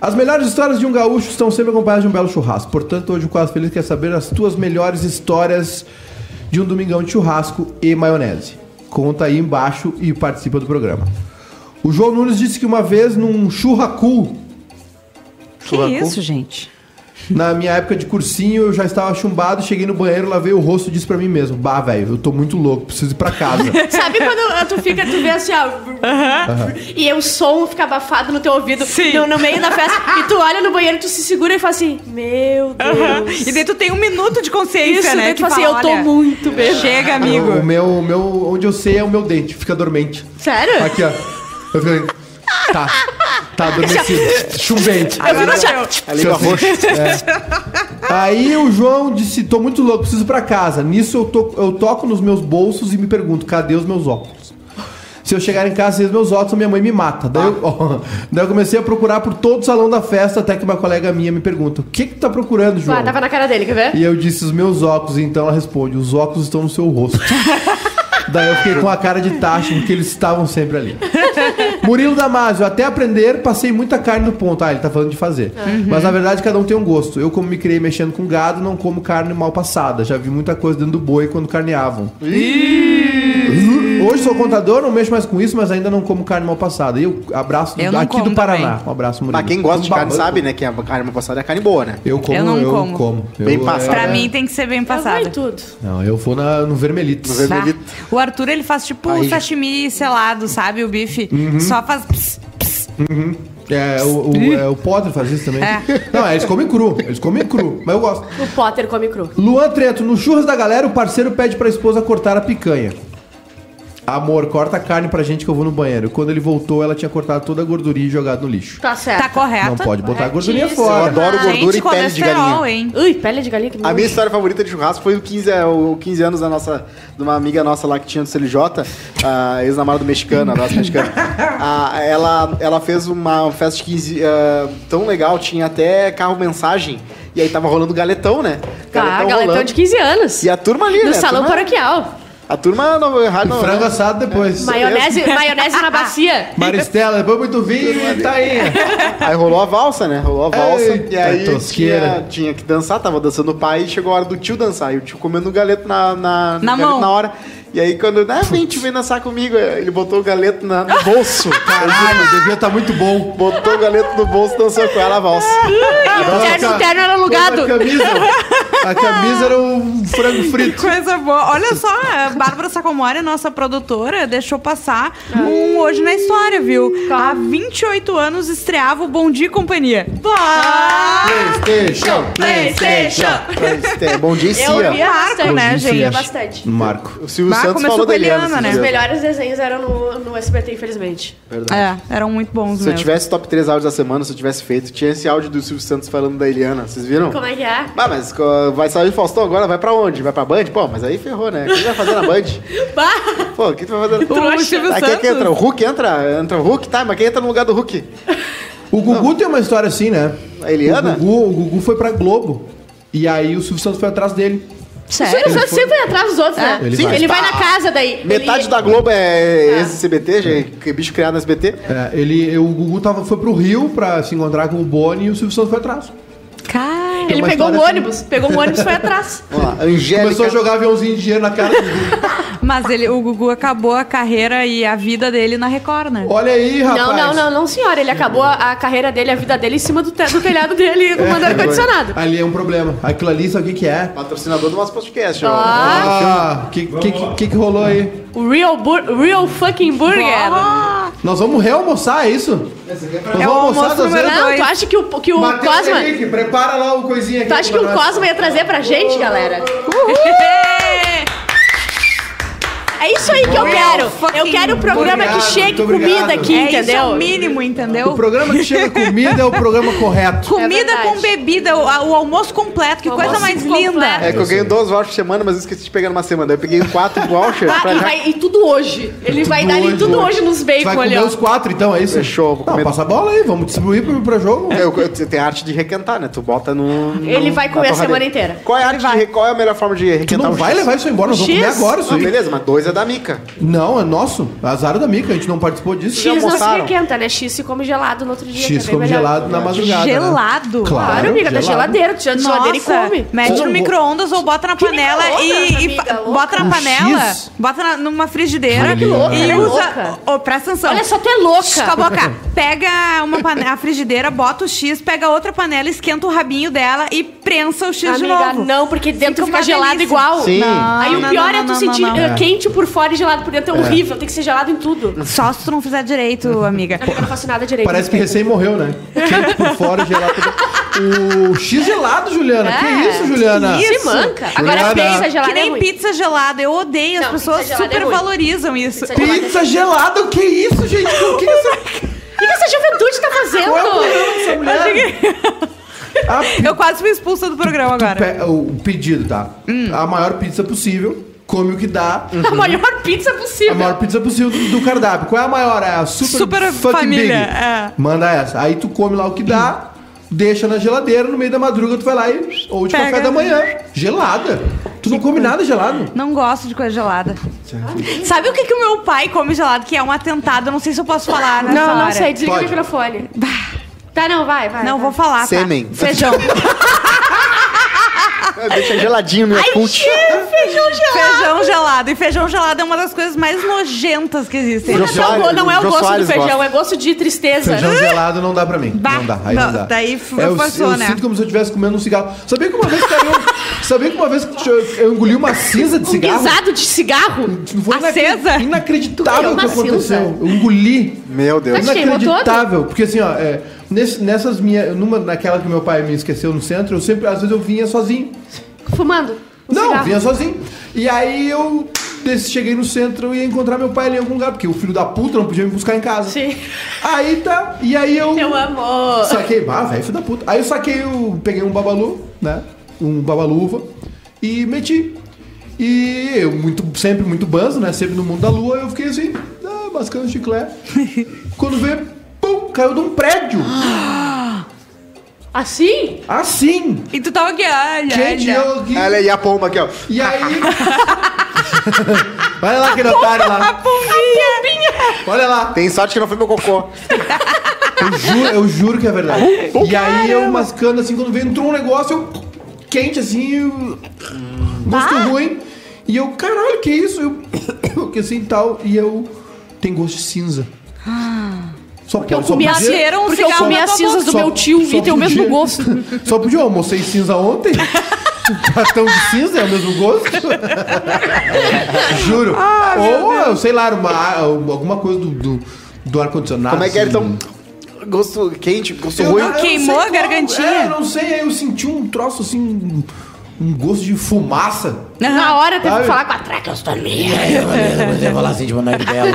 Speaker 4: As melhores histórias de um gaúcho estão sempre acompanhadas de um belo churrasco. Portanto, hoje o Quase Feliz quer saber as tuas melhores histórias de um domingão de churrasco e maionese. Conta aí embaixo e participa do programa. O João Nunes disse que uma vez num churracu,
Speaker 1: Que isso, gente?
Speaker 4: na minha época de cursinho, eu já estava chumbado, cheguei no banheiro, lavei o rosto e disse pra mim mesmo: Bah, velho, eu tô muito louco, preciso ir pra casa.
Speaker 2: Sabe quando tu fica, tu vê assim, ó. E aí o som fica abafado no teu ouvido
Speaker 1: Sim.
Speaker 2: no, no meio da festa. E tu olha no banheiro, tu se segura e fala assim: Meu Deus.
Speaker 1: E daí tu tem um minuto de consciência,
Speaker 2: Isso,
Speaker 1: né?
Speaker 2: daí tu fala assim: Eu tô
Speaker 1: olha,
Speaker 2: muito bem.
Speaker 1: Chega,
Speaker 4: O
Speaker 1: amigo.
Speaker 4: meu, o meu, onde eu sei é o meu dente, fica dormente.
Speaker 2: Sério?
Speaker 4: Aqui, ó. Eu fico aí. Tá. Tá adormecido. Chumbente.
Speaker 1: Agora já.
Speaker 3: A língua roxa.
Speaker 4: Aí o João disse: tô muito louco, preciso ir pra casa. Nisso eu, to- eu toco nos meus bolsos e me pergunto: cadê os meus óculos? Se eu chegar em casa sem os meus óculos, minha mãe me mata. Daí eu, daí eu comecei a procurar por todo o salão da festa, até que uma colega minha me pergunta: o que, que tu tá procurando, João?
Speaker 2: Ah, tava na cara dele, quer ver?
Speaker 4: E eu disse os meus óculos, e então ela responde: os óculos estão no seu rosto. Daí eu fiquei com a cara de tacho, porque eles estavam sempre ali. Murilo Damasio, até aprender, passei muita carne no ponto. Ah, ele tá falando de fazer. Mas na verdade, cada um tem um gosto. Eu, como me criei mexendo com gado, não como carne mal passada. Já vi muita coisa dentro do boi quando carneavam. Hoje sou contador, não mexo mais com isso, mas ainda não como carne mal passada. E eu abraço do-
Speaker 1: Eu não
Speaker 4: aqui do
Speaker 1: como
Speaker 4: Paraná.
Speaker 1: também.
Speaker 4: Um abraço, Murilo.
Speaker 3: Pra quem gosta de carne
Speaker 4: Babando.
Speaker 3: sabe, né? Que a carne passada é carne boa, né?
Speaker 4: Eu como, eu
Speaker 1: Eu não
Speaker 4: como.
Speaker 1: como.
Speaker 3: Bem
Speaker 4: Eu,
Speaker 3: passada.
Speaker 4: é,
Speaker 1: Pra mim tem que ser bem
Speaker 2: Passado.
Speaker 1: passada.
Speaker 2: tudo.
Speaker 4: Não, eu vou na- no vermelhito.
Speaker 3: No vermelhito.
Speaker 1: Bah. O Arthur, ele faz tipo
Speaker 3: Aí Uhum. já-
Speaker 1: sashimi selado, sabe? O bife. Só faz. pss, pss.
Speaker 4: É, o, o, é, o Potter faz isso também.
Speaker 1: É.
Speaker 4: Não, é, eles comem cru. Eles comem cru, mas eu gosto.
Speaker 2: O Potter come cru.
Speaker 4: Luan Trento, no churras da galera, o parceiro pede pra esposa cortar a picanha. Amor, corta a carne pra gente que eu vou no banheiro. Quando ele voltou, ela tinha cortado toda a gordurinha e jogado no lixo.
Speaker 2: Tá certo.
Speaker 1: Tá correto. Ah,
Speaker 4: Não pode botar a gordurinha
Speaker 2: Corretíssimo.
Speaker 4: fora.
Speaker 3: Eu adoro gordura
Speaker 1: Gente,
Speaker 3: e pele de
Speaker 1: colesterol,
Speaker 3: galinha.
Speaker 1: hein?
Speaker 2: Ui, pele de galinha que
Speaker 3: A
Speaker 2: nojo.
Speaker 3: minha história favorita de churrasco foi o 15, é, o 15 anos da nossa, de uma amiga nossa lá que tinha no CLJ, a ex-namorada do mexicano, a nossa mexicana. A- ela, ela fez uma festa de 15 ah, tão legal, tinha até carro mensagem, e aí tava rolando galetão, né?
Speaker 2: Tá, galetão
Speaker 3: rolando.
Speaker 2: de 15 anos.
Speaker 3: E a turma ali,
Speaker 2: No
Speaker 3: né? A
Speaker 2: salão
Speaker 3: turma-
Speaker 2: paroquial.
Speaker 3: A turma não errado não.
Speaker 4: Frango assado depois.
Speaker 2: Maionese, maionese na bacia.
Speaker 4: Maristela, depois muito vinho e tá aí.
Speaker 3: Aí rolou a valsa, né? Rolou a valsa.
Speaker 4: Eita,
Speaker 3: e aí
Speaker 4: tosqueira.
Speaker 3: tinha, tinha que dançar, tava dançando o pai e chegou a hora do tio dançar. E o tio comendo o galeto na, na, no
Speaker 1: Na
Speaker 3: galeto
Speaker 1: mão.
Speaker 3: na hora. E aí quando, ah, vem, te vem dançar comigo. Ele botou o galeto na- no bolso.
Speaker 4: Caralho, devia estar muito bom.
Speaker 3: botou o galeto no bolso, dançou com ela a valsa.
Speaker 2: O terno, o terno era alugado.
Speaker 4: A camisa, a camisa era um frango frito.
Speaker 1: Que coisa boa. Olha só, a Bárbara Sacomori, nossa produtora, deixou passar um hoje na história, viu?
Speaker 2: Ah. Tá.
Speaker 1: Há 28 anos estreava o Bom Dia e Companhia.
Speaker 2: Ah.
Speaker 4: PlayStation,
Speaker 3: É, Bom dia,
Speaker 2: Eu
Speaker 3: Cia.
Speaker 2: via
Speaker 1: Marco,
Speaker 2: bastante.
Speaker 1: né,
Speaker 2: Eu via
Speaker 1: gente?
Speaker 2: bastante.
Speaker 4: Marco.
Speaker 3: O Silvio
Speaker 1: Bah,
Speaker 3: Santos
Speaker 1: começou
Speaker 3: falou
Speaker 1: com a
Speaker 3: dele
Speaker 1: Eliana,
Speaker 3: antes,
Speaker 1: né?
Speaker 2: Os
Speaker 3: entendeu?
Speaker 2: melhores desenhos eram no, no SBT, infelizmente.
Speaker 3: Verdade.
Speaker 1: É, eram muito bons
Speaker 3: Se eu
Speaker 1: mesmo.
Speaker 3: tivesse top 3 áudios da semana, se eu tivesse feito, tinha esse áudio do Silvio Santos falando da Eliana. Vocês viram?
Speaker 2: Como é que é?
Speaker 3: Ah, mas co- vai sair o Faustão agora? Vai pra onde? Vai pra Band? Pô, mas aí ferrou, né? O que tu vai fazer na Band?
Speaker 2: Bah!
Speaker 3: Pô, o que tu vai fazer na
Speaker 1: O Silvio
Speaker 3: Aí quem que entra? O
Speaker 1: Santos.
Speaker 3: Hulk entra? Entra o Hulk, tá? Mas quem entra no lugar do Hulk?
Speaker 4: O Gugu tem uma história assim, né?
Speaker 3: A Eliana?
Speaker 4: O Gugu, o Gugu foi pra Globo. E aí o Silvio Santos foi atrás dele.
Speaker 2: O Silvio Santos sempre vai atrás dos outros, né?
Speaker 4: Ele
Speaker 2: Sim,
Speaker 4: vai.
Speaker 2: ele vai na casa daí.
Speaker 3: Metade
Speaker 2: ele... Ah.
Speaker 3: da Globo é esse CBT, gente, que bicho criado no SBT.
Speaker 4: É, ele, o Gugu tava, foi pro Rio pra se encontrar com o Boni e o Silvio Santos foi atrás.
Speaker 1: Cara.
Speaker 2: Ele
Speaker 4: uma
Speaker 2: pegou um
Speaker 4: história assim.
Speaker 2: ônibus, pegou um ônibus e foi atrás.
Speaker 3: Vamos lá, Angélica.
Speaker 4: Começou a jogar aviãozinho de dinheiro na cara do Gugu.
Speaker 1: Mas ele, o Gugu acabou a carreira e a vida dele na Record, né?
Speaker 4: Olha aí, rapaz.
Speaker 2: Não, não, não, não, senhora. Ele acabou a, a carreira dele, a vida dele em cima do, te- do telhado dele, no mandar ar-condicionado.
Speaker 4: Ali é um problema. Aquilo ali, sabe o que que é?
Speaker 3: Patrocinador do nosso podcast, ó.
Speaker 4: Ah, que, que, que, que que rolou aí?
Speaker 2: O Real, Bur- Real fucking burger.
Speaker 4: Nós vamos realmoçar, é isso? Nós vamos
Speaker 1: É o almoço
Speaker 4: nós
Speaker 1: número
Speaker 4: vamos-
Speaker 2: Não,
Speaker 1: dois.
Speaker 2: tu acha que o, que o
Speaker 4: Matheus
Speaker 2: Cosma...
Speaker 4: Henrique, prepara lá o coisinha aqui.
Speaker 2: Tu acha que
Speaker 4: pra
Speaker 2: o
Speaker 4: nós.
Speaker 2: Cosma ia trazer pra gente, galera?
Speaker 1: é
Speaker 2: É isso aí que eu quero. Eu quero um programa
Speaker 4: Obrigado,
Speaker 2: que chegue
Speaker 4: muito obrigado.
Speaker 2: comida aqui,
Speaker 1: é
Speaker 2: entendeu?
Speaker 1: isso é o mínimo, entendeu?
Speaker 4: O programa que chega comida é o programa correto.
Speaker 1: Comida
Speaker 2: verdade.
Speaker 1: com bebida, o, a- É o almoço completo, que
Speaker 2: O
Speaker 1: coisa
Speaker 2: almoço
Speaker 1: mais
Speaker 2: completo.
Speaker 1: linda.
Speaker 3: É que eu ganhei 12 vouchers por semana, mas eu esqueci de pegar numa semana. Eu peguei 4 vouchers
Speaker 2: Ah,
Speaker 3: pra
Speaker 2: e,
Speaker 3: já...
Speaker 2: vai- e tudo hoje. Ele vai dar ali
Speaker 4: hoje,
Speaker 2: tudo
Speaker 4: hoje.
Speaker 2: hoje nos
Speaker 4: Tu
Speaker 2: bacon
Speaker 4: vai
Speaker 2: ali,
Speaker 4: comer
Speaker 2: ó.
Speaker 4: os quatro, então, é isso?
Speaker 3: Fechou, vou
Speaker 4: Não,
Speaker 3: comer-
Speaker 4: passa a bola aí, vamos distribuir pro, pro jogo.
Speaker 3: É, Eu, eu, tem a arte de requentar, né? Tu bota no. no-
Speaker 2: Ele vai
Speaker 3: na
Speaker 2: comer a
Speaker 3: torradeira.
Speaker 2: semana inteira.
Speaker 3: Qual é a, arte de re- qual é a melhor forma de
Speaker 4: Tu
Speaker 3: requentar
Speaker 4: não
Speaker 3: um
Speaker 4: vai
Speaker 3: X?
Speaker 4: levar isso aí embora, nós vamos
Speaker 2: X?
Speaker 4: comer agora isso
Speaker 3: Ah,
Speaker 4: aí.
Speaker 3: beleza, mas dois é da Mica.
Speaker 4: Não, é nosso. Azar da mica, a gente não participou disso.
Speaker 3: Já
Speaker 2: X não se
Speaker 3: almoçaram?
Speaker 2: requenta, né? X se come gelado no outro dia. que é
Speaker 4: X
Speaker 2: bem
Speaker 4: ficou
Speaker 2: melhor.
Speaker 4: gelado na madrugada. né?
Speaker 1: Gelado.
Speaker 4: Claro.
Speaker 2: Claro, amiga, da
Speaker 4: gelado.
Speaker 2: geladeira. Tu tira da geladeira e come.
Speaker 1: mete
Speaker 4: Ou-
Speaker 1: no micro-ondas ou bota na
Speaker 2: Que
Speaker 1: panela
Speaker 2: micro-ondas,
Speaker 1: e, e
Speaker 2: amiga,
Speaker 1: fa-
Speaker 2: louca?
Speaker 1: bota
Speaker 4: Um
Speaker 1: na panela,
Speaker 4: X?
Speaker 1: bota na- numa frigideira
Speaker 4: Olha que louca, né?
Speaker 1: e
Speaker 2: ela é
Speaker 1: usa.
Speaker 2: louca.
Speaker 1: Ô, ô, presta atenção.
Speaker 2: Olha só, tu é louca.
Speaker 1: Cala a boca. Pega uma panela, a frigideira, bota o X, pega outra panela, esquenta o rabinho dela e prensa o X de
Speaker 2: Amiga,
Speaker 1: novo.
Speaker 2: não, porque dentro
Speaker 1: Fica
Speaker 2: fica
Speaker 1: uma
Speaker 2: gelado
Speaker 1: delícia.
Speaker 2: igual.
Speaker 3: Sim.
Speaker 1: Não,
Speaker 2: Aí o
Speaker 1: não,
Speaker 2: pior
Speaker 1: não,
Speaker 2: é tu
Speaker 1: não,
Speaker 2: sentir
Speaker 1: não, não.
Speaker 2: eh, quente por fora e gelado por dentro. É horrível, tem que ser gelado em tudo.
Speaker 1: Só se tu não fizer direito, amiga.
Speaker 2: Eu não faço nada direito.
Speaker 4: Parece que recém morreu, né? Quente por fora, gelado por dentro. O X gelado, Juliana.
Speaker 2: É,
Speaker 4: Que isso, Juliana?
Speaker 1: que
Speaker 2: Se
Speaker 1: isso.
Speaker 2: manca.
Speaker 4: Juliana.
Speaker 2: Agora pizza gelada
Speaker 1: Que nem
Speaker 2: é ruim.
Speaker 1: pizza gelada. Eu odeio, as
Speaker 2: Não,
Speaker 1: pessoas
Speaker 2: pizza gelada é
Speaker 1: super
Speaker 2: ruim.
Speaker 1: valorizam isso.
Speaker 2: Pizza gelada-
Speaker 4: Pizza gelada, que isso, gente? O que que essa...
Speaker 2: O que que essa juventude tá fazendo?
Speaker 4: Qual é o problema dessa
Speaker 2: é
Speaker 4: mulher? A pi-
Speaker 1: Eu quase fui expulsa do programa agora.
Speaker 4: pe- O pedido, tá?
Speaker 2: Hum.
Speaker 4: A maior pizza possível, come o que dá.
Speaker 2: A melhor pizza
Speaker 4: A
Speaker 2: possível.
Speaker 4: maior pizza possível do, do cardápio. Qual é a maior? É a super,
Speaker 1: Super
Speaker 4: fucking
Speaker 1: família,
Speaker 4: big.
Speaker 1: é.
Speaker 4: Manda essa. Aí tu come lá o que dá, deixa na geladeira, no meio da madruga tu vai lá e... Ou de
Speaker 1: Pega.
Speaker 4: café da manhã. Gelada. Tu não come nada gelado.
Speaker 1: Não gosto de coisa gelada. Sabe o que, que o meu pai come gelado? Que é um atentado. Eu não sei se eu posso falar né, nessa
Speaker 2: Não, não
Speaker 1: hora.
Speaker 2: sei, desliga
Speaker 4: Pode.
Speaker 2: o microfone. Tá, não, vai, vai.
Speaker 1: Não,
Speaker 2: vai.
Speaker 1: vou falar, tá?
Speaker 3: Sêmen.
Speaker 1: Feijão.
Speaker 3: Ah, Deixa geladinho no Yakult.
Speaker 1: feijão gelado. Feijão gelado. E feijão gelado é uma das coisas mais nojentas que existem.
Speaker 3: Jô
Speaker 2: Não,
Speaker 3: Soares-
Speaker 2: não, não é o
Speaker 3: Jô
Speaker 2: gosto
Speaker 3: Soares
Speaker 2: do feijão,
Speaker 3: gosta.
Speaker 2: é gosto de tristeza.
Speaker 4: Feijão gelado não dá pra mim.
Speaker 1: Bah,
Speaker 4: não dá, aí não,
Speaker 1: não,
Speaker 4: dá. É,
Speaker 1: daí f-
Speaker 4: eu,
Speaker 1: passou,
Speaker 4: eu
Speaker 1: né?
Speaker 4: sinto como se eu estivesse comendo um cigarro. Sabia que uma vez caiu... um- Sabia que uma vez que eu, eu engoli uma cinza de
Speaker 2: Um
Speaker 4: cigarro?
Speaker 2: guisado de cigarro?
Speaker 4: Foi inacre-
Speaker 1: Acesa?
Speaker 4: Inacreditável o
Speaker 2: Uma
Speaker 4: que aconteceu.
Speaker 2: cinza.
Speaker 4: Eu engoli.
Speaker 3: Meu Deus.
Speaker 2: Mas queimou
Speaker 4: Inacreditável. Porque assim, ó, é, nesse- nessas minhas. Numa, naquela que meu pai me esqueceu no centro, eu sempre, às vezes, eu vinha sozinho.
Speaker 2: Fumando? Um
Speaker 4: Não,
Speaker 2: cigarro.
Speaker 4: vinha sozinho. E aí eu des- cheguei no centro e ia encontrar meu pai ali em algum lugar, porque o filho da puta não podia me buscar em casa.
Speaker 2: Sim.
Speaker 4: Aí tá. E aí eu.
Speaker 2: Meu amor.
Speaker 4: Saquei, ah, velho, filho da puta. Aí eu saquei, eu peguei um babalu, né? Um babaluva e meti. E eu, muito, sempre muito banzo, né? Sempre no mundo da lua, eu fiquei assim, ah, mascando chiclete. Quando veio, pum, caiu de um prédio.
Speaker 2: Assim?
Speaker 4: Assim.
Speaker 1: E tu tava aqui, olha,
Speaker 4: Gente,
Speaker 1: olha.
Speaker 4: eu aqui.
Speaker 3: Olha aí a pomba aqui, ó.
Speaker 4: E aí. Olha lá aquele otário
Speaker 1: A
Speaker 4: lá.
Speaker 1: pombinha.
Speaker 4: Olha lá.
Speaker 3: Tem sorte que não foi meu cocô.
Speaker 4: Eu juro, eu juro que é verdade. e aí eu mascando assim, quando veio, entrou um negócio, eu quente assim, eu... gosto ruim. E eu, caralho, que isso? Eu, que assim tal. E eu, tem gosto de cinza. Só
Speaker 2: Ah. Eu
Speaker 4: só
Speaker 2: comi a
Speaker 4: podia-
Speaker 1: cheira, um
Speaker 2: porque eu
Speaker 1: cigarro
Speaker 2: comi
Speaker 1: na
Speaker 2: as
Speaker 1: tua
Speaker 2: cinzas do
Speaker 4: só-
Speaker 2: meu tio
Speaker 4: só
Speaker 2: e tem o mesmo
Speaker 4: podia-
Speaker 2: gosto.
Speaker 4: Só podia, eu almocei cinza ontem. Bastão de cinza é o mesmo gosto? Juro.
Speaker 2: Ah,
Speaker 4: Ou, eu sei lá, uma- alguma coisa do, do, do ar-condicionado.
Speaker 3: Como é que é,
Speaker 4: assim,
Speaker 3: então? Gosto quente, gosto
Speaker 4: Eu-
Speaker 3: ruim.
Speaker 4: eu não
Speaker 1: Queimou
Speaker 4: sei
Speaker 1: a gargantinha?
Speaker 4: É, eu não sei, aí eu senti um troço assim, um, um gosto de fumaça.
Speaker 2: Na hora teve
Speaker 4: Sabe?
Speaker 2: que falar com a Trackers também.
Speaker 6: É, Você falar assim, tipo, na dela.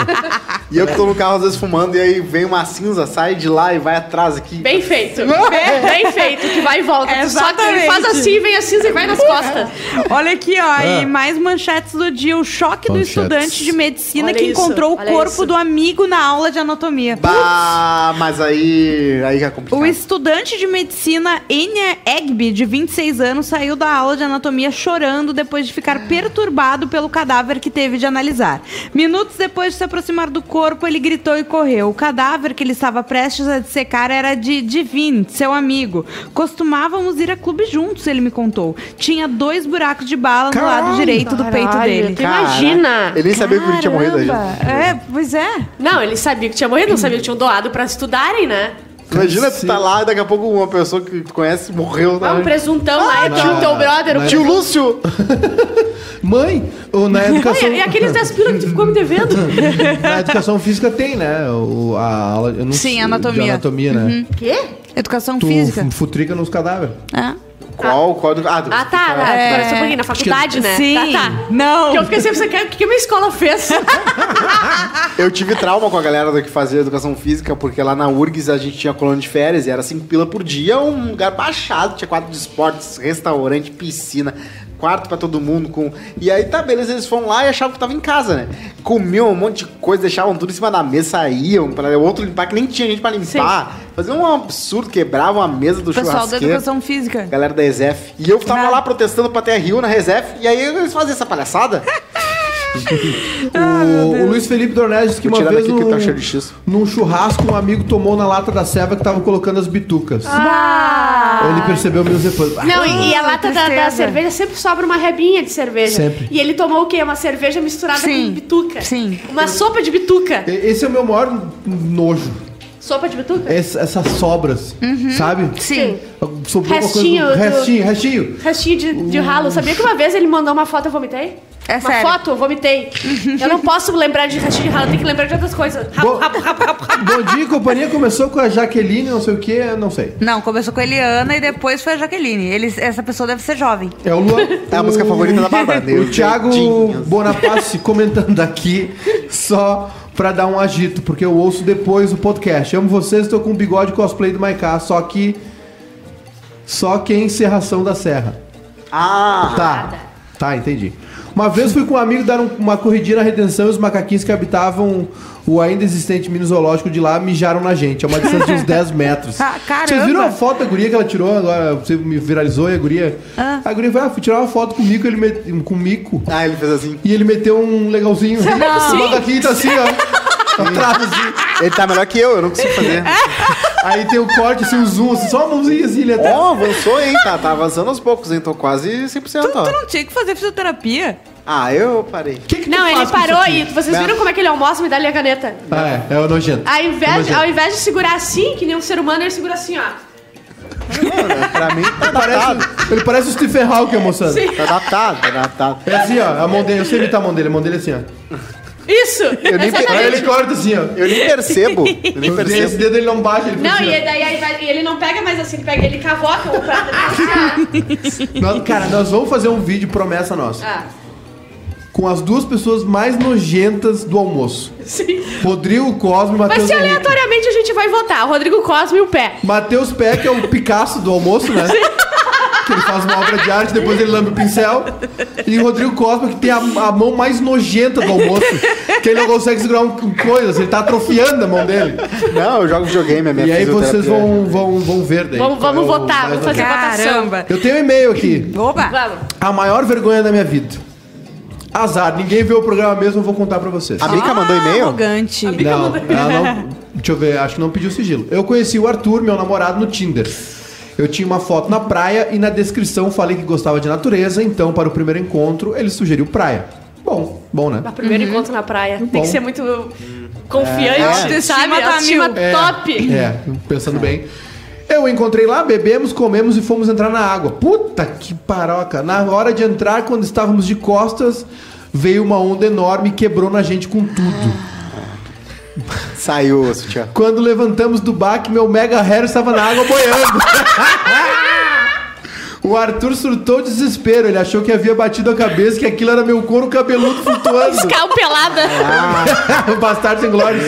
Speaker 3: E eu que tô no carro às vezes fumando, e aí vem uma cinza, sai de lá e vai atrás aqui.
Speaker 2: Bem feito. Bem, bem feito, que vai e volta.
Speaker 1: É,
Speaker 2: Só que ele
Speaker 1: exatamente.
Speaker 2: faz assim, vem a cinza e vai nas costas.
Speaker 1: Olha aqui, ó, e mais manchetes do dia. O choque do
Speaker 4: Ah. Manchetes.
Speaker 1: estudante de medicina
Speaker 2: Olha
Speaker 1: que
Speaker 2: isso,
Speaker 1: encontrou o
Speaker 2: olha
Speaker 1: corpo
Speaker 2: isso.
Speaker 1: do amigo na aula de anatomia.
Speaker 3: Bah, mas aí. Aí já é complicado.
Speaker 1: O estudante de medicina Enya Egby, de 26 anos, saiu da aula de anatomia chorando depois de
Speaker 3: Ah.
Speaker 1: ficar perturbado pelo cadáver que teve de analisar. Minutos depois de se aproximar do corpo, ele gritou e correu. O cadáver que ele estava prestes a dissecar era de Divine, seu amigo. Costumávamos ir a clube juntos, ele me contou. Tinha dois buracos de bala no lado direito do peito
Speaker 2: Caralho,
Speaker 1: dele.
Speaker 2: tu imagina.
Speaker 3: Ele nem sabia que ele tinha morrido aí. né?
Speaker 1: Caramba. É, pois é.
Speaker 2: Não, ele sabia que tinha morrido, não sabia que tinham doado pra estudarem, né?
Speaker 3: Imagina tu tá lá e daqui a pouco uma pessoa que tu conhece morreu.
Speaker 2: Ah, um
Speaker 3: né?
Speaker 2: presuntão lá,
Speaker 4: tá.
Speaker 2: tio teu brother, o Ah.
Speaker 3: Tio
Speaker 2: presunto.
Speaker 3: Lúcio!
Speaker 4: Mãe, ou na educação.
Speaker 2: Olha, e aqueles 10 pila que tu ficou me devendo?
Speaker 4: Na educação física tem, né? O, a aula. eu não
Speaker 1: Sim,
Speaker 4: sei,
Speaker 1: anatomia.
Speaker 4: De anatomia, né?
Speaker 2: Quê?
Speaker 1: Educação
Speaker 4: Tu
Speaker 1: física.
Speaker 4: f- futrica nos cadáveres.
Speaker 1: É.
Speaker 3: Qual? Qual do. Ah, do-
Speaker 2: Ah, tá, tá. Agora só um pouquinho, na faculdade, né?
Speaker 1: Sim.
Speaker 2: Tá, tá.
Speaker 1: Não.
Speaker 2: Porque eu fiquei sempre você quer o que que a minha escola fez?
Speaker 3: Eu tive trauma com a galera do que fazia educação física, porque lá na URGS a gente tinha colônia de férias e era 5 pila por dia, um lugar baixado, tinha quadro de esportes, restaurante, piscina, quarto pra todo mundo. com E aí tá, beleza, eles foram lá e achavam que tava em casa, né? Comiam um monte de coisa, deixavam tudo em cima da mesa, saíam pra outro limpar, que nem tinha gente pra limpar. Faziam um absurdo, quebravam a mesa do
Speaker 1: O pessoal da
Speaker 3: churrasqueiro.
Speaker 1: educação física.
Speaker 3: Galera da Exef. E eu tava
Speaker 1: Ah.
Speaker 3: lá protestando pra ter Rio na Resef, e aí eles faziam essa palhaçada.
Speaker 4: o, o Luiz Felipe Dornelles disse que
Speaker 3: Vou
Speaker 4: uma
Speaker 3: tirar
Speaker 4: vez
Speaker 3: daqui
Speaker 4: num,
Speaker 3: que tá cheio de X.
Speaker 4: num churrasco um amigo tomou na lata da ceva que tava colocando as bitucas. Ele percebeu meus depois. Ah,
Speaker 2: Não, e, e a lata da, da
Speaker 1: tristeza.
Speaker 2: cerveja sempre sobra uma rebinha de cerveja.
Speaker 4: Sempre.
Speaker 2: E ele tomou o quê? Uma cerveja misturada
Speaker 1: Sim.
Speaker 2: com bituca.
Speaker 1: Sim.
Speaker 2: Uma sopa de bituca.
Speaker 4: e- Esse é o meu maior nojo.
Speaker 2: Sopa de bituca?
Speaker 4: Ess- essas sobras, sabe?
Speaker 1: Sim.
Speaker 4: Sobrou uma
Speaker 2: Restinho
Speaker 4: coisa do-
Speaker 2: do-
Speaker 4: Restinho, restinho.
Speaker 2: Restinho de, de ralo. Sabia que uma vez ele mandou uma foto e eu vomitei?
Speaker 1: É
Speaker 2: uma
Speaker 1: sério?
Speaker 2: foto, eu vomitei. eu não posso lembrar de restinho de ralo, eu tenho que lembrar de outras coisas. Rabo,
Speaker 4: Bom-
Speaker 2: rabo, rabo, rabo, rabo.
Speaker 4: Bom dia, companhia começou com a Jaqueline, não sei o que, não sei.
Speaker 1: Não, começou com a Eliana e depois foi a Jaqueline. Eles, essa pessoa deve ser jovem.
Speaker 4: É o Luan.
Speaker 3: É a
Speaker 4: o-
Speaker 3: música favorita da Bárbara.
Speaker 4: O Thiago Bonaparte comentando aqui só pra dar um agito, porque eu ouço depois o podcast. Amo vocês, tô com um bigode cosplay do Maiká, só que. Só que é encerração da serra.
Speaker 3: Ah,
Speaker 4: Tá. Tá, entendi. Uma vez fui com um amigo dar um- uma corridinha na redenção e os macaquinhos que habitavam o ainda existente mini zoológico de lá mijaram na gente. É uma distância de uns 10 metros.
Speaker 1: Ah, caramba.
Speaker 4: Vocês viram a foto da guria que ela tirou agora? Você me viralizou e a guria. A guria vai ah, fui tirar uma foto com o mico, ele met- com o mico.
Speaker 3: ah, ele fez assim.
Speaker 4: E ele meteu um legalzinho. Não. daqui tá assim, ó. Atrás, assim.
Speaker 3: Ele tá melhor que eu, eu não consigo fazer.
Speaker 4: Aí tem o corte, assim, o zoom, assim, só a mãozinha assim, ele até.
Speaker 3: Ó, avançou, hein? Tá, tá avançando aos poucos, hein? Tô quase 100%,
Speaker 1: Tu, tu
Speaker 3: ó.
Speaker 1: não tinha que fazer fisioterapia?
Speaker 3: Ah, eu parei.
Speaker 4: Que que tu
Speaker 2: Não, ele
Speaker 4: faz com isso
Speaker 2: parou
Speaker 4: aqui?
Speaker 2: e vocês viram como é que ele almoça? Me dá ali a caneta.
Speaker 4: Ah, é, é o nojento.
Speaker 2: Ao invés, de,
Speaker 4: Imagina.
Speaker 2: ao invés de segurar assim, que nem um ser humano, ele segura assim, ó.
Speaker 3: Pra mim, tá adaptado.
Speaker 4: Parece, ele parece o Stephen Hawking, moçada.
Speaker 3: Tá adaptado, tá adaptado.
Speaker 4: É assim, ó, a mão dele, eu sei imitar a mão dele, a mão dele é assim, ó.
Speaker 2: Isso!
Speaker 3: nem pe-
Speaker 4: Aí
Speaker 2: Exatamente.
Speaker 4: ele corta assim, ó.
Speaker 3: Eu nem percebo. Eu nem
Speaker 4: Esse
Speaker 3: percebo.
Speaker 4: dedo ele não bate, ele fica
Speaker 2: Não,
Speaker 4: assim,
Speaker 2: e
Speaker 4: ó.
Speaker 2: daí aí vai- e ele não pega mais assim, ele pega, ele cavoca o prato.
Speaker 4: Nós- Cara, nós vamos fazer um vídeo, promessa nossa,
Speaker 2: Ah,
Speaker 4: com as duas pessoas mais nojentas do almoço.
Speaker 2: sim.
Speaker 4: Rodrigo Cosme e
Speaker 2: Mas
Speaker 4: Matheus
Speaker 2: se
Speaker 4: Henrique.
Speaker 2: aleatoriamente a gente vai votar, o Rodrigo Cosme e o pé.
Speaker 4: Matheus Pé, que é o Picasso do almoço, né? Que ele faz uma obra de arte, depois ele lambe o pincel. E o Rodrigo Cosma, que tem a, a mão mais nojenta do almoço. Que ele não consegue segurar um, um coisa, assim, ele tá atrofiando a mão dele.
Speaker 3: Não, eu jogo videogame, a minha
Speaker 4: E aí vocês
Speaker 3: fisioterapia. é-
Speaker 4: vão, vão, vão ver daí.
Speaker 2: Vamos, vamos
Speaker 4: Qual é o
Speaker 2: votar,
Speaker 4: é mais
Speaker 2: vamos fazer
Speaker 1: Caramba.
Speaker 4: Eu tenho um e-mail aqui.
Speaker 1: Opa.
Speaker 2: votação. Vamos.
Speaker 4: A maior vergonha da minha vida. Azar, ninguém vê o programa mesmo, eu vou contar pra vocês.
Speaker 3: A Bica
Speaker 1: Ah,
Speaker 3: mandou e-mail?
Speaker 1: Arrogante.
Speaker 4: Não, ela não. Deixa eu ver, acho que não pediu sigilo. Eu conheci o Arthur, meu namorado, no Tinder. Eu tinha uma foto na praia e na descrição falei que gostava de natureza, então para o primeiro encontro ele sugeriu praia. Bom, bom, né?
Speaker 2: Mas primeiro encontro na praia. Tem
Speaker 4: bom.
Speaker 2: que ser muito confiante,
Speaker 1: É.
Speaker 2: sabe?
Speaker 1: Autoestima tá
Speaker 2: Autoestima
Speaker 1: mil.
Speaker 2: top.
Speaker 4: É, pensando bem. Eu encontrei lá, bebemos, comemos e fomos entrar na água. Puta que paroca! Na hora de entrar, quando estávamos de costas, veio uma onda enorme e quebrou na gente com tudo.
Speaker 3: Saiu, sutiã.
Speaker 4: Quando levantamos do baque, meu mega hair estava na água boiando. O Arthur surtou desespero. Ele achou que havia batido a cabeça, que aquilo era meu couro cabeludo flutuando.
Speaker 2: Escalpelada.
Speaker 4: o Bastardo sem glórias.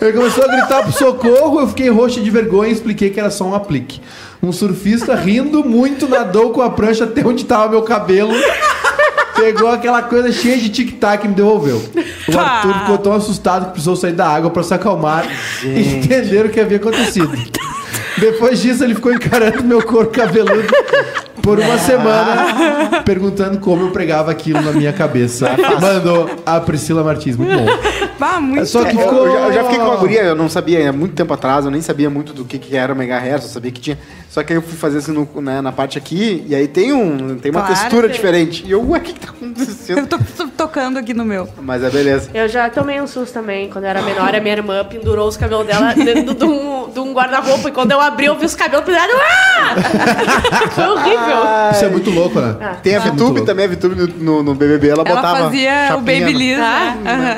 Speaker 4: Ele começou a gritar pro socorro, eu fiquei roxo de vergonha e expliquei que era só um aplique. Um surfista rindo muito nadou com a prancha até onde tava meu cabelo. Pegou aquela coisa cheia de tic-tac e me devolveu. O Arthur ficou tão assustado que precisou sair da água pra se acalmar e entender o que havia acontecido. Depois disso, ele ficou encarando meu couro cabeludo por uma semana, perguntando como eu pregava aquilo na minha cabeça. Mandou a Priscila Martins, muito bom.
Speaker 3: É
Speaker 1: Bah, muito
Speaker 4: É Só que
Speaker 3: Eu,
Speaker 4: ficou...
Speaker 3: eu já, eu já fiquei com uma guria, eu não sabia, há muito tempo atrás, eu nem sabia muito do que, que era o megahertz, eu sabia que tinha. Só que aí eu fui fazer assim no- né, na parte aqui, e aí tem, um, tem uma
Speaker 1: Claro,
Speaker 3: textura
Speaker 1: tem.
Speaker 3: diferente. E eu, ué, o que, que tá
Speaker 1: Eu
Speaker 3: acontecendo?
Speaker 1: tô, tô tocando aqui no meu.
Speaker 3: Mas é beleza.
Speaker 2: Eu já tomei um susto também. Quando eu era menor, a minha irmã pendurou os cabelos dela dentro de um, de um guarda-roupa. E quando eu abri, eu vi os cabelos pendurados. Ah! Foi horrível.
Speaker 4: Isso é muito louco, né?
Speaker 3: Tem a
Speaker 4: Isso é muito
Speaker 3: VTube
Speaker 4: louco.
Speaker 3: também, a VTube no, no- no BBB, ela,
Speaker 1: Ela
Speaker 3: botava.
Speaker 1: fazia o
Speaker 3: chapinha no-
Speaker 1: Babyliss né?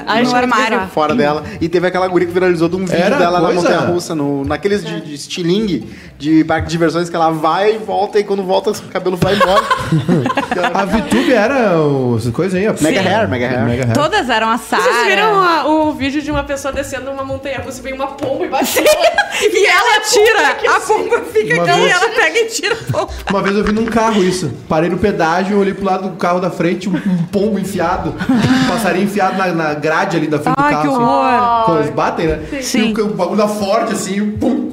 Speaker 1: Aham,
Speaker 2: Acho que
Speaker 1: no
Speaker 2: eu
Speaker 1: armário.
Speaker 2: fiz
Speaker 3: Fora dela. E teve aquela guria que viralizou de um vídeo
Speaker 4: Era
Speaker 3: dela na
Speaker 4: coisa?
Speaker 3: Montanha Russa, no, naqueles de, de estilingue, de parque de diversões, que ela vai e volta, e quando volta, o cabelo vai embora.
Speaker 4: A VTube era o- essas coisas aí, ó.
Speaker 3: Mega hair, mega hair.
Speaker 4: Mega hair.
Speaker 1: Todas eram a Sarah.
Speaker 2: Vocês viram a- o vídeo de uma pessoa descendo uma montanha russa e vem uma pomba e bate nela?
Speaker 1: E ela tira, a pomba fica
Speaker 4: Uma
Speaker 1: aqui e
Speaker 4: vez-
Speaker 1: ela pega e tira a pomba.
Speaker 4: Uma vez eu vi num carro isso. Parei no pedágio, olhei pro lado do carro da frente, um, um pombo enfiado. Um passarinho enfiado na, na grade ali da frente do
Speaker 1: Ai,
Speaker 4: carro.
Speaker 1: que
Speaker 4: assim.
Speaker 1: horror.
Speaker 4: Quando eles batem, né?
Speaker 1: Sim.
Speaker 4: E o, o bagulho da forte, assim, pum.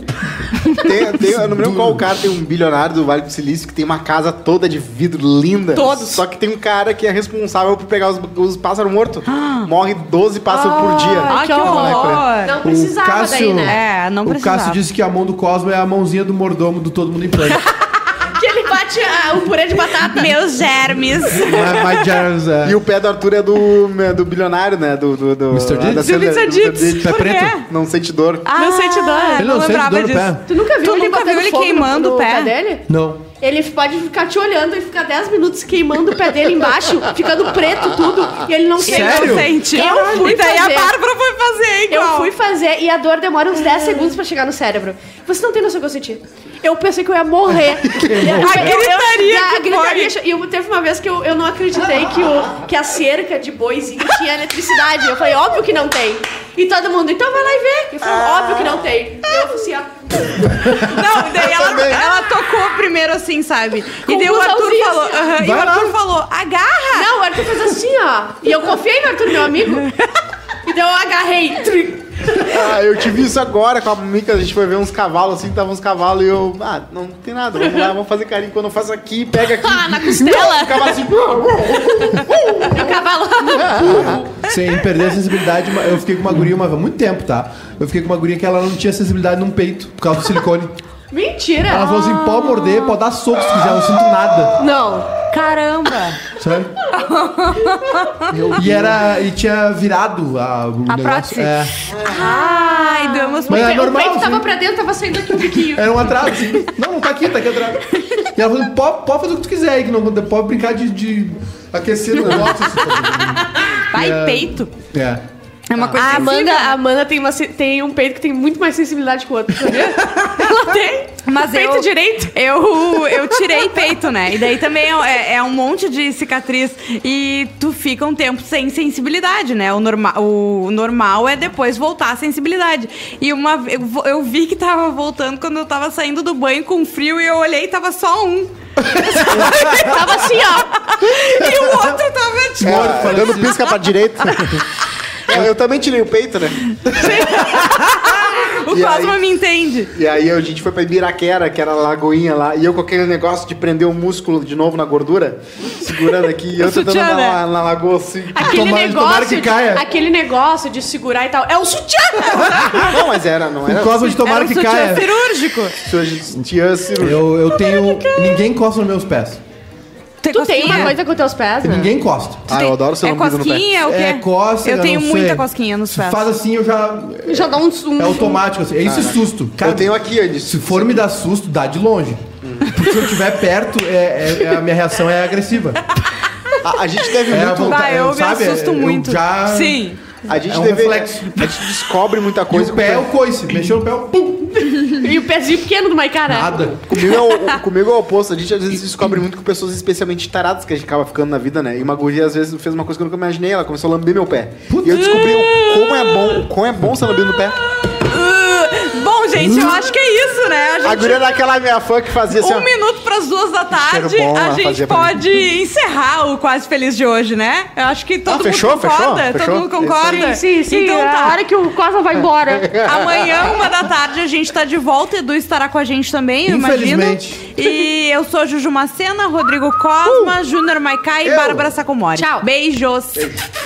Speaker 3: Tem, tem- eu não me lembro qual cara, tem um bilionário do Vale do Silício que tem uma casa toda de vidro linda.
Speaker 1: Todos.
Speaker 3: Só que tem um cara que é responsável por pegar os, os pássaros mortos. Morre 12 pássaros por dia.
Speaker 1: Ah. Ai, Ah, que horror.
Speaker 2: Não precisava daí, né?
Speaker 1: É, não
Speaker 4: o
Speaker 1: precisava.
Speaker 4: Cássio disse que a mão do Cosmo é a mãozinha do mordomo do Todo Mundo em Pânico.
Speaker 2: Que ele bate ah, o purê de batata.
Speaker 1: Meus germes.
Speaker 4: My, my James, é.
Speaker 3: E o pé do Arthur é do, né, do bilionário, né? Do, do, do,
Speaker 4: Mr.
Speaker 3: da- da
Speaker 4: Deeds?
Speaker 3: Sandra-
Speaker 1: Do Mr.
Speaker 3: do
Speaker 1: Deeds.
Speaker 3: Deeds.
Speaker 4: Pé
Speaker 1: Por quê?
Speaker 4: É preto?
Speaker 3: Não sente dor.
Speaker 1: Ah,
Speaker 2: sente dor.
Speaker 4: Ele
Speaker 1: não
Speaker 4: não sente
Speaker 1: lembrava
Speaker 4: dor no
Speaker 1: disso.
Speaker 4: pé.
Speaker 2: Tu nunca viu é.
Speaker 1: Tu
Speaker 2: ele
Speaker 1: nunca
Speaker 2: batendo
Speaker 1: viu ele
Speaker 2: fogo no-
Speaker 1: queimando
Speaker 2: no
Speaker 1: o pé?
Speaker 2: dele?
Speaker 4: Não.
Speaker 2: Ele pode ficar te olhando e ficar 10 minutos queimando o pé dele embaixo, ficando preto tudo, e ele é não
Speaker 1: Ele
Speaker 2: sente.
Speaker 1: não
Speaker 4: Sério?
Speaker 1: sente.
Speaker 2: Eu fui
Speaker 1: e daí
Speaker 2: fazer.
Speaker 1: a Bárbara foi fazer igual.
Speaker 2: Eu fui fazer e a dor demora uns 10 segundos pra chegar no cérebro. Você não tem noção do que eu senti. Eu pensei que eu ia morrer. Eu- eu-
Speaker 1: A gritaria
Speaker 2: a
Speaker 1: que foi.
Speaker 2: gritaria che- E eu- teve uma vez que eu, eu não acreditei que, o, que a cerca de boizinho tinha eletricidade. Eu falei, óbvio que não tem. E todo mundo, então vai lá e vê. Eu falei, óbvio que não tem. E eu falei assim, ó.
Speaker 1: Não, daí ela, ela tocou primeiro assim, sabe? E daí o
Speaker 2: Conclusão
Speaker 1: Arthur
Speaker 2: vista.
Speaker 1: falou. aham, e o
Speaker 4: Vai lá.
Speaker 1: Arthur falou, agarra!
Speaker 2: Não, o Arthur fez assim, ó. E eu confiei no Arthur, meu amigo. E daí eu agarrei. Trim.
Speaker 3: Ah, eu tive isso agora com a Mica, a gente foi ver uns cavalos assim, tava uns cavalos e eu. Ah, não tem nada, vamos lá, vamos fazer carinho. Quando eu faço aqui, pega aqui.
Speaker 2: Ah, na costela.
Speaker 3: O cavalo assim.
Speaker 2: E o cavalo.
Speaker 4: Sem perder a sensibilidade, uma- eu fiquei com uma guria uma, há muito tempo, tá? Eu fiquei com uma guria que ela não tinha sensibilidade num peito, por causa do silicone.
Speaker 2: Mentira.
Speaker 4: Ela falou assim: pode morder, pode dar soco se quiser, eu não sinto nada.
Speaker 2: Não.
Speaker 1: Caramba!
Speaker 4: Sabe? e era. E tinha virado a, o
Speaker 1: A
Speaker 4: negócio.
Speaker 1: prótese.
Speaker 4: É.
Speaker 1: Ai, damos
Speaker 4: Mas
Speaker 1: muito.
Speaker 4: é
Speaker 2: o
Speaker 4: normal.
Speaker 2: peito tava
Speaker 4: assim.
Speaker 2: pra dentro, tava saindo aqui um biquinho.
Speaker 4: Era um atraso. assim. Não, não tá aqui, tá aqui atrás. E ela falou: assim, pode, pode fazer o que tu quiser aí, que não, pode brincar de, de aquecer o negócio. assim.
Speaker 1: Vai,
Speaker 4: É.
Speaker 1: peito.
Speaker 4: É.
Speaker 1: É uma coisa
Speaker 2: A Amanda,
Speaker 1: sensível.
Speaker 2: a Amanda tem, uma se- tem um peito que tem muito mais sensibilidade que o outro, sabia? Ela tem.
Speaker 1: Mas
Speaker 2: O peito
Speaker 1: eu,
Speaker 2: direito.
Speaker 1: Eu, eu tirei peito, né? E daí também é, é um monte de cicatriz. E tu fica um tempo sem sensibilidade, né? O, norma, o normal é depois voltar a sensibilidade. E uma ve- eu, vo- eu vi que tava voltando quando eu tava saindo do banho com frio e eu olhei e tava só um.
Speaker 2: Tava assim, ó.
Speaker 1: E o outro tava tipo.
Speaker 3: Morto,
Speaker 4: assim.
Speaker 3: dando pisca pra direita. É, Eu, eu também tirei o peito, né?
Speaker 1: O
Speaker 3: E
Speaker 1: tipo, Cosma
Speaker 3: aí?
Speaker 1: me entende.
Speaker 3: E aí a gente foi pra Ibiraquera, que era a lagoinha lá, e eu com aquele negócio de prender o músculo de novo na gordura, segurando aqui, e eu tentando
Speaker 1: sutiã,
Speaker 3: na,
Speaker 1: né?
Speaker 3: na, lagoa assim.
Speaker 2: Aquele
Speaker 4: Tomara-
Speaker 2: negócio.
Speaker 4: tomara que
Speaker 2: de-
Speaker 4: caia.
Speaker 2: Aquele negócio de segurar e tal. É o sutiã!
Speaker 3: Ah, Não, mas era, não era.
Speaker 4: Por causa de
Speaker 1: Era
Speaker 4: tomara
Speaker 1: um
Speaker 4: que
Speaker 1: sutiã
Speaker 4: caia.
Speaker 1: cirúrgico.
Speaker 3: Tinha cirurgia.
Speaker 4: Eu, eu tenho. Ninguém encosta nos meus pés.
Speaker 2: Tu tem uma
Speaker 1: cosquinha?
Speaker 2: coisa com teus pés, né?
Speaker 4: Ninguém encosta.
Speaker 3: Ah, eu adoro ser
Speaker 1: É
Speaker 3: lambido no pé.
Speaker 1: cosquinha, o quê?
Speaker 4: É cosca.
Speaker 1: Eu tenho
Speaker 4: não
Speaker 1: muita
Speaker 4: sei.
Speaker 1: cosquinha nos
Speaker 4: Se
Speaker 1: pés.
Speaker 4: faz assim, eu já.
Speaker 2: Já dá um zoom.
Speaker 4: É automático, assim. É esse susto. Cara,
Speaker 3: eu tenho aqui, eu disse.
Speaker 4: Se for me dar susto, dá de longe. Porque se eu estiver perto, é, é- é- a minha reação é agressiva.
Speaker 3: A, a gente teve
Speaker 4: É a
Speaker 3: muito.
Speaker 4: vontade,
Speaker 3: tá,
Speaker 1: Bah, eu me
Speaker 4: sabe?
Speaker 1: assusto muito.
Speaker 4: Eu já...
Speaker 1: Sim.
Speaker 3: A gente,
Speaker 4: É um
Speaker 3: deve-
Speaker 4: reflexo.
Speaker 3: a gente descobre muita
Speaker 4: E
Speaker 3: coisa.
Speaker 4: o pé é o
Speaker 3: comigo,
Speaker 4: coice. Mexeu no pé, eu, pum,
Speaker 2: E o pezinho pequeno do Maiká,
Speaker 1: Tá.
Speaker 2: né?
Speaker 4: nada.
Speaker 3: comigo é o, o- comigo é o oposto. A gente às vezes descobre muito com pessoas especialmente taradas que a gente acaba ficando na vida, né? E uma guria às vezes fez uma coisa que eu nunca imaginei. Ela começou a lamber meu pé. E eu descobri o- como é bom, o quão é bom ser lambido no pé.
Speaker 1: Uh, bom, gente, eu acho que é isso, né? A gente...
Speaker 3: A guria daquela minha fã que fazia Hum. assim,
Speaker 1: Um
Speaker 3: ó.
Speaker 1: minuto para as duas da tarde,
Speaker 3: Cheiro bom,
Speaker 1: a
Speaker 3: ela
Speaker 1: gente
Speaker 3: fazia pra mim.
Speaker 1: pode encerrar o Quase Feliz de hoje, né? Eu acho que todo
Speaker 3: Ah, fechou,
Speaker 1: mundo concorda.
Speaker 3: fechou,
Speaker 1: Todo
Speaker 3: fechou?
Speaker 1: mundo concorda.
Speaker 2: Sim, sim, sim.
Speaker 1: Então
Speaker 2: é
Speaker 1: tá.
Speaker 2: A hora que o Cosma vai embora.
Speaker 1: Amanhã, uma da tarde, a gente tá de volta. Edu estará com a gente também, eu imagino.
Speaker 4: Infelizmente.
Speaker 1: E eu sou
Speaker 3: Uh!
Speaker 1: Juju Macena, Rodrigo Cosma, Júnior Maicá e Bárbara Sacomori.
Speaker 2: Tchau.
Speaker 1: Beijos.